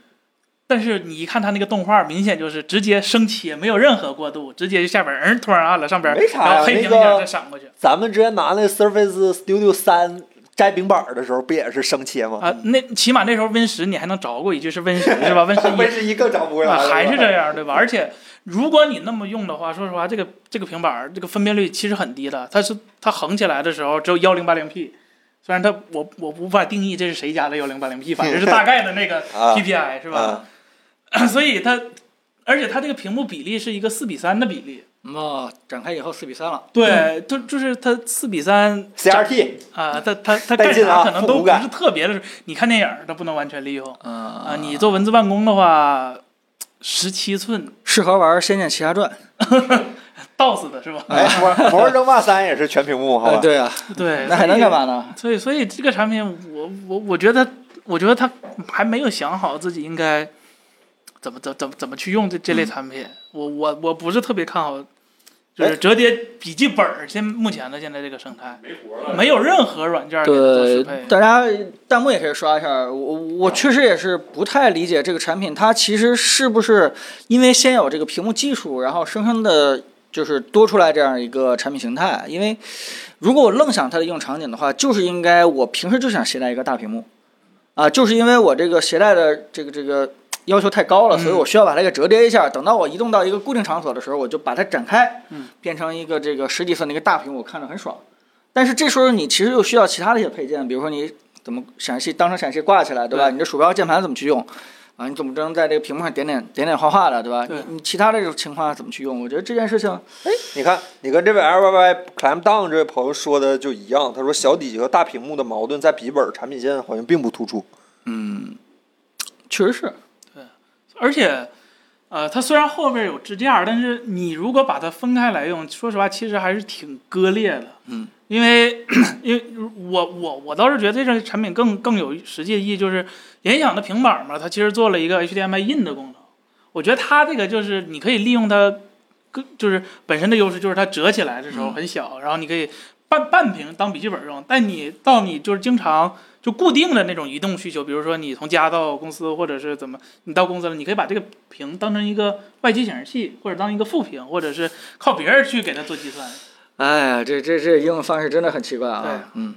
S4: 但是你一看它那个动画，明显就是直接升切，没有任何过渡，直接就下边儿嗯突然按了上边儿，
S1: 没啥呀
S4: 然后黑屏一
S1: 那
S4: 下
S1: 个
S4: 再闪过去。
S1: 咱们之前拿那 Surface Studio 三摘平板的时候，不也是生切吗？
S4: 啊，那起码那时候 Win 十你还能着过一句是 Win 十是吧？Win 十
S1: Win 十一更找不回来
S4: 啊，
S1: 了，
S4: 还是这样对吧？而且如果你那么用的话，说实话，这个这个平板儿这个分辨率其实很低的，它是它横起来的时候只有幺零八零 P，虽然它我我无法定义这是谁家的幺零八零 P，反正是大概的那个
S1: 啊
S4: PPI 是吧？ 所以它而且它这个屏幕比例是一个四比三的比例，
S2: 哦，展开以后四比三了。
S4: 对，就就是它四比三
S1: CRT
S4: 啊，它它它
S1: 带
S4: 干
S1: 劲啊
S4: 啥可能
S1: 复
S4: 都
S1: 古
S4: 不
S1: 感
S4: 是特别的时候，你看电影儿它不能完全利用啊
S2: 啊，
S4: 你做文字办公的话，十七寸
S2: 适合玩《仙剑奇侠传》？
S4: DOS 的是吧？
S1: 哎，魔魔兽争霸三也是全屏幕，好吧
S2: 呃？对啊，
S4: 啊对，
S2: 那还能
S4: 所以
S2: 干嘛呢？
S4: 所以，所以这个产品我，我我觉得，我觉得他还没有想好自己应该怎么怎怎么怎么去用这这类产品。我我我不是特别看好，就
S1: 哎
S4: 是折叠笔记本儿现目前的现在这个生态，
S6: 没活了。
S4: 没有任何软件儿给它做
S2: 对
S4: 适配，。
S2: 大家弹幕也可以刷一下。我我确实也是不太理解这个产品，它其实是不是因为先有这个屏幕技术，然后生生的就是多出来这样一个产品形态？因为如果我愣想它的应用场景的话，就是应该我平时就想携带一个大屏幕，啊，就是因为我这个携带的这个这个。要求太高了，
S4: 嗯
S2: 所以我需要把它给折叠一下。等到我移动到一个固定场所的时候，我就把它展开，
S5: 嗯
S2: 变成一个这个十几寸的一个大屏，我看着很爽。但是这时候你其实又需要其他的一些配件，比如说你怎么闪示当成闪示挂起来，对吧？
S5: 对
S2: 你这鼠标键盘怎么去用？啊，你总不能在这个屏幕上点点点点画画的，对吧？
S5: 对
S2: 你你其他这种情况怎么去用？我觉得这件事情，
S1: 你看，你跟这位 L Y Y Climb Down 这位朋友说的就一样，他说小底和大屏幕的矛盾在笔记本产品线好像并不突出。
S2: 嗯，确实是，
S4: 而且，呃，它虽然后边有支架，但是你如果把它分开来用，说实话，其实还是挺割裂的。
S2: 嗯，
S4: 因为 因为我我我倒是觉得这个产品更更有实际的意义，就是联想的平板嘛，它其实做了一个 HDMI in 的功能。我觉得它这个就是你可以利用它更就是本身的优势，就是它折起来的时候很小，然后你可以半半屏当笔记本用。但你到你就是经常就固定的那种移动需求，比如说你从家到公司，或者是怎么你到公司了，你可以把这个屏当成一个外接显示器，或者当一个副屏，或者是靠别人去给它做计算。
S2: 哎呀，这这这应用方式真的很奇怪
S4: 对
S2: 啊，嗯，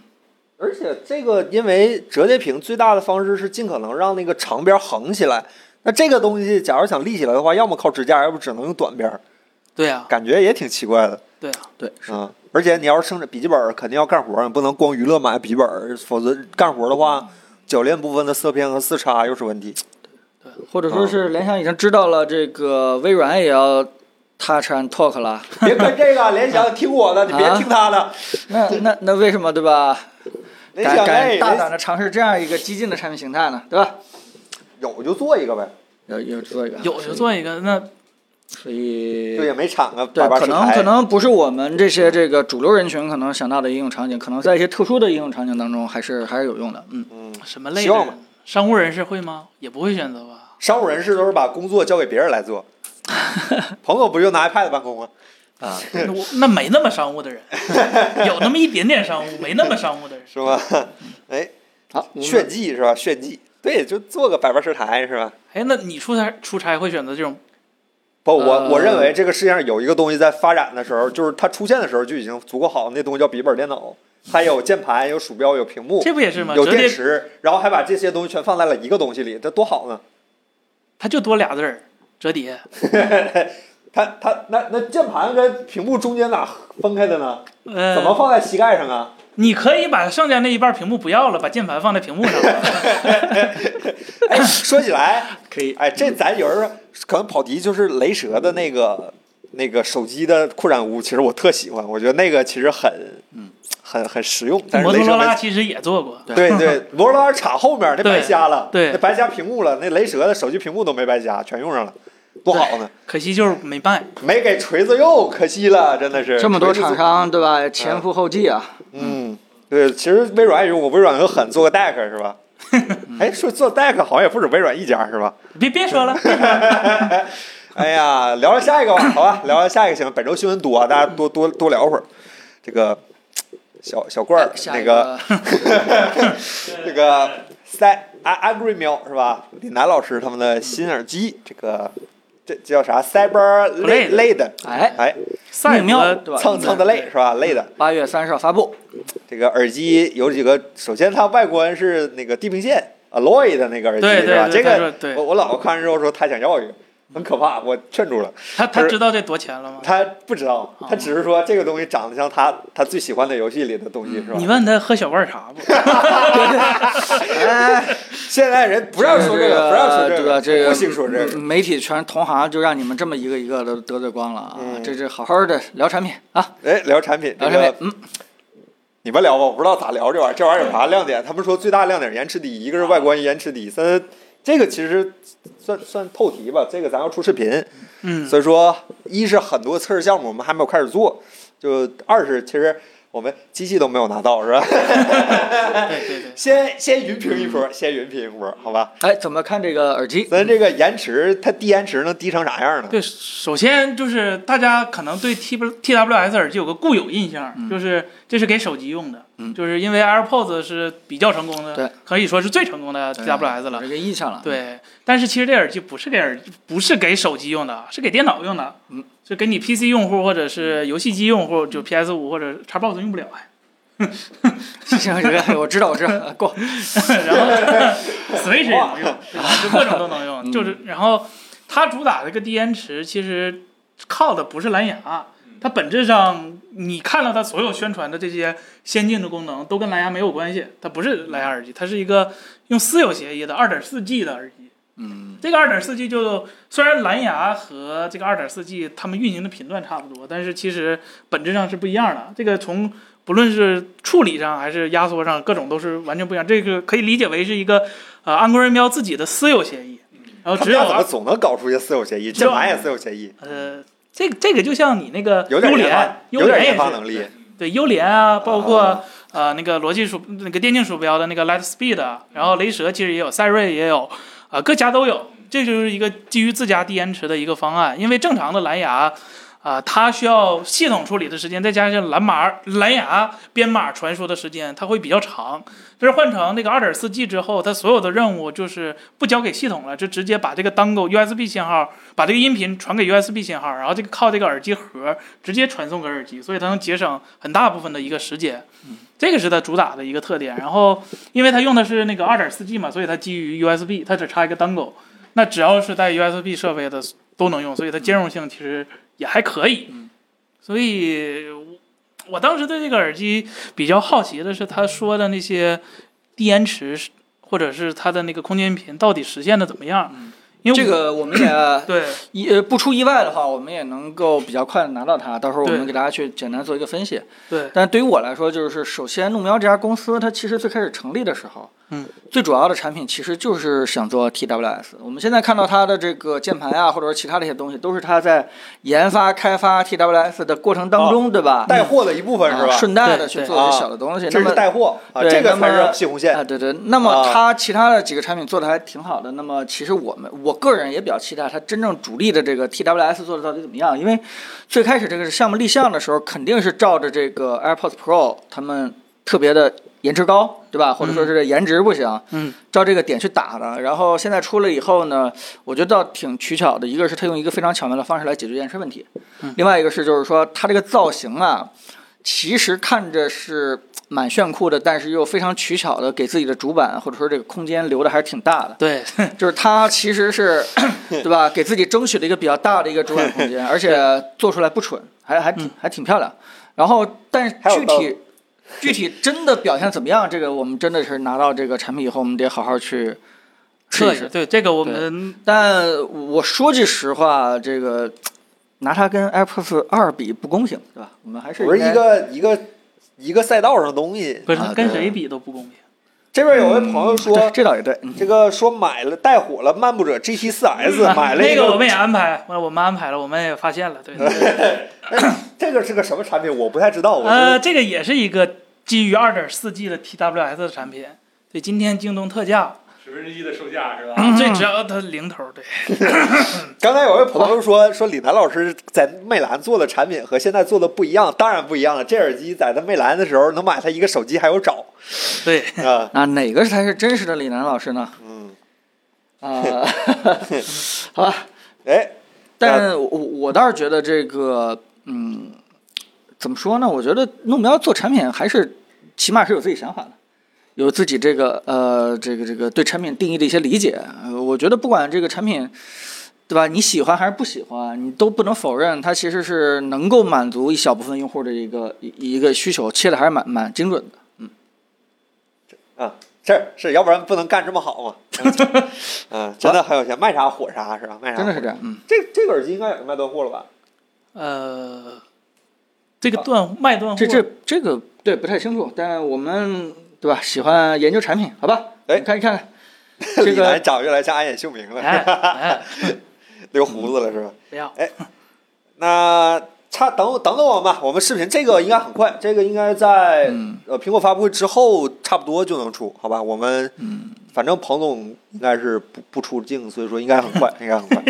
S1: 而且这个因为折叠屏最大的方式是尽可能让那个长边横起来。那这个东西，假如想立起来的话，要么靠支架，要不只能用短边儿，
S4: 对呀、
S1: 感觉也挺奇怪的。
S4: 对啊呀、
S2: 对，
S1: 嗯，而且你要是生产笔记本儿，肯定要干活儿，你不能光娱乐买笔记本儿，否则干活儿的话，铰链部分的色偏和色差又是问题。
S2: 或者说是联想已经知道了，这个微软也要 Touch and Talk 了，
S1: 别跟这个联想听我的，你别听他的。
S2: 那那那为什么对吧？
S1: 联
S2: 敢
S1: 想
S2: 敢
S1: 哎，
S2: 大
S1: 联
S2: 胆
S1: 想
S2: 的尝试这样一个激进的产品形态呢，对吧？
S1: 有就做一个呗，
S2: 有有做一个，
S4: 有就做一个，那
S2: 所以
S1: 就也没产个
S2: 对
S1: 八，八
S2: 可
S1: 十
S2: 能
S1: 台
S2: 可能不是我们这些这个主流人群可能想到的应用场景，可能在一些特殊的应用场景当中还是还是有用的。嗯，
S1: 嗯，
S4: 什么类
S1: 希望
S4: 的
S1: 吧
S4: 商务人士会吗？也不会选择 吧。
S1: 商务人士都是把工作交给别人来 做。彭总不就拿 iPad 办公吗？
S4: 那我那没那么商务的人， 有那么一点点商务，没那么商务的人。
S1: 是吧？ 哎，
S2: 好，我们
S1: 炫技是吧？炫技，对，就做个百八十台是吧？
S4: 哎，那你出差出差会选择这种？
S1: 不，我
S2: 呃
S1: 我认为这个世界上有一个东西在发展的时候，就是它出现的时候就已经足够好，那东西叫笔记本电脑，它有键盘、有鼠标、有屏幕、
S4: 这不也是吗？
S1: 有
S4: 折
S1: 电
S4: 叠
S1: 池，然后还把这些东西全放在了一个东西里，这多好呢！
S4: 它就多俩字儿，折叠。
S1: 它它那那键盘跟屏幕中间哪分开的呢？
S4: 呃，
S1: 怎么放在膝盖上啊？
S4: 你可以把剩下那一半屏幕不要了，把键盘放在屏幕上。
S1: 哎，说起来，
S2: 可以
S1: 哎，这咱有人可能跑题，就是雷蛇的那个那个手机的扩展坞，其实我特喜欢，我觉得那个其实很嗯很很实用， 但是
S4: 摩
S1: 雷
S4: 托
S1: 蛇
S4: 罗
S1: 没
S4: 拉其实也做过，
S1: 对 对，摩托罗拉插后面那白瞎了，
S4: 对对
S1: 那白瞎屏幕了，那雷蛇的手机屏幕都没白瞎，全用上了，多好呢！
S4: 可惜就是没卖。
S1: 没给锤子用，可惜了，真的是
S2: 这么多
S1: 锤子
S2: 厂商对吧？前赴后继啊，
S1: 嗯，对，其实微软也用过，微软很狠，做个 Deck 是 吧？哎，说做 Deck 好像也不止微软一家是吧？
S4: 别别 说了，
S1: 哎呀，聊聊下一 个吧，好吧，聊聊下一个行。本周新闻多啊，大家多多多聊会儿。这个小小罐儿，
S2: 哎下
S1: 那
S2: 一
S1: 个 这个塞安安 g r 喵是吧？李楠老师他们的新耳机，这个这这叫啥？Cyber
S4: Blade
S1: Lade，
S2: 哎，
S1: 哎，
S4: 赛
S2: 命妙
S4: 博
S2: 对吧？
S1: 蹭蹭的累是吧？Lade
S2: 八月三十号发布，
S1: 这个耳机有几个，首先它外观是那个地平线 Alloy 的那个耳机
S4: 对对
S1: 是吧？
S4: 对
S1: 这
S4: 他说
S1: 个
S4: 对
S1: 我我老婆看完之后说她想要一个，很可怕，我劝住了。
S4: 他
S1: 就
S4: 他
S1: 是
S4: 知道这多钱了吗？
S1: 他不知道，
S4: 哦
S1: 他只是说这个东西长得像他他最喜欢的游戏里的东西，是吧
S4: 你？问他喝小罐茶 不？
S1: 哎现在人不让说
S2: 这
S1: 个，不让说
S2: 这
S1: 个，
S2: 这个
S1: 不兴说这个。
S2: 媒体全是同行，就让你们这么一个一个的得罪光了啊！
S1: 嗯
S2: 这这好好的聊产品啊，
S1: 哎，聊产品，这
S2: 聊产品
S1: 个，
S2: 嗯，
S1: 你们聊吧，我不知道咋聊这玩意儿，这玩意儿有啥亮点？他们说最大亮点延迟低，一个是外观延迟低，三这个其实算算透题吧，这个咱要出视频，
S4: 嗯，
S1: 所以说，一是很多测试项目我们还没有开始做，就二是其实我们机器都没有拿到，是吧？
S4: 对对对，
S1: 先先云评一波，先云评一波，好吧？
S2: 哎，怎么看这个耳机？
S1: 咱这个延迟，它低延迟能低成啥样呢？
S4: 对，首先就是大家可能对 T W T W S 耳机有个固有印象，
S1: 嗯
S4: 就是这是给手机用的，就是因为 AirPods 是比较成功
S2: 对
S4: 的，可以说是最成功的 T W S
S2: 有
S4: 了
S2: 呃这。个印象了，，
S4: 对，但是其实这耳机不是给耳，不是给手机用的，是给电脑用的。
S2: 嗯，
S4: 是给你 PC 用户或者是游戏机用户，
S1: 嗯
S4: 就 PS 五或者 Xbox 用不了哎。
S2: 行行行，我知道我 知道，过，
S4: 然后 Switch 也能用，对吧就各种都能用。
S1: 嗯
S4: 就是然后它主打这个低延迟，其实靠的不是蓝牙，它本质上你看到它所有宣传的这些先进的功能都跟蓝牙没有关系，它不是蓝牙耳机，它是一个用私有协议的 2.4G 的耳机。
S7: 嗯，
S4: 这个 2.4G 就虽然蓝牙和这个 2.4G 它们运行的频段差不多，但是其实本质上是不一样的。这个从不论是处理上还是压缩上，各种都是完全不一样。这个可以理解为是一个呃安国人喵自己的私有协议，然后
S1: 他
S4: 只
S1: 们
S4: 有
S1: 家怎么总能搞出一些私有协议？
S4: 只有
S1: 键盘也私有协议，
S4: 呃，这个这个就像你那个
S1: 有点
S4: 优
S1: 研
S4: 联
S1: 发，，
S4: 优
S1: 有
S4: 联
S1: 点
S4: 也
S1: 研发
S4: 是
S1: 能力。
S4: 对优联啊，包括、
S1: 啊
S4: 呃那个逻辑鼠那个电竞鼠标的那个 Lightspeed，啊然后雷蛇其实也有，赛睿也有，啊、各家都有。这就是一个基于自家低延迟的一个方案，因为正常的蓝牙，啊、它需要系统处理的时间，再加上蓝码蓝牙编码传输的时间，它会比较长。但是换成那个2 4 G 之后，它所有的任务就是不交给系统了，就直接把这个 dongle USB 信号，把这个音频传给 USB 信号，然后这个靠这个耳机盒直接传送给耳机，所以它能节省很大部分的一个时间。这个是它主打的一个特点。然后，因为它用的是那个2 4 G 嘛，所以它基于 USB，它只插一个 dongle。那只要是带 USB 设备的都能用，所以它兼容性其实也还可以。所以我，我当时对这个耳机比较好奇的是，他说的那些低延迟是或者是它的那个空间音频到底实现的怎么样？因为
S2: 这
S4: 我
S2: 个我们也
S4: 对
S2: 一呃不出意外的话，我们也能够比较快的拿到它。到时候我们
S4: 对
S2: 给大家去简单做一个分析。
S4: 对
S2: 但对于我来说，就是首先怒喵这家公司，它其实最开始成立的时候，
S4: 嗯，
S2: 最主要的产品其实就是想做 TWS。我们现在看到它的这个键盘啊，或者说其他的一些东西，都是它在研发开发 TWS 的过程当中，对吧？
S1: 哦带货的一部分是
S2: 啊
S1: 吧？
S2: 顺带的
S4: 对
S2: 去
S4: 对
S2: 做一些
S1: 啊
S2: 小的东西，那
S1: 这
S2: 么
S1: 是带货啊，
S2: 对
S1: 这个
S2: 那么
S1: 才是细红
S2: 啊，
S1: 线。
S2: 对对。那么
S1: 啊
S2: 它其他的几个产品做的还挺好的。那么其实我们我个人也比较期待它真正主力的这个 TWS 做的到底怎么样，因为最开始这个项目立项的时候，肯定是照着这个 AirPods Pro 他们特别的延迟高，对吧？或者说是颜值不行，
S4: 嗯，
S2: 照这个点去打的。然后现在出了以后呢，我觉得倒挺取巧的，一个是它用一个非常巧妙的方式来解决延迟问题，另外一个是就是说它这个造型啊。其实看着是蛮炫酷的，但是又非常取巧的给自己的主板或者说这个空间留的还是挺大的。
S4: 对，
S2: 就是它其 实是，对吧？给自己争取了一个比较大的一个主板空 间，而且做出来不蠢，还还挺还挺漂亮。然后，但是
S1: 嗯还有
S2: 具
S1: 道
S2: 体 具体真的表现怎么样，这个我们真的是拿到这个产品以后，我们得好好去试
S4: 测
S2: 一
S4: 一下，
S2: 试。
S4: 对 这个我们
S2: 但我说句实话，这个拿它跟 AirPods 二比不公平，对吧？我们还是
S1: 不是
S2: 应该
S1: 一个一个一个赛道上的东西。
S4: 不是
S2: 啊
S4: 跟
S2: 对
S4: 谁比都不公平。
S1: 这边有位朋友
S2: 嗯对
S1: 说，
S2: 这倒也对，嗯
S1: 这个说买了带火了漫步者 GT 4 S，
S4: 啊
S1: 买了一
S4: 那个我
S1: 个
S4: 们也安排，我我们安排了，我们也发现了， 对。
S1: 这个是个什么产品？我不太知道。我
S4: 呃，
S1: 是
S4: 这个也是一个基于2 4 G 的 TWS 的产品，对，今天京东特价，
S6: 十分之一的售价是吧？
S4: 这
S2: 嗯
S4: 只要它零头，对，
S1: 刚才有位朋友说说李楠老师在魅蓝做的产品和现在做的不一样，当然不一样了。这耳机在他魅蓝的时候能买他一个手机还有找
S4: 对，
S1: 啊，
S2: 啊，哪个才是真实的李楠老师呢？
S1: 嗯，
S2: 啊、 好吧，
S1: 哎，
S2: 但我我倒是觉得这个，嗯，怎么说呢？我觉得弄苗做产品还是起码是有自己想法的，有自己这个呃这个这个对产品定义的一些理解。呃我觉得不管这个产品。对吧？你喜欢还是不喜欢，你都不能否认，它其实是能够满足一小部分用户的一个一一个需求，切的还是蛮蛮精准的。
S1: 啊是是，要不然不能干这么好嘛。 嗯，真的很有钱，卖啥火啥是吧？卖啥
S2: 真的
S1: 火
S2: 是这样。嗯，
S1: 这这个耳机应该也是卖断货了吧？
S4: 呃，这个断卖
S2: 啊
S4: 断货，
S2: 这这这个对不太清楚，但我们对吧？喜欢研究产品，好吧？
S1: 哎
S2: 你看一看，这
S1: 李
S2: 个
S1: 楠长得越来越像安野秀明
S4: 哎
S1: 了，
S4: 哎，
S1: 留胡子了是吧？
S4: 不要，
S1: 那差等等等我们吧，我们视频这个应该很快，这个应该在、
S2: 嗯
S1: 呃苹果发布会之后差不多就能出，好吧？我们、
S2: 嗯
S1: 反正彭总应该是不不出镜，所以说应该很快，应该很 快。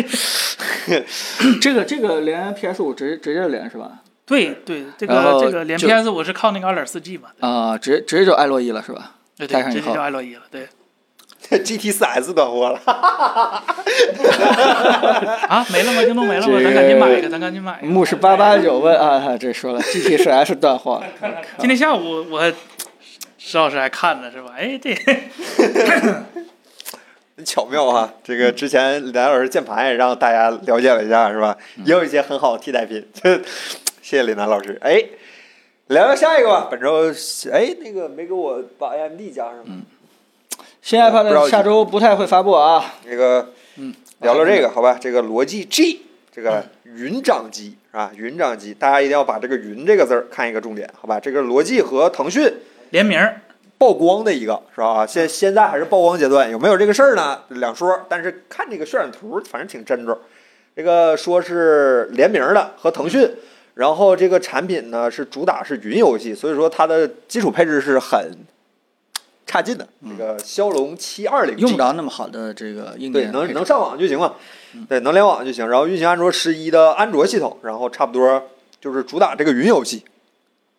S2: 这个这个连 PS 五直直接连是吧？
S4: 对对，这
S2: 然
S4: 个
S2: 后
S4: 这个连
S2: 就
S4: PS 我是靠那个2 4 G 嘛，
S2: 啊、直接直接就爱洛伊了是吧？
S4: 对对
S2: 带，上以
S4: 直接
S2: 后
S4: 就，安洛伊了，对
S1: GT 4 S 断货了，
S4: 啊，没了吗？京东没了吗？
S2: 这
S4: 咱赶紧买一个，咱赶紧买一个。
S2: 牧师八八九问啊， 这说了 GT 是 S 断 货了，我靠
S4: 今天下午我石老师还看了是吧？哎，这
S1: 巧妙啊！这个之嗯前李楠老师键盘也让大家了解了一下，是吧？也有一些很好的替代品。这 谢谢李楠老师。哎，聊聊下一个吧。本周哎，那个没给我把 AMD 加上，
S2: 新
S1: 不知道
S2: iPad 下周不太会发布啊，
S1: 那个聊嗯啊聊这个好嗯吧？这个罗技 G 这个云掌机啊，云掌机，大家一定要把这个“云”这个字儿看一个重点，好吧？这个罗技和腾讯
S4: 联名儿
S1: 曝光的一个是吧？啊，
S2: 嗯
S1: 现现在还是曝光阶段，有没有这个事儿呢？两说。但是看这个渲染图，反正挺真着。这个说是联名的和腾讯，然后这个产品呢是主打是云游戏，所以说它的基础配置是很差劲的。这个骁龙七二零
S2: 嗯用不着那么好的这个硬
S1: 对，
S2: 件，
S1: 能能上网就行嘛，
S2: 嗯
S1: 对，能联网就行。然后运行安卓十一的安卓系统，然后差不多就是主打这个云游戏，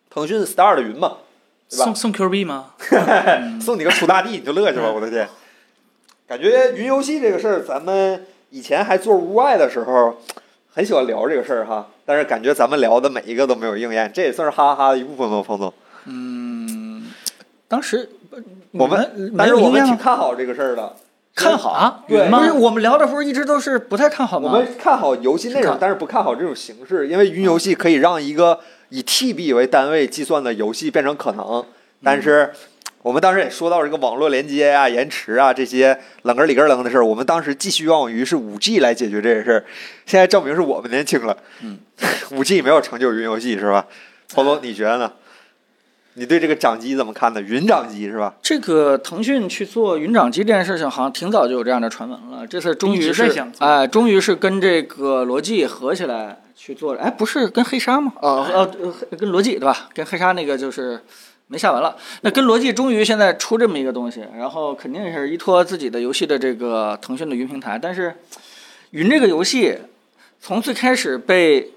S1: 腾讯 Star 的云嘛，对吧
S4: 送？送 Q 币吗？
S1: 送你个楚大地，你就乐去吧，我的天！感觉云游戏这个事儿，咱们以前还做屋外的时候，很喜欢聊这个事儿哈。但是感觉咱们聊的每一个都没有应验，这也算是哈哈哈的一部分吧，彭总。
S2: 当时不
S1: 我
S2: 你
S1: 们，
S2: 没
S1: 但是
S2: 有
S1: 我
S2: 经
S1: 们
S2: 验
S1: 挺
S2: 吗？
S1: 看好这个事儿的，
S2: 看好
S4: 啊，
S1: 对
S4: 云
S2: 不
S4: 吗
S2: 是？我们聊的不是一直都是不太看好
S1: 我
S2: 吗？
S1: 们看好游戏内
S2: 是
S1: 容
S2: 看，
S1: 但是不看好这种形式，因为云游戏可以让一个以 TB 为单位计算的游戏变成可能。但是我们当时也说到这个网络连接啊、延迟啊这些冷根里根楞的事儿，我们当时寄希望于是五 G 来解决这些事儿，现在证明是我们年轻了。 嗯，五哎 G 没有成就云游戏是吧？彭总，你觉得呢？你对这个掌机怎么看呢？云掌机是吧？
S2: 这个腾讯去做云掌机这件事情，好像挺早就有这样的传闻了。这次终于
S4: 一直在
S2: 是
S4: 想做
S2: 哎，终于是跟这个罗技合起来去做了。哎，不是跟黑鲨吗？哦哦，呃跟罗技对吧？跟黑鲨那个就是没下文了。那跟罗技终于现在出这么一个东西，然后肯定是依托自己的游戏的这个腾讯的云平台。但是云这个游戏从最开始被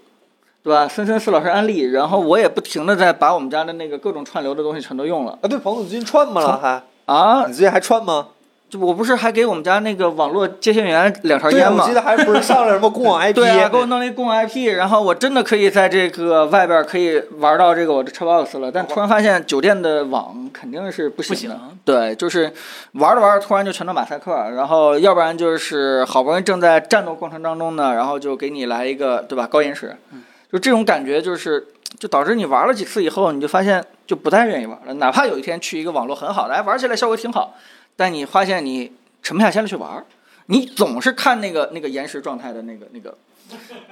S2: 对吧？森森四老师安利，然后我也不停的在把我们家的那个各种串流的东西全都用了
S1: 啊，对，彭总最近串吗了还？
S2: 啊！
S1: 你最近还串吗？
S2: 就我不是还给我们家那个网络接线员两条
S1: 对啊，
S2: 烟
S1: 我
S2: 吗
S1: 记？得还不是上了什么公 网 IP？
S2: 对啊，给我弄了一共 IP，然后我真的可以在这个外边可以玩到这个我的 Xbox 了，但突然发现酒店的网肯定是不行的。
S4: 不行
S2: 对，就是玩着玩着突然就全都马赛克，然后要不然就是好不容易正在战斗过程当中呢，然后就给你来一个对吧高延迟，
S4: 嗯
S2: 就这种感觉就是就导致你玩了几次以后，你就发现就不太愿意玩了。哪怕有一天去一个网络很好的，哎，玩起来效果挺好，但你发现你沉不下心来去玩儿，你总是看那个那个延时状态的那个那个。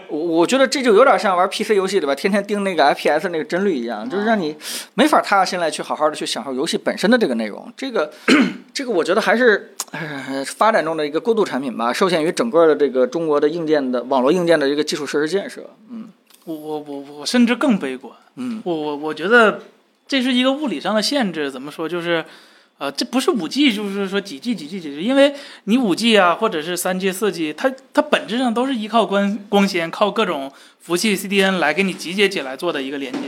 S2: 我我觉得这就有点像玩 PC 游戏里边天天盯那个 FPS 那个帧率一样，就是让你没法踏下心来去好好的去享受游戏本身的这个内容。这个 这个我觉得还是、呃发展中的一个过渡产品吧，受限于整个的这个中国的硬件的网络硬件的这个基础设施建设。嗯
S4: 我我我我甚至更悲观，
S2: 嗯，
S4: 我我我觉得这是一个物理上的限制，怎么说就是。呃，这不是五 G，就是说几 G 几 G 几 G，因为你五 G 啊，或者是三 G、四 G，它它本质上都是依靠光光纤、靠各种服务器 CDN 来给你集结起来做的一个连接。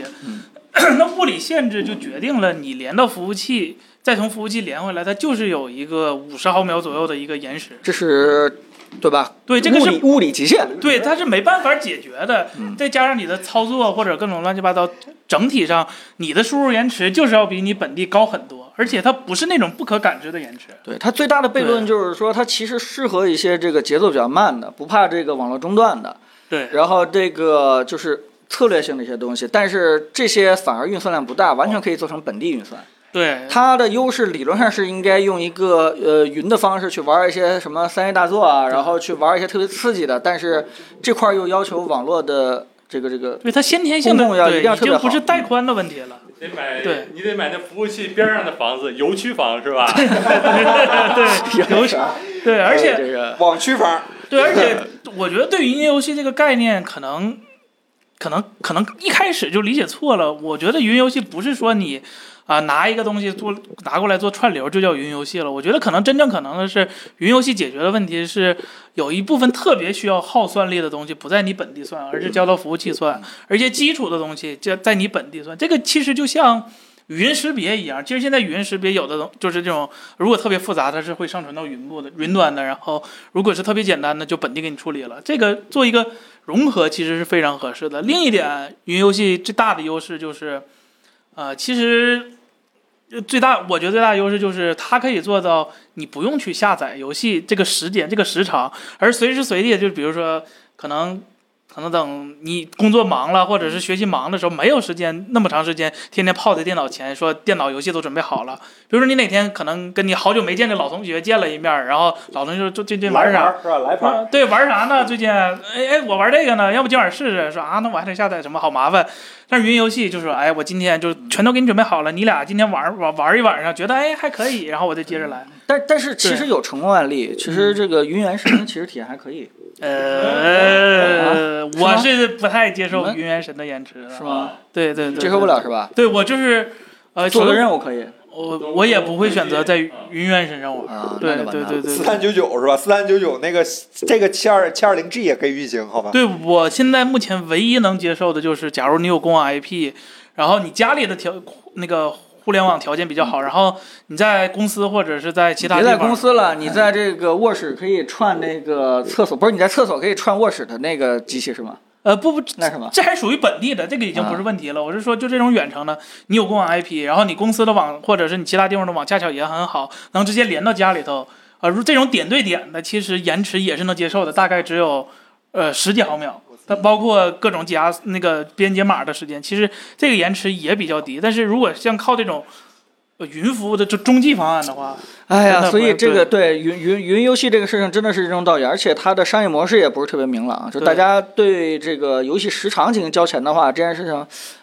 S4: 那物理限制就决定了你连到服务器，再从服务器连回来，它就是有一个五十毫秒左右的一个延时。
S2: 这是对吧？
S4: 对，这个
S2: 物
S4: 是
S2: 理物理极限。
S4: 对，它是没办法解决的。
S2: 嗯
S4: 再加上你的操作或者各种乱七八糟，整体上你的输入延迟就是要比你本地高很多，而且它不是那种不可感知的延迟。
S2: 对它最大的悖论就是说，它其实适合一些这个节奏比较慢的，不怕这个网络中断的，
S4: 对，
S2: 然后这个就是策略性的一些东西，但是这些反而运算量不大，完全可以做成本地运算。
S4: 对，
S2: 它的优势理论上是应该用一个呃云的方式去玩一些什么三 A 大作啊，然后去玩一些特别刺激的，但是这块儿又要求网络的这个这个
S4: 对它先天性的
S2: 公共要
S4: 对
S2: 一定要
S4: 已
S2: 特别
S4: 经不
S2: 好
S4: 是带宽的问题了。
S6: 得买，
S4: 对
S6: 你得买那服务器边上的房子，油区房是吧？
S4: 对，有 对，而且
S2: 这 个
S1: 网区房。
S4: 对，而且我觉得对云游戏这个概念，可能，可能，可能一开始就理解错了。我觉得云游戏不是说你啊、拿一个东西做拿过来做串流就叫云游戏了。我觉得可能真正可能的是，云游戏解决的问题是有一部分特别需要耗算力的东西不在你本地算，而是交到服务器算，而且基础的东西就在你本地算。这个其实就像。语音识别一样，其实现在语音识别有的东就是这种，如果特别复杂，它是会上传到云部的云端的，然后如果是特别简单的，就本地给你处理了。这个做一个融合其实是非常合适的。另一点，云游戏最大的优势就是，呃，其实呃最大我觉得最大的优势就是它可以做到你不用去下载游戏这个时间这个时长，而随时随地就比如说可能。可能等你工作忙了，或者是学习忙的时候，没有时间那么长时间天天泡在电脑前，说电脑游戏都准备好了。比如说你哪天可能跟你好久没见的老同学见了一面儿，然后老同学说：“最近玩啥？”
S1: 儿是吧？来盘儿
S4: 啊，对，玩啥呢？最近，哎哎，我玩这个呢，要不今晚试试？说啊，那我还得下载什么，好麻烦。但是云游戏就是，哎，我今天就全都给你准备好了，你俩今天玩玩玩一晚上，觉得哎还可以，然后我就接着来。
S2: 但但是其实有成功案例，其实这个云原神其实体验还可以，
S4: 呃，
S2: 啊是吗
S4: 我是不太接
S2: 你
S4: 受
S2: 们
S4: 云原神的延迟的，
S2: 是？吗？
S4: 对对对，
S2: 接受不了是吧？
S4: 对。对我就是，呃，
S2: 做
S4: 除
S2: 个
S4: 了
S2: 任务可以
S4: 我我也不会选择在云原神上玩。
S2: 啊，
S4: 对
S2: 那就完
S4: 对
S2: 蛋了
S4: 对对
S1: 四，三九九是吧？四三九九那个这个七二七二零 G 也可以运行，好吧？
S4: 对我现在目前唯一能接受的就是，假如你有公网 IP，然后你家里的条那个互联网条件比较好，然后你在公司或者是在其他
S2: 别
S4: 地
S2: 在
S4: 方，
S2: 公司了，嗯你在这个卧室可以串那个厕所，不是你在厕所可以串卧室的那个机器是吗？
S4: 呃不不，
S2: 那 什么？
S4: 这还属于本地的，这个已经不是问题了。我是说，就这种远程的，你有公网 IP，然后你公司的网或者是你其他地方的网恰巧也很好，能直接连到家里头。啊，如这种点对点的，其实延迟也是能接受的，大概只有呃十几毫秒。它包括各种解压那个编解码的时间，其实这个延迟也比较低。但是如果像靠这种呃云服务的这中继方案的话，
S2: 哎
S4: 真
S2: 呀，
S4: 的
S2: 所以
S4: 不
S2: 这
S4: 是
S2: 个对云云云游戏这个事情真的是任重道远，而且它的商业模式也不是特别明朗，就
S4: 对
S2: 大家对这个游戏时长进行交钱的话，这件事情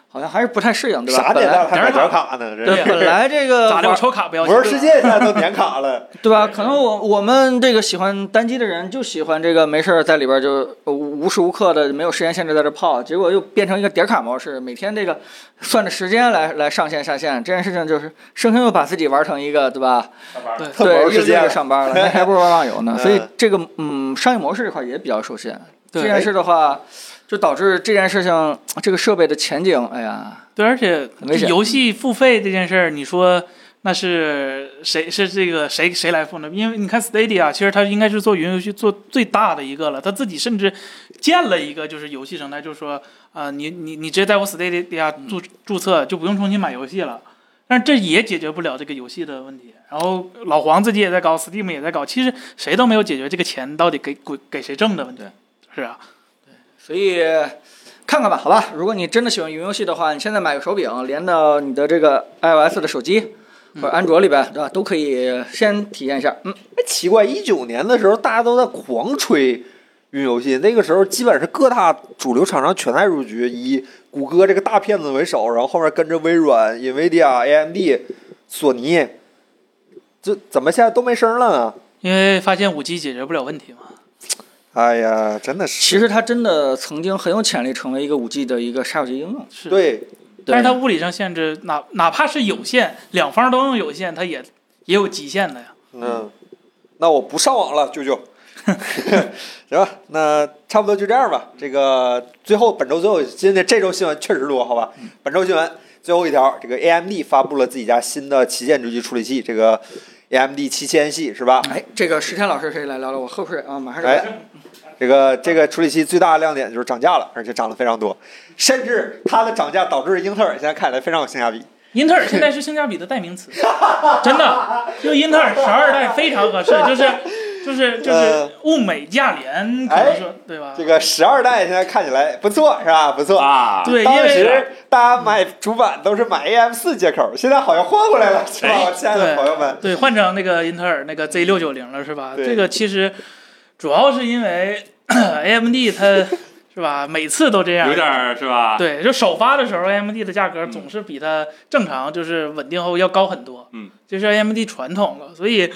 S2: 好像还是不太适应，对吧？
S1: 啥
S2: 本
S1: 年代
S2: 来
S1: 了还买点卡呢？这
S2: 对，
S4: 对
S2: 本来这个
S4: 咋
S2: 呃
S4: 的？我
S2: 玩
S4: 抽 卡不要
S1: 玩
S4: 钱。
S1: 世界现在都年卡了，
S2: 对吧？可能我我们这个喜欢单机的人就喜欢这个没事儿在里边儿就呃无时无刻的没有时间限制在这泡，结果又变成一个点卡模式，每天这个算着时间来来上线下线，这件事情就是生生又把自己玩成一个对吧？对，
S1: 玩
S2: 又
S1: 世界
S2: 又上班了，那还不如玩网游呢。
S1: 嗯
S2: 所以这个嗯，商业模式这块也比较受限。这
S4: 对
S2: 件事的话，就导致这件事情这个设备的前景，哎呀，
S4: 对，而且
S2: 很危险
S4: 游戏付费这件事儿，你说那是谁是这个谁谁来付呢？因为你看 Stadia，其实它应该是做云游戏做最大的一个了，它自己甚至建了一个就是游戏生态，就是说啊、你你你直接在我 Stadia
S2: 嗯
S4: 注注册就不用重新买游戏了。但这也解决不了这个游戏的问题。然后老黄自己也在搞，Steam 也在搞，其实谁都没有解决这个钱到底给给给谁挣的问题。是啊，
S2: 所以看看吧，好吧。如果你真的喜欢云游戏的话，你现在买个手柄，连到你的这个 iOS 的手机
S4: 嗯
S2: 或者安卓里边，对吧？都可以先体验一下。嗯，
S1: 哎，奇怪，一九年的时候大家都在狂吹云游戏，那个时候基本是各大主流厂商全态入局，以谷歌这个大骗子为首，然后后面跟着微软、NVIDIA、AMD、索尼，这怎么现在都没声了呢？
S4: 因为发现五 G 解决不了问题嘛。
S1: 哎呀，真的是，
S2: 其实它真的曾经很有潜力成为一个五 G 的一个杀手级应用。
S4: 是。
S1: 对，
S4: 但是它物理上限制，哪哪怕是有限，两方都用有限，它也也有极限的呀。
S1: 嗯，那我不上网了，舅舅。 行吧，那差不多就这样吧。这个最后本周最后今天这周新闻确实多，好吧？本周新闻最后一条，这个 AMD 发布了自己家新的旗舰主机处理器，这个 AMD 七千系是吧？
S2: 哎，这个石天老师可以来聊聊，我后边啊马上就来。
S1: 哎，这个这个处理器最大的亮点就是涨价了，而且涨了非常多，甚至它的涨价导致英特尔现在看起来非常有性价比。
S4: 英特尔现在是性价比的 代名词，真的，就英特尔十二代非常合适，就是就是就是
S1: 呃哎
S4: 物美价廉，可能说对吧
S1: 这？个十二代现在看起来不错是吧？不错
S6: 啊，
S4: 对，因
S1: 当
S4: 为
S1: 时大家买主板都是买 AM 四接口，现在好像换过来了，是吧，亲爱的朋友们？
S4: 哎对换成那个英特尔那个 Z 六九零了是吧？
S1: 对
S4: 这个其实主要是因为 AMD 它 是吧，每次都这样，
S6: 有点儿是吧？
S4: 对，就首发的时候，AMD 的价格总是比它正常就是稳定后要高很多。
S6: 嗯，
S4: 这是 AMD 传统了，所以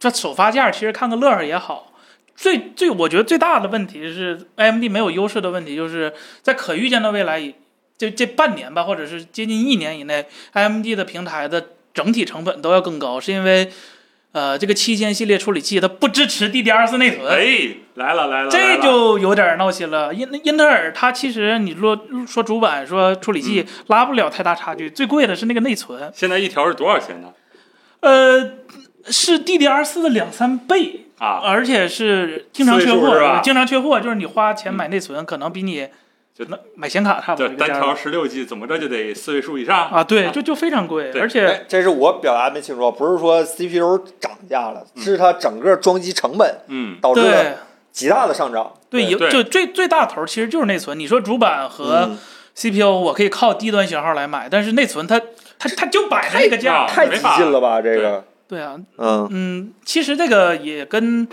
S4: 这首发价其实看个乐呵也好。最最，我觉得最大的问题是 AMD 没有优势的问题，就是在可预见的未来以，这这半年吧，或者是接近一年以内，AMD 的平台的整体成本都要更高，是因为呃这个七千系列处理器它不支持 DDR4 内存。
S6: 哎，来了来了，来
S4: 这
S6: 了
S4: 就有点闹心了。英英特尔它其实你说说主板说处理
S6: 嗯
S4: 器拉不了太大差距，最贵的是那个内存，
S6: 现在一条是多少钱呢？
S4: 呃，是 DDR 4的两三倍，
S6: 啊，
S4: 而且是经常缺
S6: 四位数是啊吧
S4: 货，经常缺货，就是你花钱买内存，可能比你
S6: 就
S4: 可能买显卡差不
S6: 这
S4: 多一个
S6: 单
S4: 价
S6: 条十六 G 怎么着就得四位数以上。
S4: 啊，对，就就非常贵，
S6: 对
S4: 而且
S1: 哎这是我表达没清楚，不是说 CPU 涨价了，
S6: 嗯
S1: 是它整个装机成本
S6: 嗯，
S1: 导致了
S4: 对。
S1: 极大的上涨。
S4: 对，
S1: 对
S4: 有
S6: 对
S4: 就最最大头其实就是内存。你说主板和
S1: 嗯
S4: CPU，我可以靠低端型号来买，但是内存它它它就摆着那个价
S6: 啊。
S1: 太
S6: 没
S1: 激
S6: 法
S1: 进了吧？这个，
S4: 对啊，
S1: 嗯
S4: 嗯，其实这个也跟，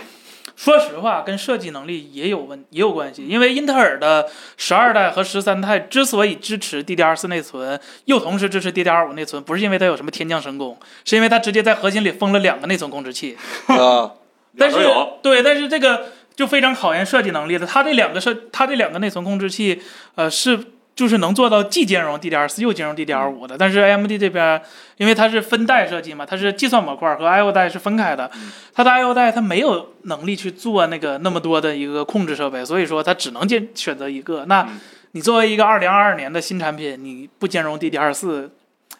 S4: 说实话，跟设计能力也有问也有关系。因为英特尔的十二代和十三代之所以支持 DDR 四内存，又同时支持 DDR 五内存，不是因为它有什么天降神功，是因为它直接在核心里封了两个内存控制器。
S1: 啊，
S4: 但
S6: 两
S4: 是
S6: 都有，
S4: 对，但是这个就非常考验设计能力的。它这两个设，它这两个内存控制器，呃，是就是能做到既兼容 DDR 四又兼容 DDR 五的。
S6: 嗯
S4: 但是 AMD 这边，因为它是分代设计嘛，它是计算模块和 I/O 代是分开的，
S6: 嗯
S4: 它的 I/O 代它没有能力去做那个那么多的一个控制设备，所以说它只能兼选择一个。那
S6: 嗯
S4: 你作为一个二零二二年的新产品，你不兼容 DDR 四，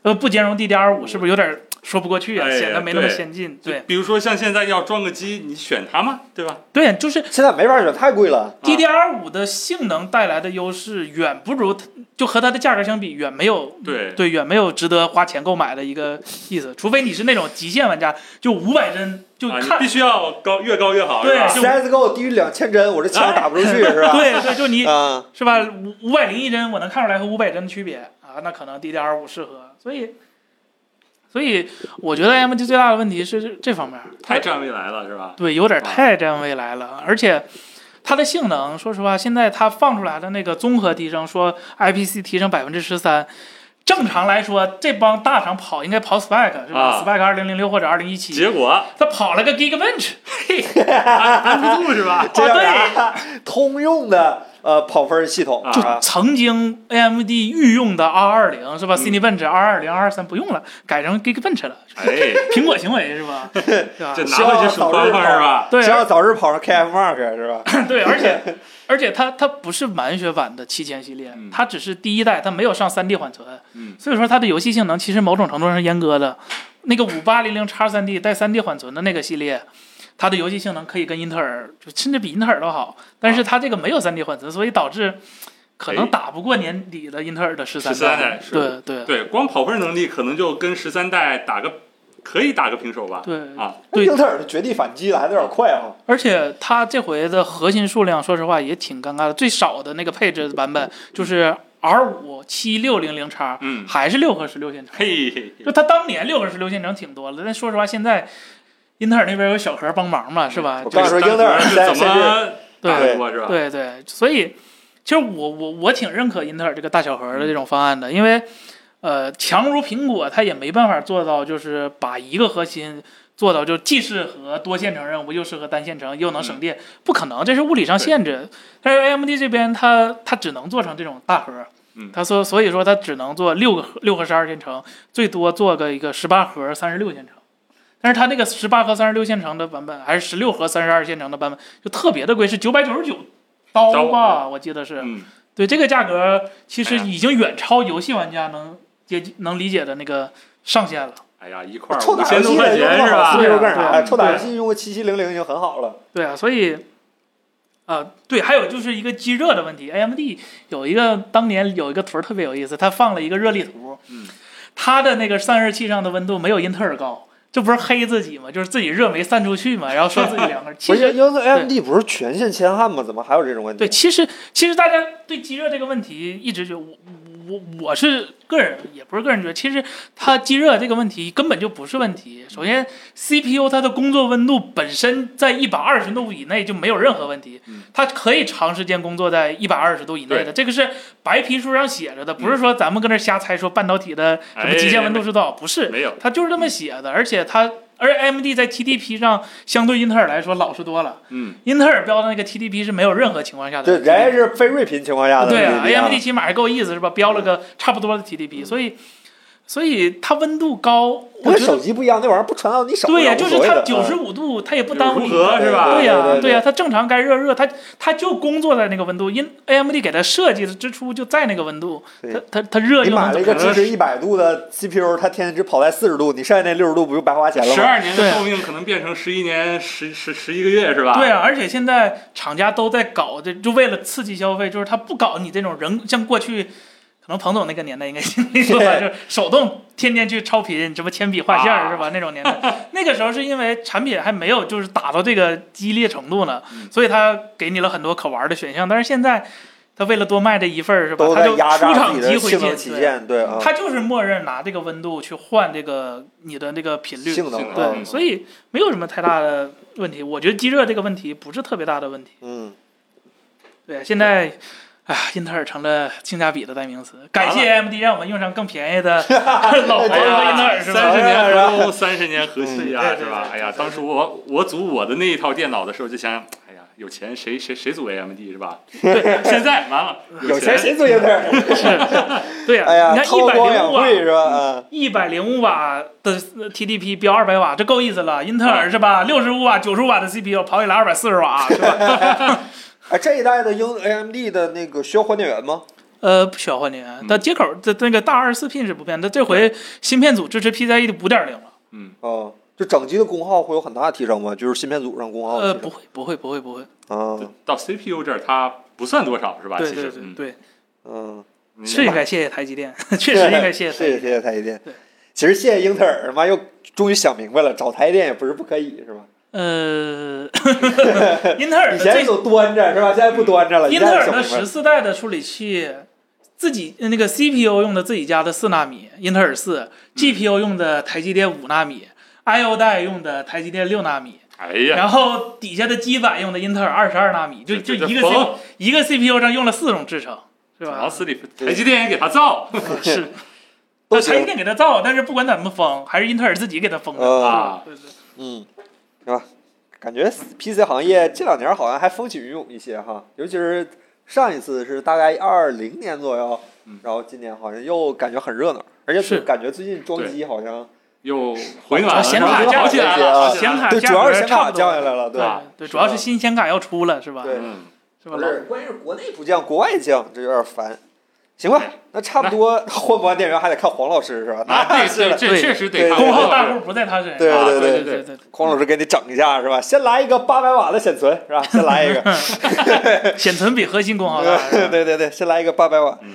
S4: 呃，不兼容 DDR 五，是不是有点儿说不过去啊？
S6: 哎呀
S4: 显得没那么
S6: 对
S4: 先进。对，
S6: 比如说像现在要装个机，你选它吗？对吧？
S4: 对，就是
S1: 现在没法选，太贵了。
S4: DDR 五的性能带来的优势远不如它，就和它的价格相比，远没有
S6: 对
S4: 对远没有值得花钱购买的一个意思。 除非你是那种极限玩家，就五百帧就
S6: 啊，你
S4: 看、
S6: 必须要高，越高越好，
S4: 对
S6: 是吧？
S4: 就
S1: CSGO 低于两千帧，我这枪打不出去是吧？
S4: 哎 对对，就你、
S1: 啊，
S4: 是吧？五五百零一帧我能看出来和五百帧的区别啊，那可能 DDR 五适合。所以，所以我觉得 AMD 最大的问题是这这方面，它
S6: 太占未来了，是吧？
S4: 对，有点
S6: 啊
S4: 太占未来了，而且它的性能，说实话，现在它放出来的那个综合提升，说 IPC 提升百分之十三，正常来说，这帮大厂跑应该跑 Spec 是吧、
S6: 啊
S4: s p e c 二零零六或者二零一七，
S6: 结果
S4: 它跑了个 Geekbench，嘿，
S6: 安不住是吧？
S1: 这叫
S4: 啊
S1: 啥？ 通用的呃跑分系统
S6: 啊
S1: 啊，
S4: 曾经 AMD 御用的 R 二零是吧、
S6: 嗯
S4: Cinebench R 二零 R 二三不用了，改成 Geekbench 了，
S6: 哎，
S4: 苹果行为是 吧？对吧
S6: 这？拿回去数方法是吧？
S4: 对，
S1: 希望早日跑上 KF Mark 是吧？
S4: 对，而 且而且它它不是满血版的七千系列
S6: 嗯，
S4: 它只是第一代，它没有上3 D 缓存，
S6: 嗯
S4: 所以说它的游戏性能其实某种程度上是阉割的。那个五八零零 x 3 D 带3 D 缓存的那个系列，它的游戏性能可以跟英特尔就甚至比英特尔都好，但
S6: 啊
S4: 是它这个没有3 D 缓存，所以导致可能
S6: 哎
S4: 打不过年底的英特尔的十三
S6: 13代是
S4: 对对
S6: 对，啊光跑分能力可能就跟十三代打个可以打个平手吧。
S4: 对
S6: 啊
S4: 对
S1: 英特尔的绝地反击来的有点快啊，
S4: 而且它这回的核心数量，说实话也挺尴尬的。最少的那个配置版本就是 R 五七六零零叉，
S6: 嗯
S4: 还是六核十六线程。
S6: 嘿嘿，嘿
S4: 就它当年六核十六线程挺多了，但说实话，现在英特尔那边有小核帮忙嘛，是吧
S1: 我？
S4: 就
S1: 告诉你说，英特尔
S6: 是
S1: 现
S6: 怎
S1: 现在
S6: 么打
S4: 对
S6: 得过是吧？
S4: 对对，所以其实我我我挺认可英特尔这个大小核的这种方案的，因为呃，强如苹果，它也没办法做到就是把一个核心。做到就既适合多线程任务，又适合单线程，又能
S6: 嗯
S4: 省电，不可能，这是物理上限制。但是 AMD 这边它它只能做成这种大核，
S6: 嗯
S4: 它说所以说它只能做六个核六核十二线程，最多做个一个十八核三十六线程。但是它那个十八核三十六线程的版本，还是十六核三十二线程的版本，就特别的贵，是九百九十九刀吧，我记得是。
S6: 嗯，
S4: 对这个价格，其实
S6: 哎呀
S4: 已经远超游戏玩家能接近能理解的那个上限了。
S6: 哎呀，一块儿
S1: 臭
S6: 五
S1: 打
S6: 千
S1: 游
S6: 多
S1: 戏
S6: 块
S1: 的用
S6: 钱
S1: 那
S6: 是
S1: 么好
S6: 吧
S1: CPU？
S4: 对啊
S1: 干啥呀？
S4: 对啊
S1: 臭打游戏用个七七零零就很好了。
S4: 对啊，所以，呃，对，还有就是一个积热的问题。AMD 有一个当年有一个图儿特别有意思，它放了一个热力图，
S6: 嗯，
S4: 它的那个散热器上的温度没有英特尔高，这不是黑自己吗？就是自己热没散出去嘛，然后说自己凉快。其
S1: 不是
S4: 实
S1: 英特 AMD 不是全线千汉吗？怎么还有这种问题？
S4: 对，其实其实大家对积热这个问题一直觉得我我我是个人也不是个人觉得，其实它积热这个问题根本就不是问题。首先，CPU 它的工作温度本身在一百二十度以内就没有任何问题
S6: 嗯，
S4: 它可以长时间工作在一百二十度以内的，这个是白皮书上写着的，不是说咱们搁那儿瞎猜说半导体的什么极限温度是多少，不是，
S6: 嗯哎没有，
S4: 它就是这么写的，而且它。而 AMD 在 TDP 上相对英特尔来说老实多了，
S6: 嗯，
S4: 英特尔标的那个 TDP 是没有任何情况下
S1: 对，
S4: 的 TDP，
S1: 人家是非睿频情况下的
S4: 对啊
S1: 问题啊
S4: ，AMD 起码还够意思是吧？标了个差不多的 TDP，所以所以它温度高，
S1: 嗯它
S4: 我
S1: 跟
S4: 觉
S1: 手
S4: 得
S1: 机不一样，那玩意儿不传到你手上，
S4: 对呀，
S1: 无
S4: 就
S1: 所
S4: 是
S1: 谓
S4: 它
S1: 的
S4: 九
S1: 嗯
S4: 十
S1: 啊
S4: 五度，它也不
S6: 有
S4: 耽误
S6: 如
S4: 你。
S6: 何是吧？
S4: 对呀、
S1: 对对对
S4: 呀、它正常该热热，它它就工作在那个温度，因 AMD 给它设计的之初就在那个温度，
S1: 对
S4: 它它它热
S1: 你
S4: 又
S1: 买了
S4: 能怎
S1: 一
S4: 么
S1: 个支
S4: 着
S1: 持一百度的 CPU，它天天只跑在四十度，你剩下那六十度不就白花钱了
S6: 十
S1: 吗？
S6: 二年的寿命可能变成十一年、十十十一个月是吧？
S4: 对啊，而且现在厂家都在搞这，就为了刺激消费，就是他不搞你这种人，像过去可能彭总那个年代应该经历过吧，就是手动天天去超频，什么铅笔画线儿
S6: 啊
S4: 是吧？那种 年代，那个时候是因为产品还没有就是打到这个激烈程度呢，
S1: 嗯
S4: 所以他给你了很多可玩的选项。但是现在，他为了多卖这一份儿是吧
S1: 都？
S4: 他
S1: 在
S4: 就
S1: 压
S4: 出
S1: 榨
S4: 厂
S1: 自己
S4: 机
S1: 的
S4: 会
S1: 性
S4: 见
S1: 能
S4: 对
S1: 旗舰，对啊，
S4: 他就是默认拿这个温度去换这个你的那个频率，
S1: 性能
S6: 性能
S1: 啊
S4: 对，所以没有什么太大的问题。我觉得积热这个问题不是特别大的问题。
S1: 嗯，
S4: 对，现在，啊，英特尔成了性价比的代名词。感谢 AMD 让我们用上更便宜的老 牌的英特 尔，是
S6: 三
S4: 吧
S6: 十？
S1: 哎呀
S6: 年河东，三十年河西呀，
S4: 嗯对
S6: 是
S4: 对
S6: 吧？
S4: 对
S6: 哎呀，当初我我组我的那一套电脑的时候，就想想，哎呀，有钱谁谁谁组 AMD 是 吧？对，现在完了，
S1: 有钱谁做英特 尔？
S4: 对呀、
S1: 哎呀
S4: 你，看一
S1: 韬
S4: 百
S1: 光
S4: 零
S1: 养
S4: 五瓦，
S1: 晦是吧？啊，
S4: 一百零五瓦的 TDP 标二百瓦，这够意思了。英特
S1: 嗯
S4: 尔是吧？六十五瓦、九十五瓦的 CPU 跑起来二百四十瓦，是吧？
S1: 哎，这一代的英 AMD 的那个需要换电源吗？
S4: 呃，不需要换电
S1: 嗯
S4: 源，但接口这那个大二十四 pin 是不变的。这回芯片组支持 PCIe 的五点零了。
S1: 啊，就整机的功耗会有很大的提升吗？哦就是芯片组上功耗
S4: 呃，
S1: 的提
S4: 不
S1: 升
S4: 会，不会，不会，不会。
S1: 啊，
S6: 到 CPU 这儿它不算多少是吧？
S4: 对
S6: 其
S4: 对
S6: 实，
S4: 对
S6: 嗯，
S4: 对，
S1: 嗯，
S6: 嗯
S4: 是应该谢谢台积电， 确实应该谢谢台积
S1: 谢
S4: 电。
S1: 谢谢台积电
S4: 对。
S1: 其实谢谢英特尔，妈又终于想明白了，找台积电也不是不可以，是吧？
S4: 呃， 英特尔
S1: 以
S4: 的
S1: 前
S4: 呃这
S1: 总端着是吧？现在不端着了。
S4: 英特尔
S1: 现在
S4: 的十四代的处理器，自己呃那个 CPU 用的自己家的四纳米，英特尔四；GPU 用的台积电五纳米；IO 代用的台积电六纳米，
S6: 哎呀，
S4: 然后底下的基板用的英特尔二十二纳米，就就
S6: 这
S4: 一个
S6: 这
S4: C
S6: 疯
S4: 一个 CPU 上用了四种制程，是
S6: 往
S4: 吧？
S6: 死里台积电也给他造
S4: 是，
S1: 都
S4: 台积
S1: 行，
S4: 电给它造，但是不管怎么封，还是英特尔自己给它封的。
S1: 嗯
S6: 啊！
S4: 对对
S1: 嗯，是吧？感觉 PC 行业这两年好像还风起云涌一些哈，尤其是上一次是大概二零年左右
S6: 嗯，
S1: 然后今年好像又感觉很热闹，而且
S4: 是
S1: 感觉最近装机好像
S6: 又回暖了，
S4: 哦显
S6: 是吧
S4: 卡
S6: 好
S4: 价
S6: 起来
S1: 格
S6: 了，好啊起来
S4: 显
S6: 了
S4: 卡
S1: 对，
S4: 价
S1: 主要
S4: 格
S1: 是显
S4: 差
S1: 卡
S4: 不多
S1: 降下来了，对，
S6: 啊
S4: 对，
S1: 是
S4: 主要
S1: 吧
S4: 是新显卡要出了，是吧？
S1: 对
S6: 嗯，
S4: 是吧？
S1: 不
S4: 老
S1: 是，关键是国内不降，国外降，这有点烦。行吧，那差不 多换不完电源还得看黄老师是吧？
S6: 啊，
S1: 那
S6: 这
S1: 是
S6: 这
S1: 了，
S6: 这确实
S1: 对
S6: 得看
S4: 功
S6: 我
S4: 耗
S6: 这
S4: 大户不在他身上。
S1: 对
S6: 啊
S1: 对
S6: 对
S1: 对
S6: 对
S4: 对对
S1: 黄老师给你整一下是吧？先来一个八百瓦的显存是吧？先来 一个，
S4: 对，显存比核心功耗大。是 吧
S1: 对对对，先来一个八百瓦。
S6: 嗯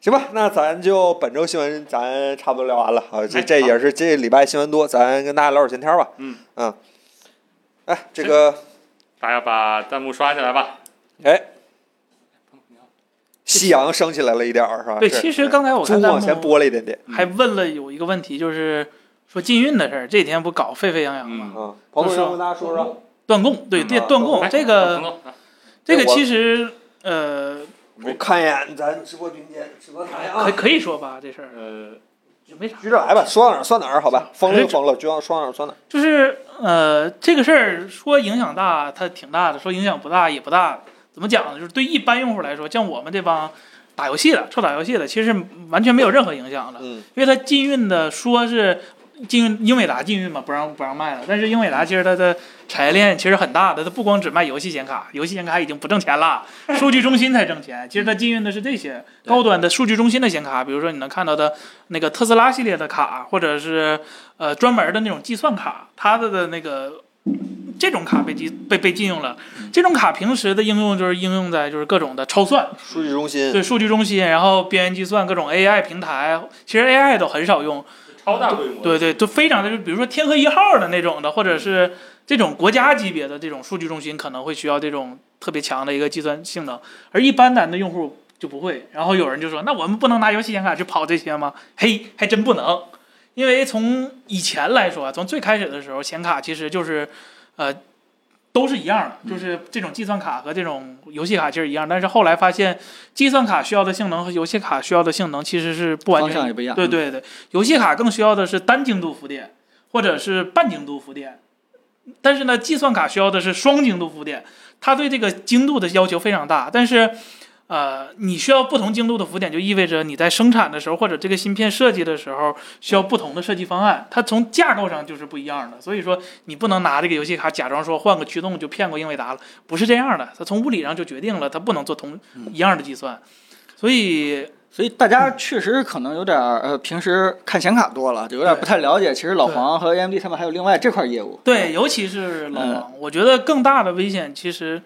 S1: 行吧，那咱就本周新闻咱差不多聊完了啊，
S4: 哎
S1: 这这也是这礼拜新闻多，咱跟大家聊点闲天吧。
S6: 嗯
S1: 嗯，哎，这个
S6: 大家把弹幕刷起来吧。
S1: 哎，夕阳升起来了一点儿是吧？
S4: 对，
S1: 是嗯
S4: 其实刚才我
S1: 中午
S4: 看弹
S1: 往前
S4: 幕
S1: 拨了一点点
S4: 还问了有一个问题，就是说禁运的事儿，这几天不搞沸沸扬扬吗？
S6: 嗯，
S1: 啊。彭总
S4: 就是
S1: 要跟大家说说，
S4: 断供，对，
S6: 嗯
S4: 断
S1: 啊
S4: 断供
S6: 来
S4: 哦这
S6: 彭
S4: 个
S6: 总来
S4: 这个
S1: 我
S4: 其实呃，
S1: 我看一眼咱直播平间直播台啊
S4: 可，可以说吧，这事儿
S6: 呃，
S4: 也没啥。
S1: 举着来吧，说到哪儿算哪儿，好吧，封了就封了，就让说到哪儿算哪儿。
S4: 就是呃，这个事儿说影响大，它挺大的；说影响不大，也不大。怎么讲呢？就是对一般用户来说，像我们这帮打游戏的、臭打游戏的，其实完全没有任何影响的。
S1: 嗯
S4: 因为它禁运的说是禁运英伟达禁运嘛，不让不让卖了。但是英伟达其实它的产业链其实很大的，它不光只卖游戏显卡，游戏显卡已经不挣钱了，数据中心才挣钱。其实它禁运的是这些高端的数据中心的显卡，比如说你能看到的那个特斯拉系列的卡，或者是呃专门的那种计算卡，它的的那个。这种卡被禁被被禁用了，这种卡平时的应用就是应用在就是各种的超算，
S1: 数据中心，
S4: 对数据中心，然后边缘计算各种 AI 平台，其实 AI 都很少用，
S6: 超大规模，
S4: 对对，都非常的，就比如说天河一号的那种的，或者是这种国家级别的这种数据中心，可能会需要这种特别强的一个计算性能，而一般咱的用户就不会。然后有人就说，那我们不能拿游戏显卡去跑这些吗？嘿，还真不能，因为从以前来说啊，从最开始的时候，显卡其实就是，呃。都是一样的，就是这种计算卡和这种游戏卡其实一样，但是后来发现，计算卡需要的性能和游戏卡需要的性能其实是不完
S2: 方
S4: 全
S2: 向也不一样。嗯
S4: 对对对，游戏卡更需要的是单精度浮点或者是半精度浮点，但是呢，计算卡需要的是双精度浮点，它对这个精度的要求非常大。但是，呃，你需要不同精度的浮点，就意味着你在生产的时候或者这个芯片设计的时候需要不同的设计方案，它从架构上就是不一样的。所以说，你不能拿这个游戏卡假装说换个驱动就骗过英伟达了，不是这样的，它从物理上就决定了它不能做同
S2: 嗯
S4: 一样的计算，所以。
S2: 所以大家确实可能有点儿呃，平时看显卡多了，就有点不太了解。其实老黄和 AMD 他们还有另外这块业务。
S4: 对，尤其是老王，我觉得更大的危险其实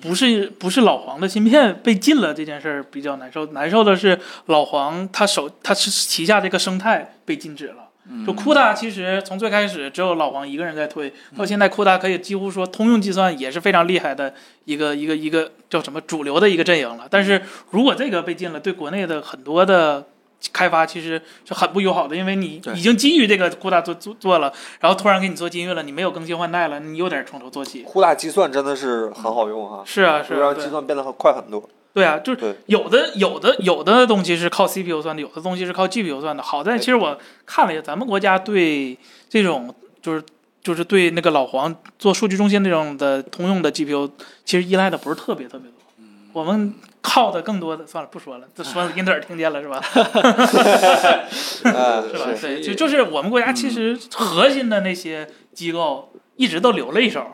S4: 不是不是老黄的芯片被禁了这件事儿比较难受，难受的是老黄他手他是旗下这个生态被禁止了。就酷大其实从最开始只有老黄一个人在推，到现在酷大可以几乎说通用计算也是非常厉害的一个一个一个叫什么主流的一个阵营了。但是如果这个被禁了，对国内的很多的开发其实是很不友好的，因为你
S7: 对
S4: 已经基于这个酷大做做做了，然后突然给你做禁运了，你没有更新换代了，你又得从头做起。
S1: 酷大计算真的是很好用哈，
S4: 是啊，是
S1: 会
S4: 啊，
S1: 让
S4: 对
S1: 计算变得很快很多。
S4: 对啊，就
S1: 对
S4: 是有的有的有的东西是靠 CPU 算的，有的东西是靠 GPU 算的。好在其实我看了一下，咱们国家对这种就是就是对那个老黄做数据中心那种的通用的 GPU，其实依赖的不是特别特别多。我们靠的更多的算了，不说了，这说了英特尔听见了是吧？
S1: 呃，
S4: 是吧？
S7: 是
S4: 对，
S7: 是
S4: 就就是我们国家其实核心的那些机构一直都留了一手，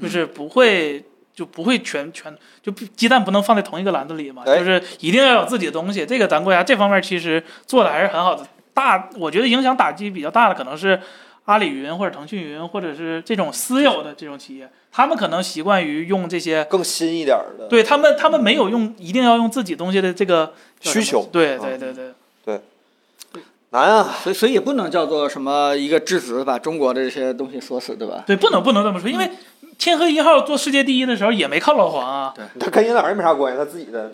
S4: 就是不会就不会全全就不鸡蛋不能放在同一个篮子里嘛，
S1: 哎
S4: 就是一定要有自己的东西。这个咱国家这方面其实做的还是很好的。大，我觉得影响打击比较大的可能是阿里云或者腾讯云或者是这种私有的这种企业，他们可能习惯于用这些，
S1: 更新一点儿的。
S4: 对他们他们没有用一定要用自己东西的这个叫什么
S1: 需求
S4: 对
S1: 嗯
S4: 对对对，
S1: 难啊，
S2: 所以所以也不能叫做什么一个质子把中国的这些东西锁死，对吧？
S4: 对，不能不能这么说，因为天河一号做世界第一的时候也没靠老黄啊，
S1: 他跟英特尔也没啥关系，他自己的，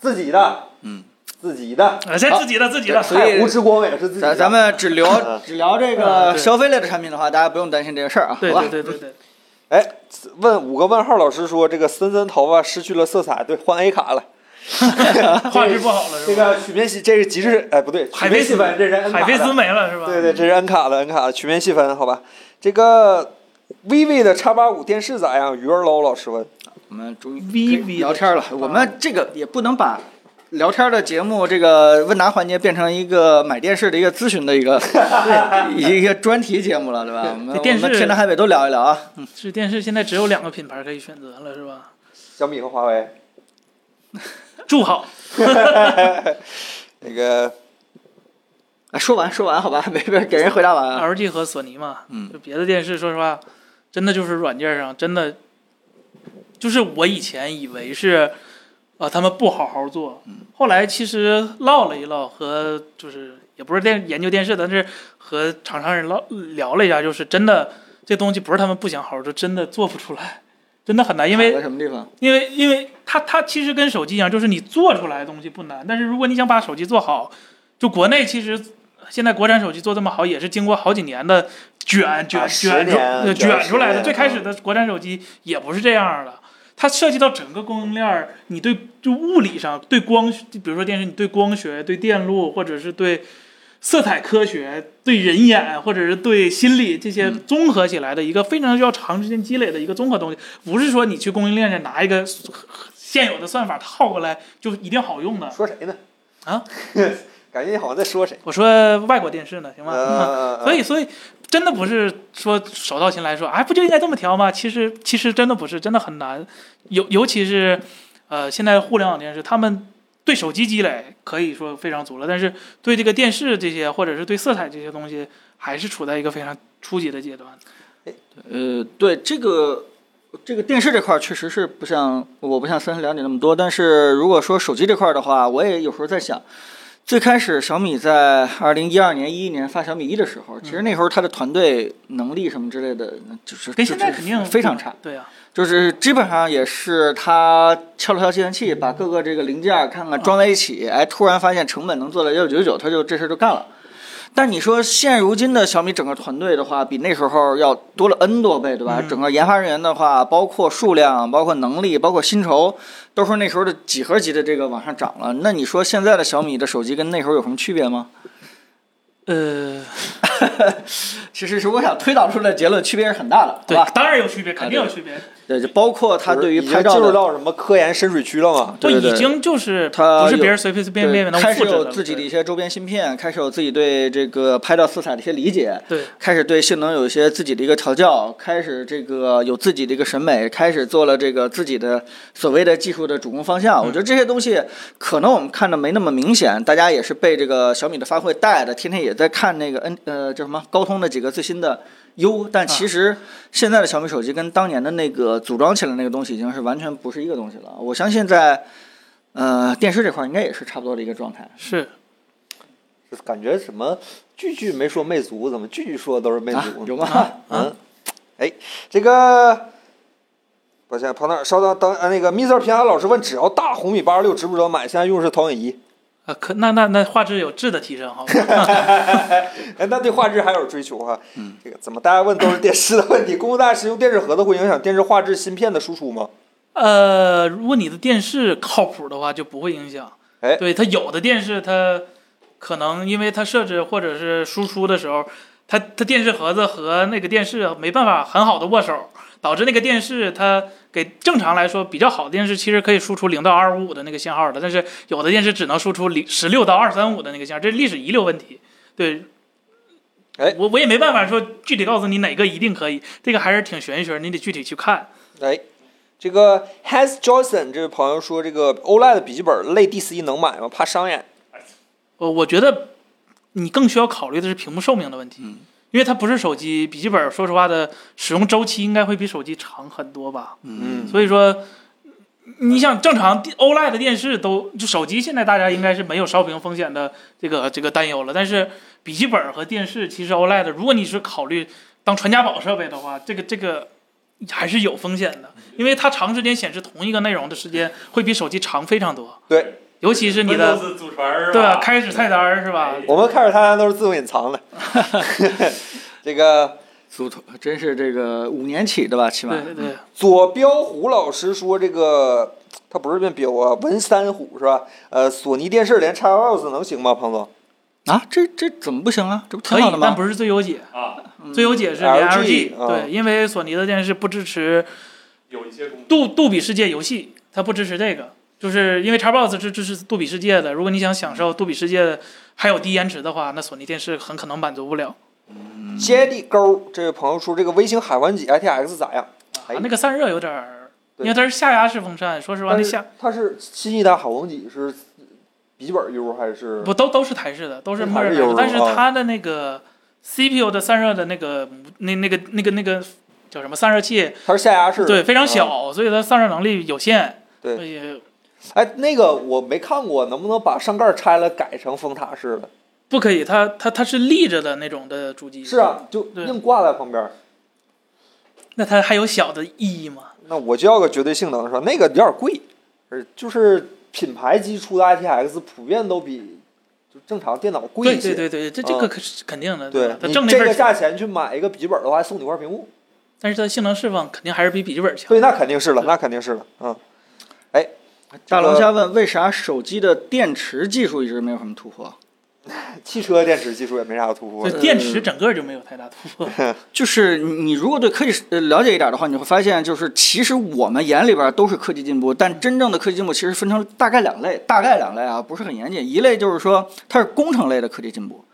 S1: 自己的，
S7: 嗯，
S1: 自己的，
S4: 呃，现在自己的自己的，
S2: 所以
S1: 太无之光也是自己的。
S2: 咱咱们只聊
S1: 嗯
S2: 只聊这
S4: 嗯
S2: 个
S4: 对
S2: 消费类的产品的话，大家不用担心这个事儿啊，
S4: 对
S2: 好吧
S4: 对？对对对，
S1: 哎问五个问号老师说，这个森森头发失去了色彩，对，换 A 卡了。
S4: 画质不好了
S1: 这
S4: 是吧？
S1: 个曲面细，这是极致，哎，不对，
S4: 海飞
S1: 曲
S4: 丝
S1: 面细分，这是 N 卡
S4: 海
S1: 的
S4: 飞丝没了是吧？
S1: 对对，这是 N 卡的 N 卡的曲面细分，好吧。这个 vivo 的 x 八五电视咋样？鱼儿捞老师问。
S2: 我们终于
S4: VV
S2: 可以聊天了
S4: 的，
S2: 我们这个也不能把。聊天的节目，这个问答环节变成一个买电视的一个咨询的一个 一个专题节目了，对吧？我们
S4: 这电视
S2: 我们天南海北都聊一聊啊。
S4: 嗯是电视现在只有两个品牌可以选择了是吧？
S1: 小米和华为。
S4: 祝好，
S1: 那个
S2: 啊，说完说完，好吧，没没给人回答完啊。
S4: LG 和索尼嘛，
S7: 嗯
S4: 就别的电视，说实话，真的就是软件上真的，就是我以前以为是，呃，他们不好好做，后来其实唠了一唠，和就是也不是电研究电视，但是和厂商人唠聊了一下，就是真的这东西不是他们不想好好做，真的做不出来，真的很难，因为
S2: 卡在什么地方？
S4: 因为因为它它其实跟手机一样，就是你做出来的东西不难，但是如果你想把手机做好，就国内其实现在国产手机做这么好，也是经过好几年的卷卷、
S1: 啊十
S4: 卷出
S1: 年
S4: 呃
S1: 卷
S4: 卷
S1: 十
S4: 出来的。
S1: 年啊
S4: 最开始的国产手机也不是这样的。它涉及到整个供应链儿，你对就物理上对光学，比如说电视，你对光学、对电路，或者是对色彩科学、对人眼，或者是对心理这些综合起来的一个非常需要长时间积累的一个综合东西，不是说你去供应链上拿一个现有的算法套过来就一定好用的。
S1: 说谁呢？
S4: 啊？
S1: 感觉你好像在说谁。
S4: 我说外国电视呢，行吗？
S1: 呃，
S2: 嗯
S4: 所以，所以真的不是说手到擒来说，哎，不就应该这么调吗？其实，其实真的不是，真的很难。尤尤其是，呃，现在互联网电视，他们对手机积累可以说非常足了，但是对这个电视这些，或者是对色彩这些东西，还是处在一个非常初级的阶段。
S2: 呃，对这个这个电视这块儿确实是不像我不像三十了解那么多，但是如果说手机这块儿的话，我也有时候在想，最开始小米在二零一二年一一年发小米一的时候，其
S4: 嗯
S2: 实那时候它的团队能力什么之类的，就是
S4: 跟现在
S2: 就是
S4: 肯定
S2: 非常差。。
S4: 对啊，
S2: 就是基本上也是他敲了敲计算器，把各个这个零件儿看看装在一起，哎，突然发现成本能做到幺九九九，他就这事儿就干了。但你说现如今的小米整个团队的话，比那时候要多了 N 多倍，对吧？
S4: 嗯
S2: 整个研发人员的话，包括数量、包括能力、包括薪酬，都是那时候的几何级的这个往上涨了。那你说现在的小米的手机跟那时候有什么区别吗？
S4: 呃，
S2: 其实是我想推导出的结论，区别是很大的，
S4: 对
S2: 好吧？，呃
S4: 当然有区别，肯定有区别。
S2: 对，就包括它对于
S1: 已经
S2: 拍照
S1: 进入
S2: 的
S1: 到什么科研深水区了吗？
S4: 都
S2: 对对
S4: 已经就是
S2: 它
S4: 不是
S2: 有
S4: 别人随随便便
S2: 对，
S4: 能
S2: 开始
S4: 复制
S2: 有
S4: 的
S2: 自己的一
S4: 了。
S2: 些周边芯片，开始有自己对这个拍照色彩的一些理解，
S4: 对，
S2: 开始对性能有一些自己的一个调教，开始这个有自己的一个审美，开始做了这个自己的所谓的技术的主攻方向。我
S4: 嗯
S2: 觉得这些东西可能我们看的没那么明显，大家也是被这个小米的发挥带的，天天也在看那个 N 呃叫什么高通的几个最新的。优，但
S4: 啊
S2: 其实现在的小米手机跟当年的那个组装起来那个东西已经是完全不是一个东西了。我相信在呃电视这块儿应该也是差不多的一个状态。
S4: 是
S1: 感觉什么句句没说魅族，怎么句句说的都是魅族呢？
S2: 啊有吗？
S1: 嗯，哎，这个，抱歉，庞大，稍等，等呃那个 Mr. 平安老师问，只要大红米八十六值不值得买？现在用的是投影仪，
S4: 啊，可那那那画质有质的提升，好吧？
S1: 哎，那对画质还有追求哈。嗯，这个怎么大家问都是电视的问题？公布大家使用电视盒子会影响电视画质芯片的输出吗？
S4: 呃，如果你的电视靠谱的话，就不会影响。
S1: 哎
S4: 对它有的电视它可能因为它设置或者是输出的时候，它它电视盒子和那个电视没办法很好的握手，导致那个电视它给正常来说比较好的电视其实可以输出零到二五五的那个信号的，但是有的电视只能输出零十六到二三五的那个信号，这是历史遗留问题。对。
S1: 哎
S4: 我我也没办法说具体告诉你哪个一定可以，这个还是挺玄学，你得具体去看。
S1: 哎，这个 Has Johnson 这位朋友说，这个 OLED 的笔记本类 D 四一能买吗？怕伤眼。
S4: 我我觉得你更需要考虑的是屏幕寿命的问题，
S1: 嗯
S4: 因为它不是手机，笔记本说实话的使用周期应该会比手机长很多吧。
S1: 嗯，
S4: 所以说，你想正常 OLED 的电视都就手机现在大家应该是没有烧屏风险的这个这个担忧了，但是笔记本和电视其实 OLED 如果你是考虑当传家宝设备的话，这个这个。还是有风险的，因为它长时间显示同一个内容的时间会比手机长非常多。
S1: 对，
S4: 尤其是你的
S6: 祖传儿
S4: 对吧？开始菜单儿是吧？
S1: 我们开始谈谈都是自动隐藏的。 这个
S2: 组团真是这个五年起对吧？起码
S4: 对对，
S1: 左彪虎老师说这个。他不是变彪啊，文三虎是吧？呃，索尼电视连 Xbox 能行吗，彭总
S2: 啊，这这怎么不行啊？这不
S4: 可
S2: 挺
S4: 以
S2: 好的，
S4: 但
S2: 吗？
S4: 不是最优解。
S6: 啊，
S4: 最优解是连
S1: LG
S4: LG，
S1: 啊
S4: 对，因为索尼的电视不支持
S6: 有一些功能。
S4: 杜杜比世界游戏，它不支持这个，就是因为 Xbox 是支持杜比世界的。如果你想享受杜比世界还有低延迟的话，那索尼电视很可能满足不了。啊嗯
S1: ？Jelly 勾这位朋友说这个微型海环几 ITX 咋样？哎
S4: 啊，那个散热有点儿，
S1: 对
S4: 因为它是下压式风扇，说实话，那
S1: 但
S4: 下
S1: 是它是新一代海王几是笔记本 U 还是
S4: 不都都是台式的，都是
S1: 都是
S4: 默认
S1: 台
S4: 来
S1: 式
S4: 的，但是
S1: 有啊
S4: 它的那个 CPU 的散热的那个那那个那个那个叫什么散热器，
S1: 它是下压式的？
S4: 对，非常
S1: 嗯
S4: 小，所以它散热能力有限。
S1: 对
S4: 所以
S1: 哎，那个我没看过，能不能把上盖拆了改成风塔式的？
S4: 不可以，它它它是立着的那种的主机。
S1: 是，啊，就
S4: 对
S1: 硬挂在旁边儿。
S4: 那它还有小的意义吗？
S1: 那我就要个绝对性能是吧？那个有点贵，而就是品牌机出的 ITX 普遍都比就正常电脑贵
S4: 对
S1: 一些。
S4: 对对对，这这个可是肯定的，
S1: 对
S4: 吧它
S1: 你
S4: 挣那
S1: 这
S4: 份
S1: 个
S4: 钱，
S1: 价钱去买一个笔记本的话，还送你块屏幕。
S4: 但是它的性能释放肯定还是比笔记本强。
S1: 对，那肯定是了，那肯定是了。嗯，哎，
S2: 大龙
S1: 这
S2: 虾
S1: 个
S2: 问为啥手机的电池技术一直没有什么突破？
S1: 汽车电池技术也没啥突破
S4: 所。以电池整个就没有太大突破。
S2: 就是你你如果对科技呃了解一点的话，你会发现，就是其实我们眼里边都是科技进步，但真正的科技进步其实分成大概两类，大概两类啊，不是很严谨。一类就是说它是工程类的科技进步，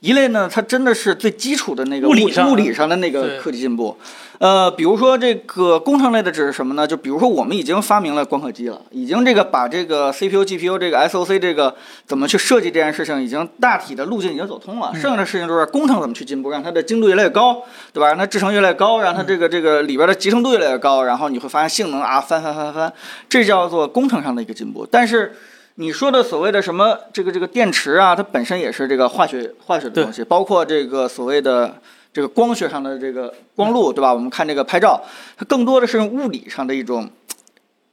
S2: 一类呢，它真的是最基础的那个
S4: 物理上的
S2: 物理上的那个
S4: 对
S2: 科技进步。呃，比如说这个工程类的指的是什么呢？就比如说我们已经发明了光刻机了，已经这个把这个 CPU、GPU 这个 SOC 这个怎么去设计这件事情，已经大体的路径已经走通了。
S4: 嗯
S2: 剩下的事情就是工程怎么去进步，让它的精度越来越高，对吧？让它制程越来越高，让它这个这个里边的集成度越来越高，然后你会发现性能啊翻翻翻翻，这叫做工程上的一个进步。但是你说的所谓的什么这个这个电池啊，它本身也是这个化学化学的
S4: 对
S2: 东西，包括这个所谓的这个光学上的这个光路，对吧？我们看这个拍照，它更多的是用物理上的一种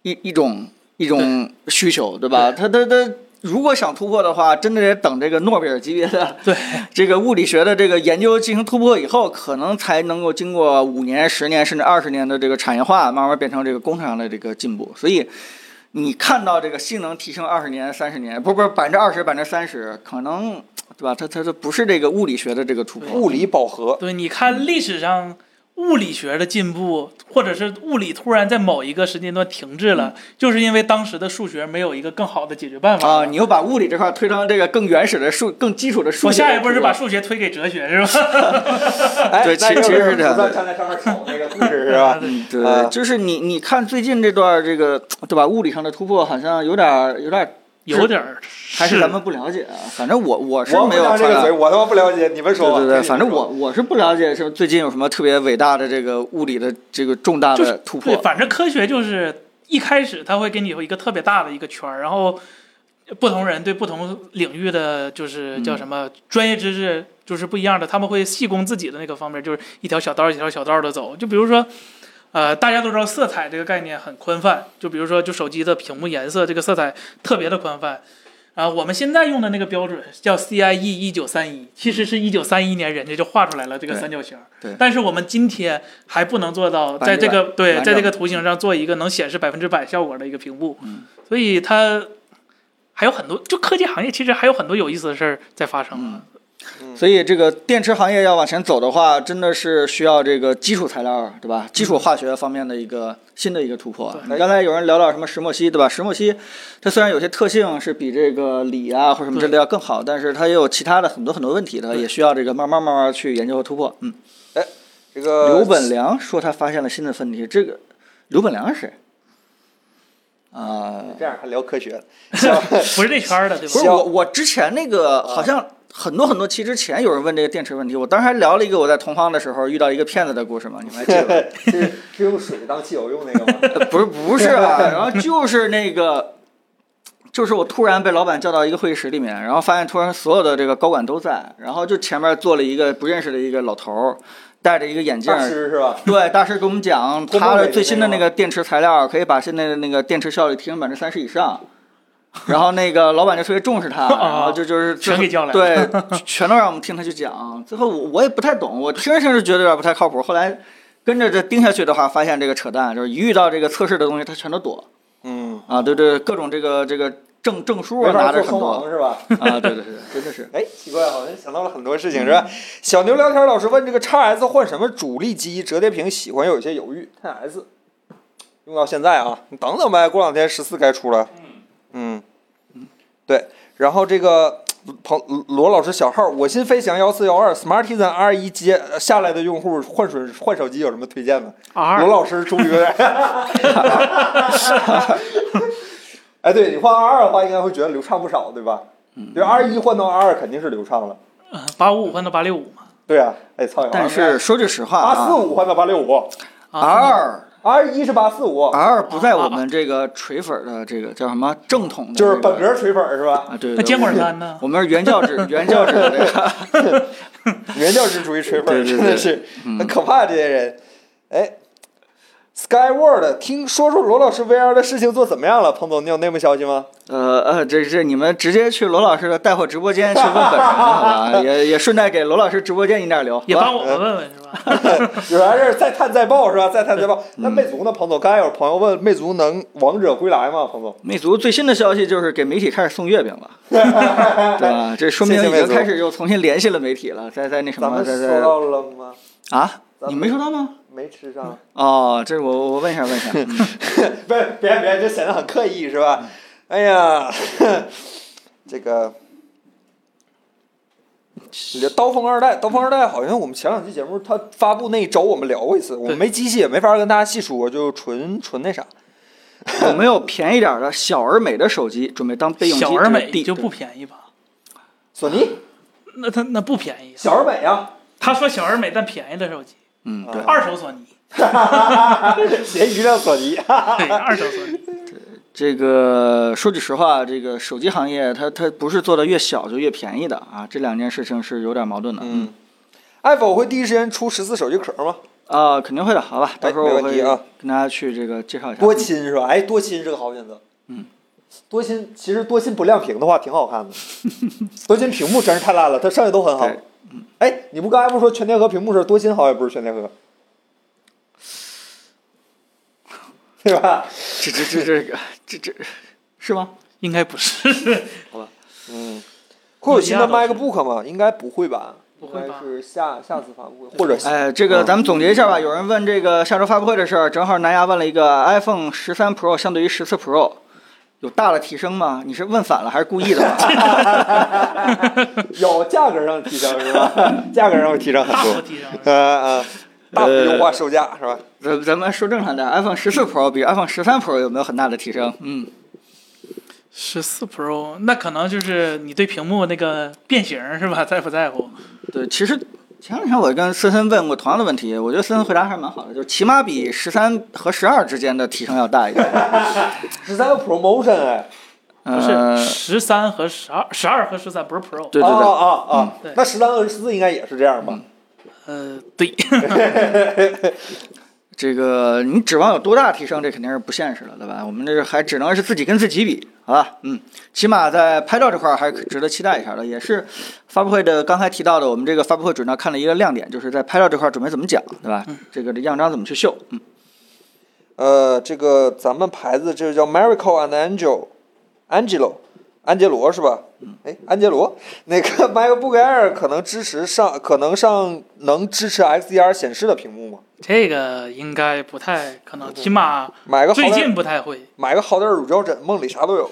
S2: 一一种一种需求，对吧？它它它。如果想突破的话，真的得等这个诺贝尔级别 的
S4: 对
S2: 这个物理学的这个研究进行突破以后，可能才能够经过五年、十年甚至二十年的这个产业化，慢慢变成这个工程上的这个进步。所以，你看到这个性能提升二十年、三十年，不不是百分之二十、百分之三十，可能对吧？它它它不是这个物理学的这个突破。
S1: 物理饱和，
S4: 对，你看历史上物理学的进步，或者是物理突然在某一个时间段停滞了，就是因为当时的数学没有一个更好的解决办 法
S2: 啊，你又把物理这块推成这个更原始的数、更基础的数
S4: 我
S2: 学的突破。
S4: 下一步是把数学推给哲学，是吧？
S1: 哎，
S2: 对
S1: 那
S2: 其其实是
S1: 不
S2: 这样
S1: 算
S2: 的
S1: 站在上面炒那个故事是吧？
S2: 嗯对，
S1: 啊
S2: 就是你你看最近这段这个对吧？物理上的突破好像有点儿有点儿
S4: 有点儿是，
S2: 还是咱们不了解啊。反正我我是
S1: 我
S2: 没有
S1: 不知道这
S2: 传
S1: 个
S2: 达
S1: 嘴，我他妈不了解，你们说吧。
S2: 对对
S1: 听
S2: 对，
S1: 你
S2: 反正
S1: 说
S2: 我我是不了解，是最近有什么特别伟大的这个物理的这个重大
S4: 就是
S2: 的突破
S4: 对，？反正科学就是一开始它会给你有一个特别大的一个圈儿，然后不同人对不同领域的
S2: 嗯
S4: 就是叫什么专业知识就是不一样的，他们会细攻自己的那个方面，就是一条小道儿一条小道儿的走。就比如说，呃，大家都知道色彩这个概念很宽泛，就比如说就手机的屏幕颜色这个色彩特别的宽泛。啊，我们现在用的那个标准叫 CIE 一九三一，其实是一九三一年人家就画出来了这个
S2: 对
S4: 三角形儿。
S2: 对
S4: 但是我们今天还不能做到
S2: 百
S4: 在
S2: 分之
S4: 这
S2: 百
S4: 个对
S2: 完
S4: 在这
S2: 整
S4: 个图形上做一个能显示百分之百效果的一个屏幕。
S2: 嗯
S4: 所以它还有很多，就科技行业其实还有很多有意思的事儿在发生
S2: 嗯
S4: 啊。
S2: 所以这个电池行业要往前走的话，真的是需要这个基础材料，对吧？基础化学方面的一个新的一个突破。
S4: 对
S2: 刚才有人聊到什么石墨烯，对吧？石墨烯它虽然有些特性是比这个锂啊或什么之类的要更好，但是它也有其他的很多很多问题的，也需要这个慢慢慢慢去研究和突破。嗯，
S1: 这个
S2: 刘本良说他发现了新的问题，这个刘本良是谁？啊、
S1: 这样还聊科 学，
S4: 不是这圈儿的，对
S2: 不
S4: 吧？
S2: 是我，我之前那个好像很多很多期之前有人问这个电池问题，我当时还聊了一个我在同方的时候遇到一个骗子的故事嘛， 你们还记得吧？
S1: 是是用水当汽油用那 个吗？
S2: 呃不是不是啊，然后就是那个。就是我突然被老板叫到一个会议室里面，然后发现突然所有的这个高管都在，然后就前面坐了一个不认识的一个老头儿，戴着一个眼镜儿，
S1: 大师是吧？
S2: 对，大师给我们讲
S1: 郭
S2: 他
S1: 沫
S2: 的
S1: 若
S2: 最
S1: 也
S2: 新
S1: 那
S2: 的
S1: 样
S2: 那个电池材料，可以把现在的那个电池效率提升百分之三十以上。然后那个老板就特别重视他，然后就就是最
S4: 全
S2: 后
S4: 给叫来
S2: 对，全全都让我们听他去讲。最后我我也不太懂，我听着听着觉得有点不太靠谱。后来跟着这盯下去的话，发现这个扯淡，就是一遇到这个测试的东西，他全都躲
S1: 嗯，
S2: 啊，对对，各种这个这个证证书
S1: 没
S2: 啊拿
S1: 法
S2: 着
S1: 做
S2: 很
S1: 双
S2: 多
S1: 盲是吧？
S2: 啊，对对对，真的是
S1: 哎，奇怪，好像想到了很多事情，是吧？小牛聊天老师问这个 x S 换什么主力机？折叠屏喜欢又有些犹豫，x S 用到现在啊，你等等呗，过两天十四该出了。嗯，对。然后这个彭罗老师小号，我心飞翔幺四幺二 Smartisan R 一接呃下来的用户换水换手机有什么推荐吗？罗
S4: R
S1: 老师终于有点，哎，对你换 R 的话，应该会觉得流畅不少，对吧？
S2: 嗯
S1: 对 R 一换到 R 肯定是流畅了。
S4: 嗯八五五换到八六五嘛，
S1: 对啊，哎，操！好像
S2: 但是说句实话
S1: 八四
S2: 啊
S1: 五换到八六五
S2: ，R
S1: ，R 一是八四五，
S2: R 不在
S4: 啊
S2: 我们这个锤粉儿的这个叫什么正统的这
S1: 就
S2: 个、
S1: 是本格锤粉儿是吧？
S2: 啊，对
S4: 那
S2: 对，
S4: 坚果
S2: 我们
S4: 三呢？
S2: 我们是原教旨，原教旨的这个。
S1: 原教旨主义锤粉儿
S2: 对对嗯
S1: 真
S2: 对
S1: 的是很可怕，这些人。哎，Skyward，听说说罗老师 VR 的事情做怎么样了？彭总，你有内幕消息吗？
S2: 呃呃，这这你们直接去罗老师的带货直播间去问本人好吧？也也顺带给罗老师直播间引点流。
S4: 也
S2: 好吧
S4: 帮我们问问是吧？
S1: 有啥事儿再探再报是吧？再探再报。那魅族呢，彭总？刚才有朋友问魅族能王者归来吗？彭总，
S2: 魅族最新的消息就是给媒体开始送月饼了，对吧？这说明
S1: 哎谢谢
S2: 已
S1: 魅
S2: 经
S1: 族
S2: 开始又重新联系了媒体了，在在那什
S1: 咱
S2: 么，
S1: 们
S2: 在
S1: 收
S2: 在
S1: 到了吗？
S2: 啊，
S1: 咱们
S2: 你没收到吗？
S1: 没吃上。
S2: 哦，这我我问一下问一下，嗯
S1: 别别别，这显得很刻意是吧？哎呀， 这个，你这刀锋二代，刀锋二代好像我们前两期节目它发布那一周我们聊过一次，我们没机器也没法跟大家细说，就纯纯那啥。
S2: 有没有便宜点儿的小而美的手机准备当备用机？
S4: 小而
S2: 这是
S4: 美
S2: D，
S4: 就
S2: 对
S4: 不便宜吧？
S1: 索尼
S4: 那它那不便宜。
S1: 小而美啊，
S4: 他说小而美但便宜的手机，
S2: 嗯对。
S4: 二手索尼，
S1: 咸鱼上索尼，
S4: 对，二手索尼。
S2: 这个说句实话，这个手机行业它它不是做的越小就越便宜的啊，这两件事情是有点矛盾的。
S1: 嗯。，Apple 会第一时间出十四手机壳吗？
S2: 啊、肯定会的，好吧，到时候
S1: 没
S2: 我
S1: 问
S2: 会
S1: 题啊
S2: 跟大家去这个介绍一下。
S1: 多亲是吧？哎，多亲是个好选择。嗯，多亲其实多亲不亮屏的话挺好 看的，多亲屏幕真是太烂了，它剩下都很好
S2: 对。
S1: 哎，你不刚才不说全天河屏幕是多亲好，也不是全天 河，对吧？
S2: 这这这这个这这是吗？
S4: 应该不是，
S1: 嗯，会有新的
S4: 有一样的
S1: MacBook 吗？应该不会吧？
S4: 不会吧
S1: 应该是下下次发布会，或者
S2: 哎，这
S1: 嗯
S2: 个咱们总结一下吧。有人问这个下周发布会的事儿，正好南牙问了一个 iPhone 十三 Pro 相对于十四 Pro 有大的提升吗？你是问反了还是故意的吧？
S1: 有价格上的提升是 吧？价格上会提升
S4: 大
S1: 很
S4: 幅
S1: 多。
S4: 提升。
S1: 呃呃，大幅优化售价是吧？
S2: 咱咱们说正常点，iPhone 十四 Pro 比 iPhone 十三 Pro 有没有很大的提升？嗯，
S4: 十四 Pro 那可能就是你对屏幕那个变形儿是吧，在不在乎？
S2: 对，其实前两天我跟森森问过同样的问题，我觉得森森回答还是蛮好的，就是起码比十三和十二之间的提升要大一 点。
S1: 十三 promotion 哎，
S4: 不
S2: 呃
S4: 是十三和十二，十二和十三不是 Pro。
S2: 对对
S1: 啊
S2: 对，
S1: 啊啊
S4: 嗯对！
S1: 那十三和十四应该也是这样吧？
S4: 呃，对，
S2: 这个你指望有多大提升，这肯定是不现实的，对吧？我们这还只能是自己跟自己比，好吧？嗯，起码在拍照这块儿还值得期待一下的，也是发布会的刚才提到的，我们这个发布会主要看了一个亮点，就是在拍照这块儿准备怎么讲，对吧？这个这样张怎么去秀，嗯，
S1: 呃，这个咱们牌子这个叫 Miracle and Angel Angelo 安杰罗是吧？哎，安杰罗，那个 MacBook Air 可能支持上，可能上能支持 XDR 显示的屏幕吗？
S4: 这个应该不太可能，起码
S1: 买个好
S4: 最
S1: 点
S4: 近不太会。
S1: 买个好点乳胶枕，梦里啥都有，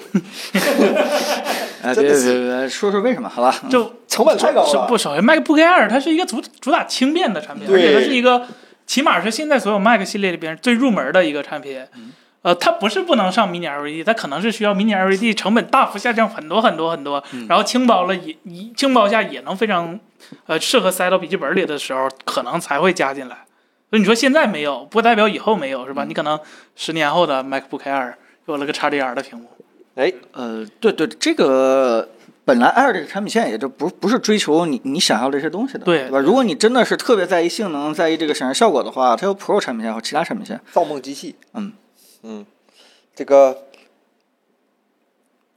S2: 哎，
S1: 真的
S2: 别别
S1: 是
S2: 别，说说为什么，好吧？嗯
S4: 就
S1: 成本太高
S4: 是
S1: 了。
S4: 不首先 MacBook Air 它是一个主主打轻便的产品，
S1: 对
S4: 而且它是一个起码是现在所有 Mac 系列里边最入门的一个产品。
S1: 嗯
S4: 呃，它不是不能上 Mini E LED，它可能是需要 Mini LED E 成本大幅下降很多很多很多，
S1: 嗯
S4: 然后轻薄了也一轻薄下也能非常呃适合塞到笔记本里的时候，可能才会加进来。所以你说现在没有，不代表以后没有，是吧？
S1: 嗯
S4: 你可能十年后的 MacBook Air 有了个 XDR 的屏幕，
S1: 哎，
S2: 呃，对对，这个本来 Air 这个产品线也就不不是追求你你想要这些东西的，
S4: 对
S2: 吧？如果你真的是特别在意性能、在意这个显示效果的话，它有 Pro 产品线和其他产品线。
S1: 造梦机器。
S2: 嗯
S1: 嗯，这个，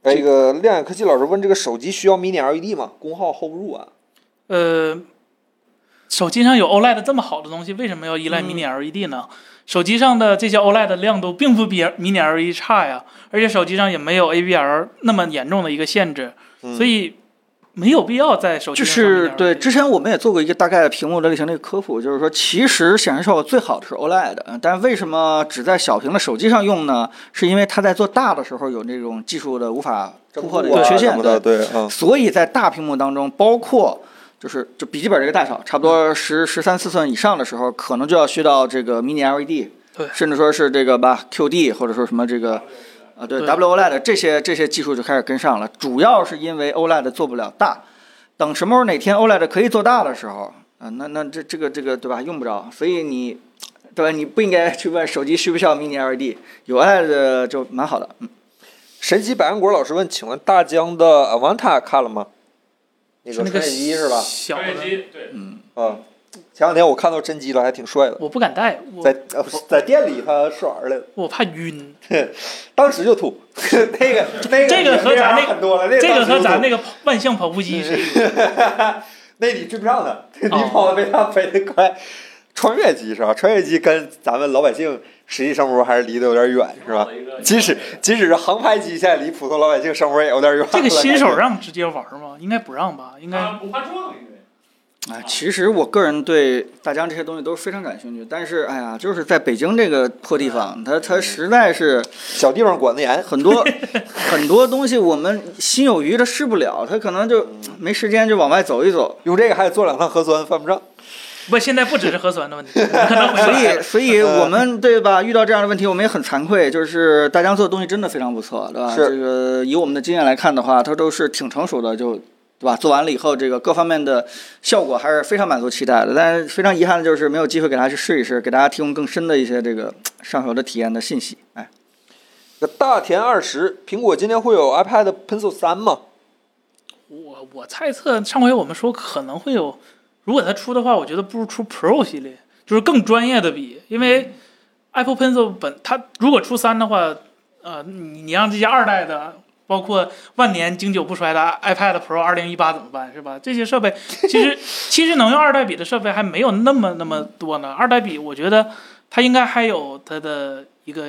S1: 这个亮眼科技老师问这个手机需要 mini LED E 吗？功耗 hold 不住啊。
S4: 呃，手机上有 OLED 这么好的东西，为什么要依赖 Mini LED E 呢？手机上的这些 OLED 的亮度并不比 Mini LED E 差呀，而且手机上也没有 ABR 那么严重的一个限制，
S1: 嗯
S4: 所以没有必要在手机
S2: 就
S4: 上放 mini
S2: 是
S4: LED
S2: 对，之前我们也做过一个大概的屏幕的类型的一个科普，就是说，其实显示效果最好的是 OLED，嗯但为什么只在小屏的手机上用呢？是因为它在做大的时候有这种技术的无法突破的一个缺陷，对
S1: 的，对，嗯，
S2: 所以在大屏幕当中，包括就是就笔记本这个大小，差不
S4: 嗯
S2: 多十十三四寸以上的时候，可能就要去到这个 mini LED，
S4: 对
S2: 甚至说是这个吧 QD 或者说什么这个。啊，对
S4: 对
S2: WOLED 这些这些技术就开始跟上了，主要是因为 OLED 做不了大。等什么时候哪天 OLED 可以做大的时候，啊、那那这这个这个对吧，用不着，所以你，对吧？你不应该去问手机需不需要 mini LED，有 OLED 就蛮好的。
S1: 神奇百安果老师问，请问大疆的 Avanta 看了吗？那
S4: 是
S1: 个
S4: 那个
S1: 传感机是吧？
S4: 小
S6: 专业
S4: 的，
S6: 机对，
S1: 嗯，前两天我看到真机了，还挺帅的，
S4: 我不敢戴，
S1: 在
S4: 我
S1: 呃在店里他试玩来了，
S4: 我怕晕。
S1: 当时就吐。 那个那个
S4: 这个和咱
S1: 那
S4: 那
S1: 很多了，那
S4: 这个和咱
S1: 那
S4: 那个万向跑步机是一个
S1: 那你追不上他，
S4: 哦
S1: 你跑的比他飞得快。穿越机是吧？穿越机跟咱们老百姓实际生活还是离得有点远，是吧？即使即使是航拍机，现在离普通老百姓生活也有点远了。
S4: 这 个新手让直接玩吗？应该不让吧？应该
S6: 它啊不怕撞，因为。
S2: 哎，其实我个人对大疆这些东西都是非常感兴趣，但是哎呀，就是在北京这个破地方，它它实在是
S1: 小地方管得严，
S2: 很多很多东西我们心有余的试不了，它可能就没时间就往外走一走。
S1: 用这个还得做两趟核酸，犯不上。
S4: 不，现在不只是核酸的问题，可能回
S2: 所
S4: 来
S2: 以，
S4: 了
S2: 所以
S1: 呃
S2: 我们对吧？遇到这样的问题，我们也很惭愧。就是大疆做的东西真的非常不错，对吧？
S1: 是
S2: 这个以我们的经验来看的话，它都是挺成熟的，就对吧？做完了以后，这个各方面的效果还是非常满足期待的。但是非常遗憾的就是没有机会给大家去试一试，给大家提供更深的一些这个上手的体验的信息。哎，
S1: 那大田二十，苹果今天会有 iPad Pencil 三吗？
S4: 我我猜测上回我们说可能会有，如果它出的话，我觉得不如出 Pro 系列，就是更专业的笔，因
S1: 嗯
S4: 为 Apple Pencil 本它如果出三的话，呃，你你让这些二代的，包括万年经久不衰的 iPad Pro 二零一八怎么办是吧？这些设备 其实其实能用二代笔的设备还没有那么那么多呢。二代笔我觉得它应该还有它的一个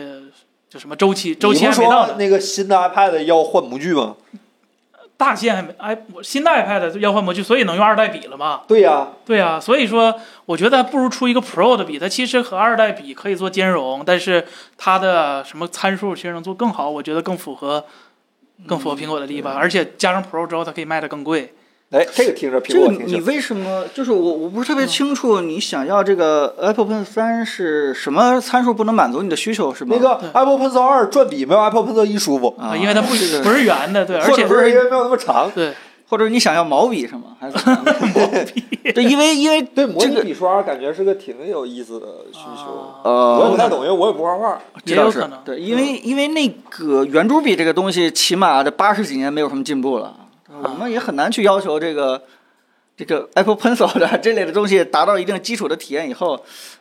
S4: 就什么周期，周
S1: 你
S4: 期
S1: 不
S4: 还没
S1: 说
S4: 到呢。
S1: 那个新的 iPad 要换模具吗？
S4: 大线还没哎，我新的 iPad 要换模具，所以能用二代笔了嘛？
S1: 对呀、
S4: 对啊，所以说我觉得不如出一个 Pro 的笔，它其实和二代笔可以做兼容，但是它的什么参数其实能做更
S2: 嗯
S4: 好，我觉得更符合更符合苹果的利益吧。而且加上 Pro 之后，它可以卖得更贵，
S1: 哎，这个听着苹
S2: 这
S1: 果
S2: 个
S1: 挺嗯
S2: 你
S1: 行。
S2: 为什么就是我我不是特别清楚，你想要这个 Apple Pen 三是什么参数不能满足你的需求是吗？
S1: 那个
S4: 嗯
S1: Apple Pencil 二转笔没有 Apple Pencil 一舒服，
S2: 啊，
S4: 因为它不
S2: 这个
S4: 不是圆的，对，而
S1: 或
S4: 且
S1: 者是因为没有那么长。
S4: 对，
S2: 或者你想要毛笔是吗？还是怎么 样对，因为因为
S1: 对魔
S2: 这
S1: 力
S2: 个
S1: 笔刷感觉是个挺有意思的需求，
S4: 啊
S1: 我也不
S2: 呃，
S1: 太懂，因为我也不画画。
S2: 这
S4: 也
S2: 倒
S4: 有
S2: 是
S4: 可能。嗯
S2: 对，因为因为那个圆珠笔这个东西，起码这八十几年没有什么进步了，
S4: 嗯
S2: 我们也很难去要求这个。这个 Apple Pencil 的这类的东西达到一定基础的体验以后，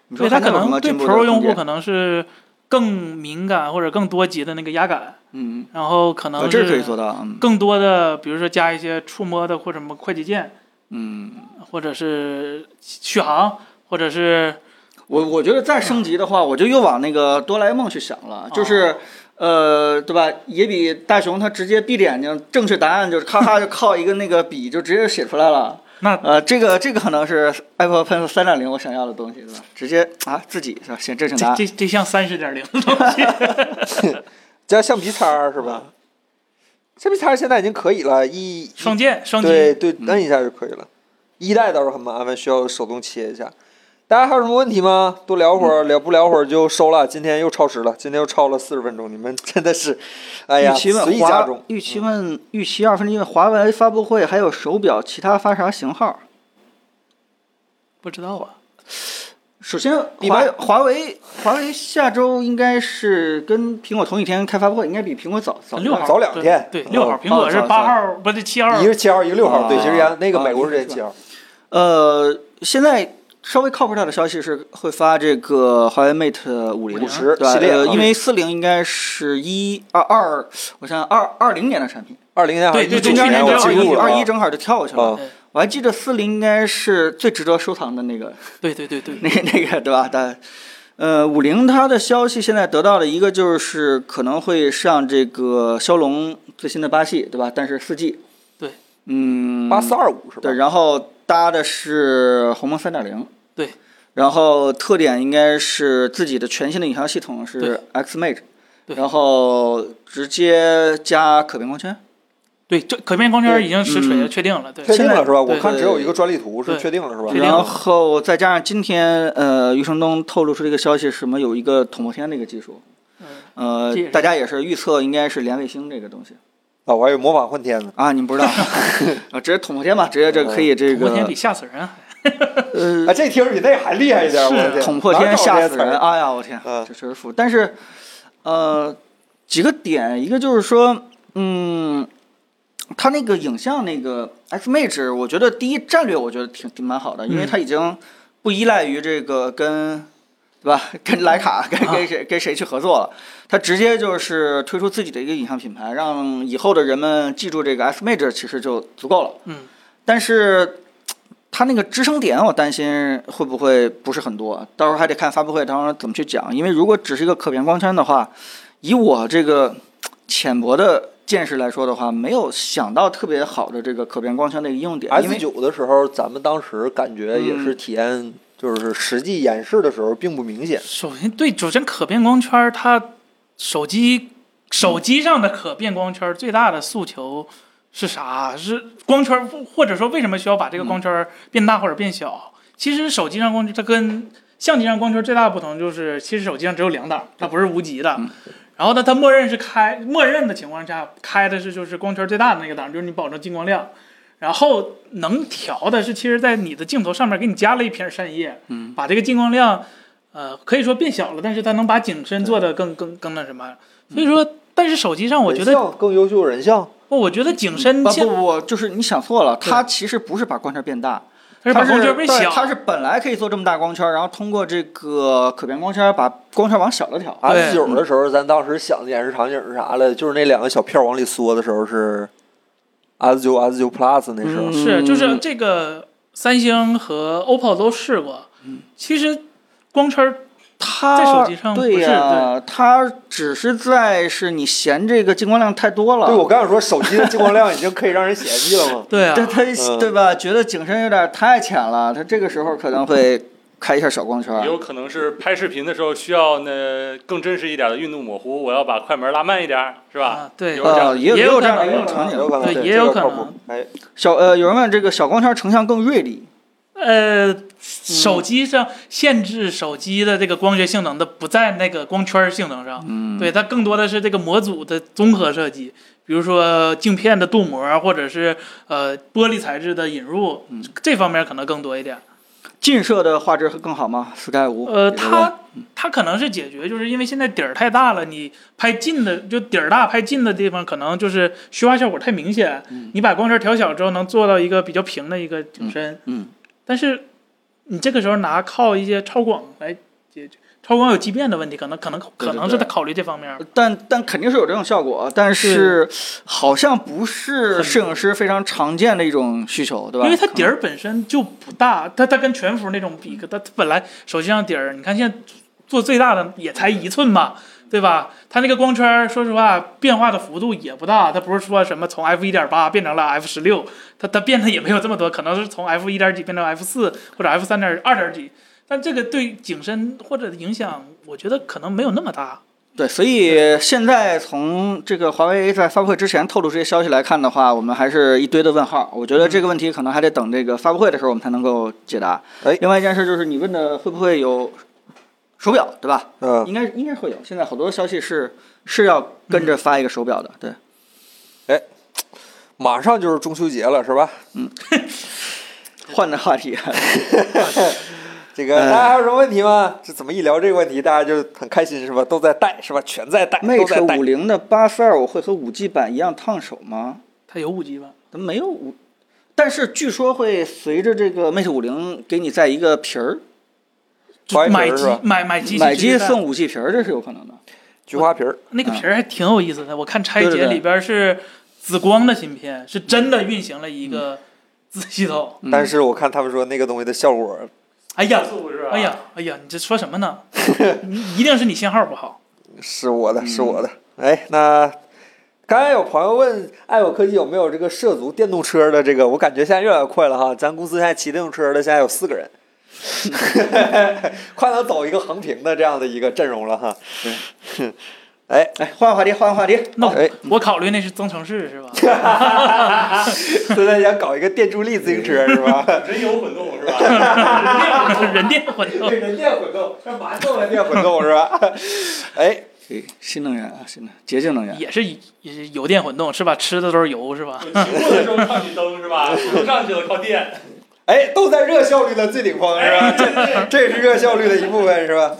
S2: 你说
S4: 所以它
S2: 还
S4: 可
S2: 能有什
S4: 能
S2: 么
S4: 对
S2: 进步的
S4: Pro
S2: 空
S4: 用户
S2: 间？
S4: 可能是更敏感或者更多级的那个压感，
S2: 嗯，
S4: 然后可
S2: 啊
S4: 能
S2: 这是可以
S4: 是
S2: 做到，嗯
S4: 更多的，比如说加一些触摸的或者什么快捷键，
S2: 嗯。
S4: 或者是续航，或者是
S2: 我我觉得再升级的话，我就又往那个哆啦 A 梦去想
S4: 啊
S2: 了，就是，呃，对吧？也比大雄他直接闭着眼睛，正确答案就是咔咔就靠一个那个笔就直接写出来了。
S4: 那
S2: 呃，这个这个可能是 Apple Pencil 三点零我想要的东西，对吧？直接啊自己是吧？写正确答
S4: 这
S2: 案。
S4: 这这像三十点零，
S1: 加橡皮擦儿是
S4: 啊
S1: 吧？橡皮擦儿现在已经可以了，一一
S4: 双键双击，
S1: 对对，
S2: 嗯
S1: 摁一下就可以了。一代倒是很麻烦，需要手动切一下。大家还有什么问题吗？多聊会儿，
S2: 嗯
S1: 聊不聊会儿就收了。今天又超时了，今天又超了四十分钟，你们 真的是，哎呀，
S2: 预期
S1: 随
S2: 问
S1: 意加
S2: 华
S1: 重，。
S2: 预期问预期二分之一问华为发布会还有手表其他发啥型号？
S4: 不知道啊。
S2: 首先，
S1: 比
S2: 华华为华为下周应该是跟苹果同一天开发布会，应该比苹果早早
S4: 六号
S1: 早两天
S4: 对，
S1: 嗯
S4: 对六号，苹果是
S2: 早
S4: 八号，不对，七号。
S1: 一个七号，一个六号，
S2: 啊
S1: 对，其实原那个
S2: 啊
S1: 美国是
S2: 一
S1: 这
S2: 个
S1: 七号，
S2: 呃，现在稍微靠谱点的消息是会发这个华为 Mate 五零
S1: 50
S2: 对吧
S1: 系列
S2: 呃
S1: 啊
S2: 因为四零应该是一二二，我想二二零年的产品，
S1: 二零年还是
S4: 对
S1: 一九
S4: 对对
S1: 年我记
S4: 去年就
S2: 二
S4: 进
S1: 住
S2: 一
S1: 了
S2: 二一正好就跳过去了。
S4: 哦
S1: 啊，
S2: 我还记得四零应该是最值得收藏的那个
S4: 对对对对，
S2: 那个那个对吧？但呃，五零它的消息现在得到的一个就是可能会上这个骁龙最新的八系，对吧？但是四 G，
S4: 对，
S2: 嗯，
S1: 八四二五是吧
S2: 对，？然后搭的是鸿蒙三点零，
S4: 对，
S2: 然后特点应该是自己的全新的影像系统是
S4: 对
S2: XMate，
S4: 对
S2: 然后直接加可变光圈，
S4: 对，这可变光圈已经实锤了，
S2: 嗯
S4: 确定了。对，
S1: 确定
S2: 现
S1: 了
S2: 在
S1: 是吧？我
S4: 对
S1: 看只有一个
S2: 对
S1: 专利图是
S4: 对
S1: 确定了是吧
S4: 确？定了
S2: 然后再加上今天呃，余承东透露出这个消息，什么有一个捅破天的一个技术，
S4: 嗯
S2: 呃
S4: 这也，是
S2: 大家也是预测应该是连卫星这个东西
S1: 啊，我还以为模仿换天呢。
S2: 啊，你们不 知道啊，直接捅破天吧，直接这可以这
S4: 昨天
S2: 个
S4: 比吓死人啊，
S2: 呃
S1: 啊，这听着比那还厉害一点，我的天，
S2: 捅破
S1: 哪
S2: 天
S1: 找这
S2: 吓
S1: 些
S2: 死
S1: 词儿
S2: 人！哎呀，我天，
S1: 嗯
S2: 这确实服。但是，呃，几个点，一个就是说，嗯，它那个影像那个 Xmage，我觉得第一战略我觉得挺挺蛮好的，因为它已经不依赖于这个跟。对吧？跟徕卡、跟跟谁、跟谁去合作了？它直接就是推出自己的一个影像品牌，让以后的人们记住这个 Xmage，其实就足够了。
S4: 嗯，
S2: 但是它那个支撑点，我担心会不会不是很多，到时候还得看发布会当时怎么去讲。因为如果只是一个可变光圈的话，以我这个浅薄的见识来说的话，没有想到特别好的这个可变光圈的一个应用点，因
S1: S
S2: 为
S1: 九的时候，咱们当时感
S4: 嗯
S1: 觉也是体验，就是实际演示的时候并不明显。
S4: 首先对，首先可变光圈它手机手机上的可变光圈最大的诉求是啥？是光圈，或者说为什么需要把这个光圈变大或者变小？其实手机上光圈它跟相机上光圈最大的不同就是，其实手机上只有两档，它不是无极的。然后呢，它默认是开，默认的情况下开的是就是光圈最大的那个档，就是你保证进光量。然后能调的是，其实，在你的镜头上面给你加了一片扇叶，嗯，把这个进光量，呃，可以说变小了，但是它能把景深做的更更更那什么。所以说，但是手机上我觉
S1: 人
S4: 得，
S1: 像更优秀人像，
S4: 不我觉得景深
S2: 不
S4: 现
S2: 不不，就是你想错了，
S4: 对
S2: 它其实不是把光圈变大，
S4: 它是把光圈变
S2: 对
S4: 小，
S2: 它是本来可以做这么大光圈，然后通过这个可变光圈把光圈往小了调。
S1: S 啊九的时候，咱当时想的演示场景是啥了？就是那两个小片往里缩的时候是 S 九 S 九 Plus 那时候，
S4: 是就是这个三星和 OPPO 都试过，其实光圈
S2: 它
S4: 在手机上不是。
S2: 对呀、它只是在是你嫌这个进光量太多了，
S1: 对我刚想说，手机的进光量已经可以让人嫌弃了嘛
S4: 对啊
S2: 对，他对吧？觉得景深有点太浅了，他这个时候可能会开一下小光圈
S6: 也
S2: 儿，
S6: 有可能是拍视频的时候需要呢更真实一点的运动模糊，我要把快门拉慢一点，是吧？
S4: 啊，对
S6: 有这样
S2: 呃，
S6: 的
S2: 也
S4: 也
S2: 有
S4: 有
S2: 这样的应
S4: 可能
S2: 用场
S1: 有
S2: 景。
S1: 可能
S4: 对
S1: 对
S4: 也
S1: 这
S4: 有
S1: 个
S4: 可
S1: 靠谱
S4: 能。
S1: 哎，
S2: 小呃，有人问这个小光圈成像更锐利，
S4: 呃，手机上限制手机的这个光学性能的不在那个光圈性能上，
S2: 嗯，
S4: 对它更多的是这个模组的综合设计，比如说镜片的镀膜，啊或者是呃玻璃材质的引入，这方面可能更多一点。
S2: 近摄的画质更好吗？Sky 五，
S4: 呃，
S2: 比如说
S4: 它它可能是解决，就是因为现在底儿太大了，你拍近的就底儿大，拍近的地方可能就是虚化效果太明显。你把光圈调小之后，能做到一个比较平的一个景深。
S2: 嗯嗯嗯
S4: 但是你这个时候拿靠一些超广来解决，超广有畸变的问题，可能可能
S2: 对对
S4: 可能是他考虑这方面。
S2: 但但肯定是有这种效果，但是好像不是
S4: 很
S2: 摄影师非常常见的一种需求，对吧？
S4: 因为它底儿本身就不大，它它跟全幅那种比，它它本来手机上底儿，你看现在做最大的也才一寸吧，对吧？它那个光圈儿，说实话变化的幅度也不大，它不是说什么从 f 一点八变成了 f 十六，它它变的也没有这么多，可能是从 f 一点几变成 f 四或者 f 三点二点几，但这个对景深或者影响，我觉得可能没有那么大。
S2: 对，所以现在从这个华为在发布会之前透露这些消息来看的话，我们还是一堆的问号。我觉得这个问题可能还得等这个发布会的时候我们才能够解答。
S1: 哎
S2: 另外一件事就是你问的会不会有手表，对吧？
S1: 嗯，
S2: 应该应该会有。现在好多消息是是要跟着发一个手表的，对。
S1: 马上就是中秋节了，是吧？
S2: 换个话题，啊
S1: 这个大家还有什么问题吗？这怎么一聊这个问题，大家就很开心，是吧？都在带，是吧？全在带，嗯 都在带
S2: Mate 五。零的八四二五会和五 G 版一样烫手吗？
S4: 它有五 G 吧？
S2: 它没有五，但是据说会随着这个 Mate 五零给你在一个皮儿，
S1: 白皮儿
S4: 买
S1: 是
S4: 机
S1: 吧
S4: 买买机器
S2: 买
S4: 其
S2: 机
S4: 实在
S2: 送五 G 皮儿，这是有可能的。
S1: 菊花皮儿，
S4: 那个皮儿还挺有意思的。我看拆
S2: 啊对
S4: 解
S2: 对对
S4: 里边是紫光的芯片，是真的运行了
S2: 嗯
S4: 一个子系统。
S1: 但是我看他们说那个东西的效果，
S4: 哎呀，
S6: 不是吧
S4: 哎呀，哎呀，你这说什么呢？你一定是你信号不好。
S1: 是我的，是我的。哎，那刚才有朋友问爱友科技有没有这个涉足电动车的这个，我感觉现在越来越快了哈。咱公司现在骑电动车的现在有四个人，快能走一个横屏的这样的一个阵容了哈。哎，
S2: 哎，换个话题，换个话题。
S4: 那
S1: 哎
S4: 我
S2: 嗯
S4: 我考虑那是增程式是吧？
S1: 现在想搞一个电助力自行车是吧？
S6: 人有混动是吧？
S4: 人电混 动。
S1: 人电混动，这麻豆的电混动是吧？ 哎，
S2: 对，新能源啊，新能洁净能源。
S4: 也是也是油电混动是吧？吃的都是油是吧？
S6: 停过的时候靠你灯是吧？不上去了靠电。
S1: 哎，都在热效率的最顶峰是吧？这这也是热效率的一部分是吧？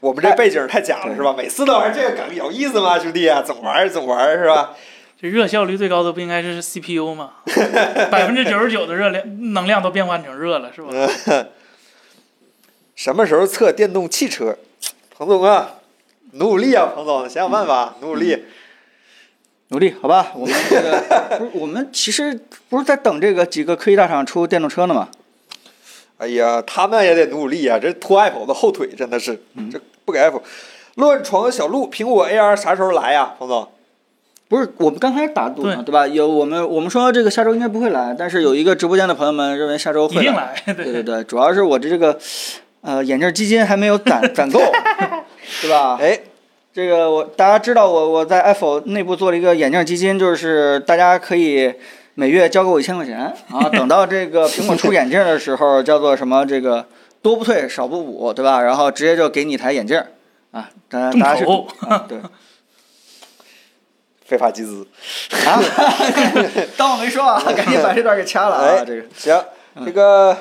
S1: 我们这背景太假了是吧？每次都玩这个梗有意思吗，兄弟啊？怎么玩儿怎么玩儿是吧？
S4: 这热效率最高的不应该是 CPU 吗？百分之九十九的热量能量都变换成热了是 吧？
S1: 什么时候测电动汽车？彭总啊，努努力啊，彭总，想想办法，努努力。
S2: 努力，好吧，我们这个 不是我们其实不是在等这个几个科技大厂出电动车呢吗？
S1: 哎呀，他们也得努努力啊，这拖 Apple 的后腿真的是，这不给 Apple。乱床小鹿，苹果 AR 啥时候来呀、彭总？
S2: 不是，我们刚开始打赌嘛，
S4: 对
S2: 对吧？有我们我们说这个下周应该不会来，但是有一个直播间的朋友们认为下周
S4: 一
S2: 会
S4: 定
S2: 来。
S4: 来，
S2: 对对对，主要是我的这个呃眼镜基金还没有 攒攒够，对吧？
S1: 哎，
S2: 这个我大家知道我我在 Apple 内部做了一个眼镜基金，就是大家可以每月交给我一千块钱啊，等到这个苹果出眼镜的时候，叫做什么这个多不退少不补，对吧？然后直接就给你一台眼镜啊，当然
S4: 众
S2: 大家是
S4: 筹
S2: 啊对
S1: 非法集资。
S2: 啊，当我没说啊，赶紧把这段给掐了啊，
S1: 哎，
S2: 这个
S1: 行，
S2: 嗯
S1: 这个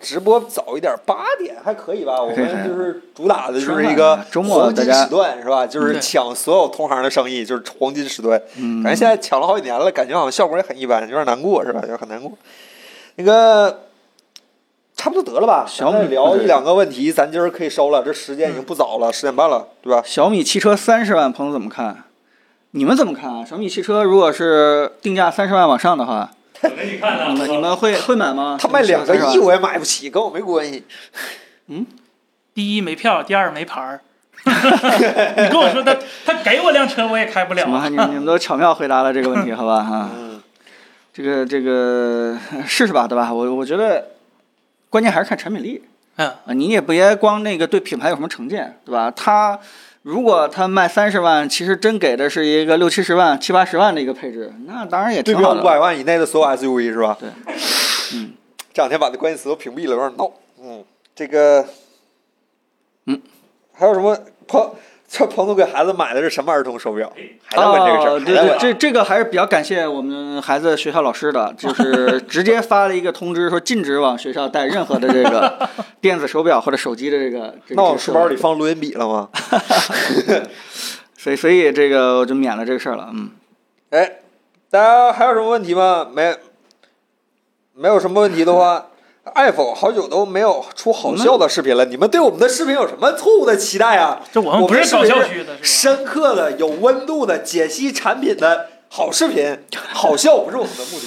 S1: 直播早一点，八点还可以吧？我
S2: 可以
S1: 们就是主打 的就
S2: 吃
S1: 是
S2: 饭
S1: 一个
S2: 啊周末
S1: 黄金
S2: 大家
S1: 时段，是吧？就是
S4: 对
S1: 抢所有同行的生意，就是黄金时段。
S2: 嗯
S1: 感觉现在抢了好几年了，感觉好像效果也很一般，有点难过，是吧？有点很难过。那个。差不多得了吧，
S2: 小米
S1: 咱
S2: 嗯
S1: 再聊一两个问题，咱今儿可以收了。这时间已经不早了，十点半了，对吧？
S2: 小米汽车三十万，朋友怎么看？啊你们怎么看啊？小米汽车如果是定价三十万往上的话，
S6: 怎么你看
S2: 你
S6: 呢？
S2: 们你们会会买吗？
S1: 他卖两个亿
S2: 30万，
S1: 我也买不起，跟我没关系。
S4: 第一没票，第二没牌儿。 你跟我说他他给我辆车我也开不了
S2: 行吧，
S4: 啊。
S2: 你们你们都巧妙回答了这个问题，好吧哈。
S1: 嗯，
S2: 这个这个试试吧，对吧？我我觉得关键还是看产品力。
S4: 嗯
S2: 啊，你也别光那个对品牌有什么成见，对吧？他如果他卖三十万，其实真给的是一个六七十万、七八十万的一个配置，那当然也
S1: 对
S2: 挺
S1: 标
S2: 好
S1: 五
S2: 的。
S1: 百万以内的所有 SUV 是吧？
S2: 对，
S1: 嗯，这两天把那关键词都屏蔽了，有点闹。嗯，这个，嗯，
S2: 嗯
S1: 还有什么彭？这彭总给孩子买的是什么儿童手表？还在问这个事儿，
S2: 哦
S1: 还
S2: 对
S1: 在
S2: 对
S1: 问，
S2: 这这个还是比较感谢我们孩子学校老师的，就是 直接发了一个通知，说禁止往学校带任何的这个电子手表或者手机的这个。这个
S1: 那往
S2: 设
S1: 书
S2: 备
S1: 包里放录音笔了 吗？
S2: 所以所以这个我就免了这个事儿了，嗯。
S1: 哎，大家还有什么问题吗？没，没有什么问题的话，爱否好久都没有出好笑的视频了。你们对我们的视频有什么错误的期待啊？
S4: 这我们
S1: 我
S4: 不是
S1: 们视
S4: 搞
S1: 频
S4: 笑
S1: 是
S4: 区的是吧？
S1: 深刻的、有温度的解析产品的好视频，好笑不是我们的目的。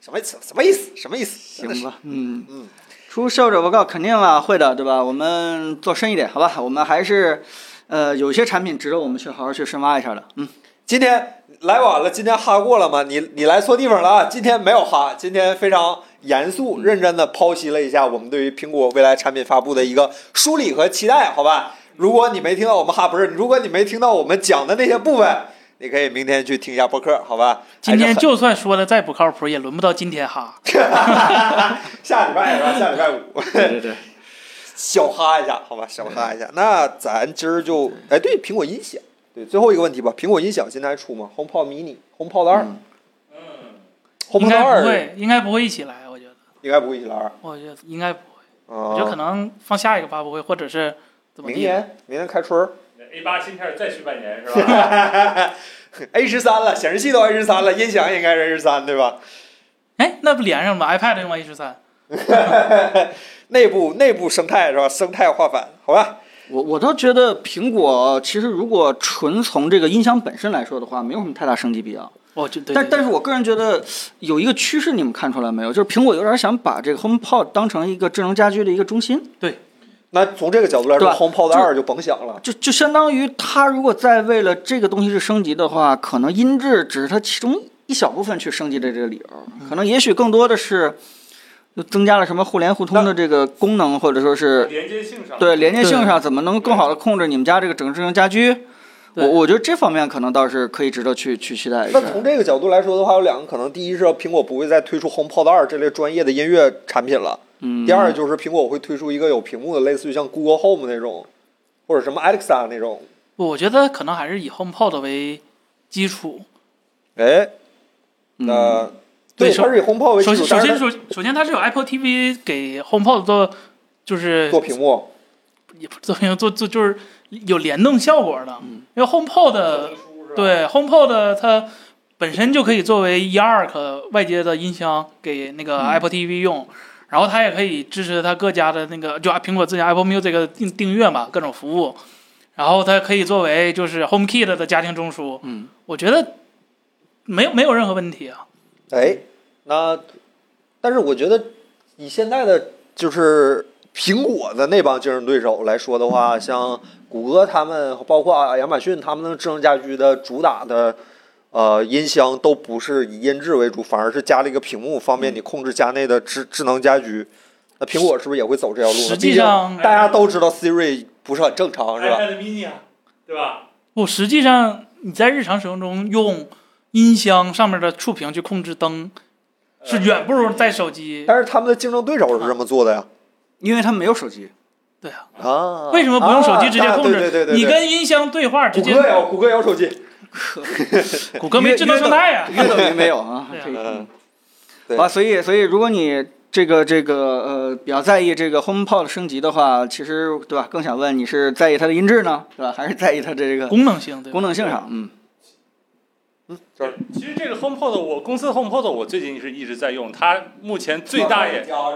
S1: 什么意思什么意思？什么意思？真的是
S2: 行吧，嗯
S1: 嗯，
S2: 出校者报告肯定啊会的，对吧？我们做深一点，好吧？我们还是，呃，有些产品值得我们去好好去深挖一下的，嗯。
S1: 今天来晚了，今天哈过了吗？你你来错地方了啊！今天没有哈，今天非常严
S4: 嗯
S1: 肃认真的剖析了一下我们对于苹果未来产品发布的一个梳理和期待，好吧？如果你没听到我们哈，不是，如果你没听到我们讲的那些部分，你可以明天去听一下播客，好吧？
S4: 今
S1: 还
S4: 天
S1: 是很
S4: 就算说的再不靠谱，也轮不到今天哈。
S1: 下礼拜是吧？下礼拜五，
S2: 对对对，
S1: 小哈一下，好吧？小哈一下。那咱今儿就，哎，对，苹果音响，对，最后一个问题吧，苹果音响现在还出吗？HomePod mini、HomePod 二、
S4: 应
S1: HomePod
S4: 该不
S1: 二
S4: 会，嗯应该不会一起来，我觉得，
S1: 应该不会一起来二。
S4: 我觉得应该不会，
S1: 啊
S4: 我觉得可能放下一个发布会，或者是怎么
S1: 明
S4: 地。
S1: 年明年开春儿
S6: A 八芯片再续半年是吧？
S1: ，A 十三了，显示器都 A 十三了，音响也应该是 A 十三对吧？
S4: 哎，那不连上了吗？iPad 用 A 十三，
S1: 内部内部生态是吧？生态化反，好吧？
S2: 我我倒觉得苹果其实如果纯从这个音响本身来说的话，没有什么太大升级必要。
S1: 哦
S4: 我就对。
S2: 但
S4: 对
S2: 但是我个人觉得有一个趋势，你们看出来没有？就是苹果有点想把这个 HomePod 当成一个智能家居的一个中心。
S1: 那从这个角度来说
S2: 对吧
S1: ，HomePod
S2: 就
S1: 二就甭想了。
S2: 就就相当于它如果再为了这个东西去升级的话，可能音质只是它其中一小部分去升级的这个理
S1: 嗯
S2: 由，可能也许更多的是又增加了什么互联互通的这个功能，或者说是
S6: 连接性上，
S2: 对连接性上怎么能更好的控制你们家这个整个智能家居。我
S4: 对
S2: 我觉得这方面可能倒是可以值得去去期待一下
S1: 那。从这个角度来说的话，有两个可能：第一是苹果不会再推出 HomePod 二这类专业的音乐产品了；
S2: 嗯，
S1: 第二就是苹果会推出一个有屏幕的，类似于像 Google Home 那种，或者什么 Alexa 那种。
S4: 我觉得可能还是以 HomePod 为基础。
S1: 哎，那、
S2: 嗯，
S1: 对，
S4: 对首
S1: 它是以 HomePod 为
S4: 首
S1: 基础
S4: 先，，
S1: 但是
S4: 首先，
S1: 它
S4: 首首先它是有 Apple TV 给 HomePod 做，就是
S1: 做屏幕。
S4: 也不做屏做做就是有联动效果的。因为 HomePod 对 HomePod 它本身就可以作为 eARC 外接的音箱给那个 Apple TV 用，然后它也可以支持它各家的那个就啊苹果自己 Apple Music 的订订阅嘛，各种服务。然后它可以作为就是 HomeKit 的家庭中枢，
S2: 嗯，
S4: 我觉得没有没有任何问题啊。
S1: 哎，那但是我觉得以现在的就是苹果的那帮竞争对手来说的话，像谷歌他们，包括亚马逊他们的智能家居的主打的呃音箱，都不是以音质为主，反而是加了一个屏幕，方便你控制家内的智智能家居。那苹果是不是也会走这条路呢？
S4: 实际
S1: 毕竟
S4: 上哎
S1: 大家都知道 Siri 不是很正常，是吧？
S6: iPad mini 啊，对吧？
S4: 不，实际上你在日常使用中用音箱上面的触屏去控制灯，
S1: 呃
S4: 是远不如在手机。
S1: 但是他们的竞争对
S4: 啊
S1: 手是这么做的呀。
S2: 因为他们没有手机，
S4: 对啊，
S1: 啊，
S4: 为什么不用手机直接
S1: 啊
S4: 控制？
S1: 对对对对对
S4: 你跟音箱对话，直
S1: 谷
S4: 接
S1: 歌有，谷歌有手机。
S4: 谷歌没智能生态呀、
S2: 约等于没 有啊
S4: 对啊。
S2: 这个
S1: 嗯，对
S2: 啊，所以所以如果你这个这个呃比较在意这个 HomePod 升级的话，其实对吧？更想问你是在意它的音质呢，对吧？还是在意它这个
S4: 功能性对吧
S2: 功能性上？嗯，
S1: 就是
S6: 其实这个 HomePod 我公司的 HomePod 我最近是一直在用，它目前最大也
S1: 是吧？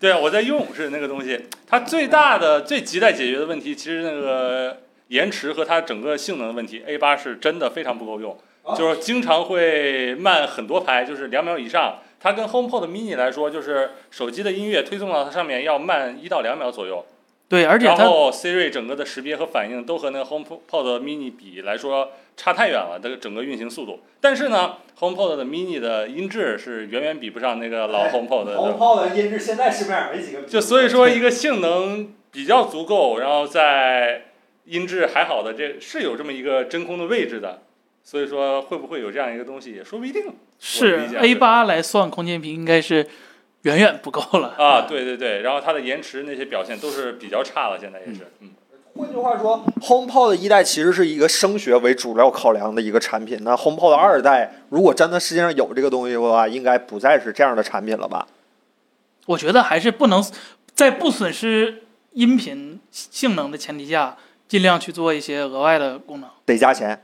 S6: 对啊我在用是那个东西，它最大的最亟待解决的问题，其实那个延迟和它整个性能的问题，A 八是真的非常不够用，
S4: 啊
S6: 就是经常会慢很多拍，就是两秒以上。它跟 HomePod mini 来说，就是手机的音乐推送到它上面要慢一到两秒左右。
S4: 对，而且
S6: 然
S4: 它
S6: 后 Siri 整个的识别和反应都和那个 HomePod Mini 比来说差太远了，这个整个运行速度。但是呢，HomePod 的 Mini 的音质是远远比不上那个老
S4: 哦
S6: HomePod 的。
S1: HomePod 的音质现在市面上没几个比。
S6: 就所以说，一个性能比较足够，然后在音质还好的这是有这么一个真空的位置的。所以说，会不会有这样一个东西也说不一定
S4: 是
S6: 理解
S4: A 八来算空间屏，应该是远远不够了
S6: 啊。对对对，然后它的延迟那些表现都是比较差了，现在也是。嗯，
S1: 换句话说，HomePod 一代其实是一个声学为主要考量的一个产品。那 HomePod 二代如果真的世界上有这个东西的话，应该不再是这样的产品了吧？
S4: 我觉得还是不能在不损失音频性能的前提下，尽量去做一些额外的功能。
S1: 得加钱。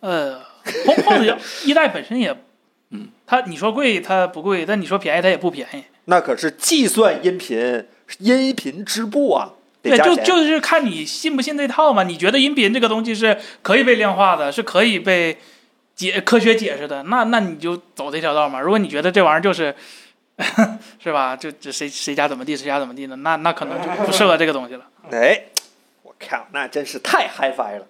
S4: 呃，HomePod 一代本身也，嗯，它你说贵它不贵，但你说便宜它也不便宜。
S1: 那可是计算音频音频织布啊，得
S4: 对，
S1: 加
S4: 就
S1: 钱。
S4: 就是看你信不信这套嘛。你觉得音频这个东西是可以被量化的，是可以被解科学解释的，那那你就走这条道嘛。如果你觉得这玩意儿就是， 是吧？就就谁谁家怎么地，谁家怎么地的，那那可能就不适合这个东西了。
S1: 哎，我靠，那真是太 HiFi 了。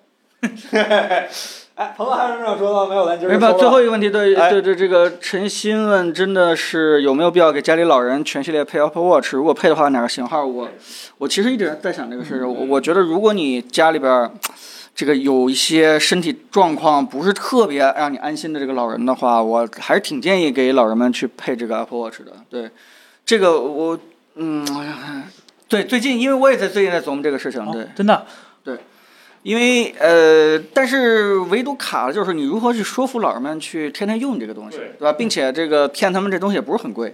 S1: 哎，彭总还有什么想说的吗？没有，咱今儿
S2: 没
S1: 就
S2: 办
S1: 说
S2: 法，最
S1: 了
S2: 后一个问题，对
S1: 哎
S2: 对对，这个陈新问真的是有没有必要给家里老人全系列配 Apple Watch？如果配的话，哪个型号？我我其实一直在想这个事儿。
S1: 嗯
S2: 我我觉得，如果你家里边儿这个有一些身体状况不是特别让你安心的这个老人的话，我还是挺建议给老人们去配这个 Apple Watch 的。对，这个我嗯，对，最近因为我也在最近在琢磨这个事情，对
S4: 哦。真的，
S2: 因为呃，但是唯独卡的就是你如何去说服老人们去天天用这个东西，
S6: 对
S2: 对吧？并且这个骗他们这东西也不是很贵，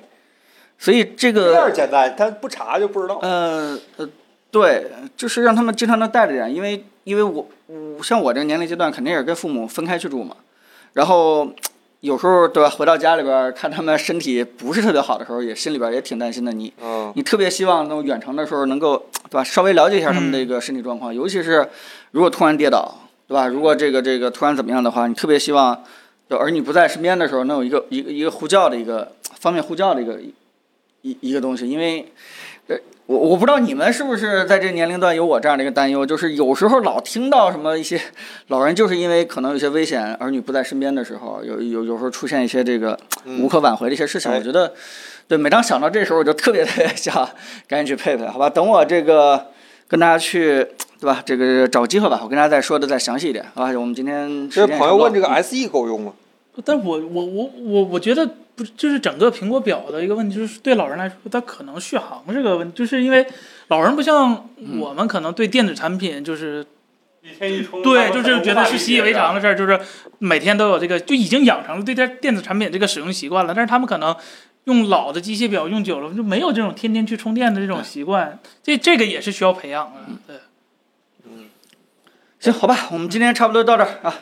S2: 所以这
S1: 有
S2: 个
S1: 点简单，他不查就不知道。
S2: 呃呃，对，就是让他们经常能带着点，因为因为我我像我这个年龄阶段，肯定也是跟父母分开去住嘛，然后。有时候对吧？回到家里边儿看他们身体不是特别好的时候，也心里边儿也挺担心的。你
S1: 嗯，
S2: 你特别希望能远程的时候能够对吧，稍微了解一下他们的一个身体状况，尤其是如果突然跌倒，对吧？如果这个这个突然怎么样的话，你特别希望，就儿女不在身边的时候，能有一个一个一个呼叫的一个方便呼叫的一个一一一个东西，因为。呃我我不知道你们是不是在这个年龄段有我这样的一个担忧，就是有时候老听到什么一些老人，就是因为可能有些危险，儿女不在身边的时候，有有有时候出现一些这个
S1: 嗯
S2: 无可挽回的一些事情，
S1: 哎
S2: 我觉得，对，每当想到这时候，我就特别 特别想赶紧去配配，好吧？等我这个跟大家去，对吧？这个找机会吧，我跟大家再说的再详细一点，好吧？我们今天
S1: 这
S2: 时间也
S1: 朋
S2: 差
S1: 友
S2: 不多
S1: 问这个 SE 够用吗？
S4: 但我我我我我觉得不就是整个苹果表的一个问题，就是对老人来说，它可能续航这个问题，就是因为老人不像我们可能对电子产品就是
S6: 一天一充，
S4: 对，就是觉得是习以为常的事儿，就是每天都有这个，就已经养成了对电电子产品这个使用习惯了。但是他们可能用老的机械表用久了，就没有这种天天去充电的这种习惯。这这个也是需要培养的。对，
S2: 行，好吧，我们今天差不多到这儿啊。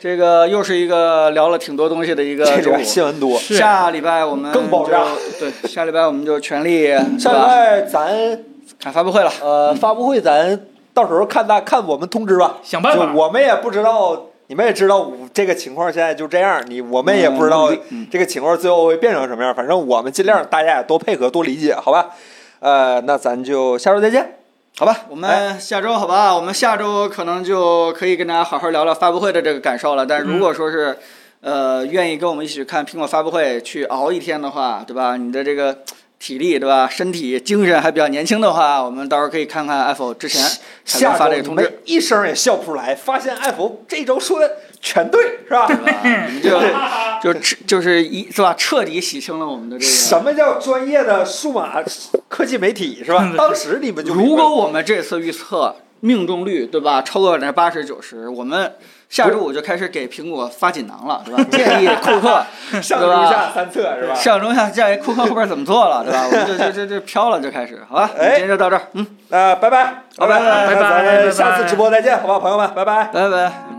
S2: 这个又是一个聊了挺多东西的一个
S1: 这里
S2: 周五
S1: 边。新闻多。
S4: 是
S2: 下礼拜我们
S1: 更爆炸
S2: 就。对，下礼拜我们就全力
S1: 下
S2: 对
S1: 礼
S2: 吧
S1: 拜咱
S2: 看发布会了。
S1: 呃，发布会咱到时候看大看我们通知吧。
S4: 想办
S1: 就
S4: 法。
S1: 我们也不知道，你们也知道我这个情况现在就这样，你我们也不知道
S2: 嗯
S1: 这个情况最后会变成什么样。反正我们尽量大家也多配合多理解，好吧？呃，那咱就下周再见。
S2: 好吧，我
S1: 哎
S2: 们下周好吧，我们下周可能就可以跟大家好好聊聊发布会的这个感受了。
S1: 嗯
S2: 但如果说是，呃，愿意跟我们一起去看苹果发布会，去熬一天的话，对吧？你的这个体力，对吧？身体、精神还比较年轻的话，我们到时候可以看看 Apple 之前才
S1: 下
S2: 能发
S1: 周
S2: 这个
S1: 你
S2: 通知
S1: 们。一声也笑不出来，发现艾弗这周说的全对，是 吧？
S2: 就就彻就是一是吧，彻底洗清了我 们的这
S1: 什
S2: 个。
S1: 么叫专业的数码科技媒体，是吧？当时你们就
S2: 嗯如果我们这次预测命中率对吧超过百分之八十九十，我们下周五就开始给苹果发锦囊了， 对吧？建议库克
S1: 上
S2: 对
S1: 中
S2: 吧
S1: 下三测，是吧？
S2: 上中下建议库克后边怎么做了，对吧？我们就就就就飘了，就开始好吧？
S1: 哎
S2: 我们今天就到这儿，嗯，
S1: 那拜拜，
S2: 好拜拜
S1: 那
S4: 拜拜
S1: 咱
S4: 拜拜
S1: 们下次直播再见，好吧，朋友们，拜拜。
S2: 拜拜。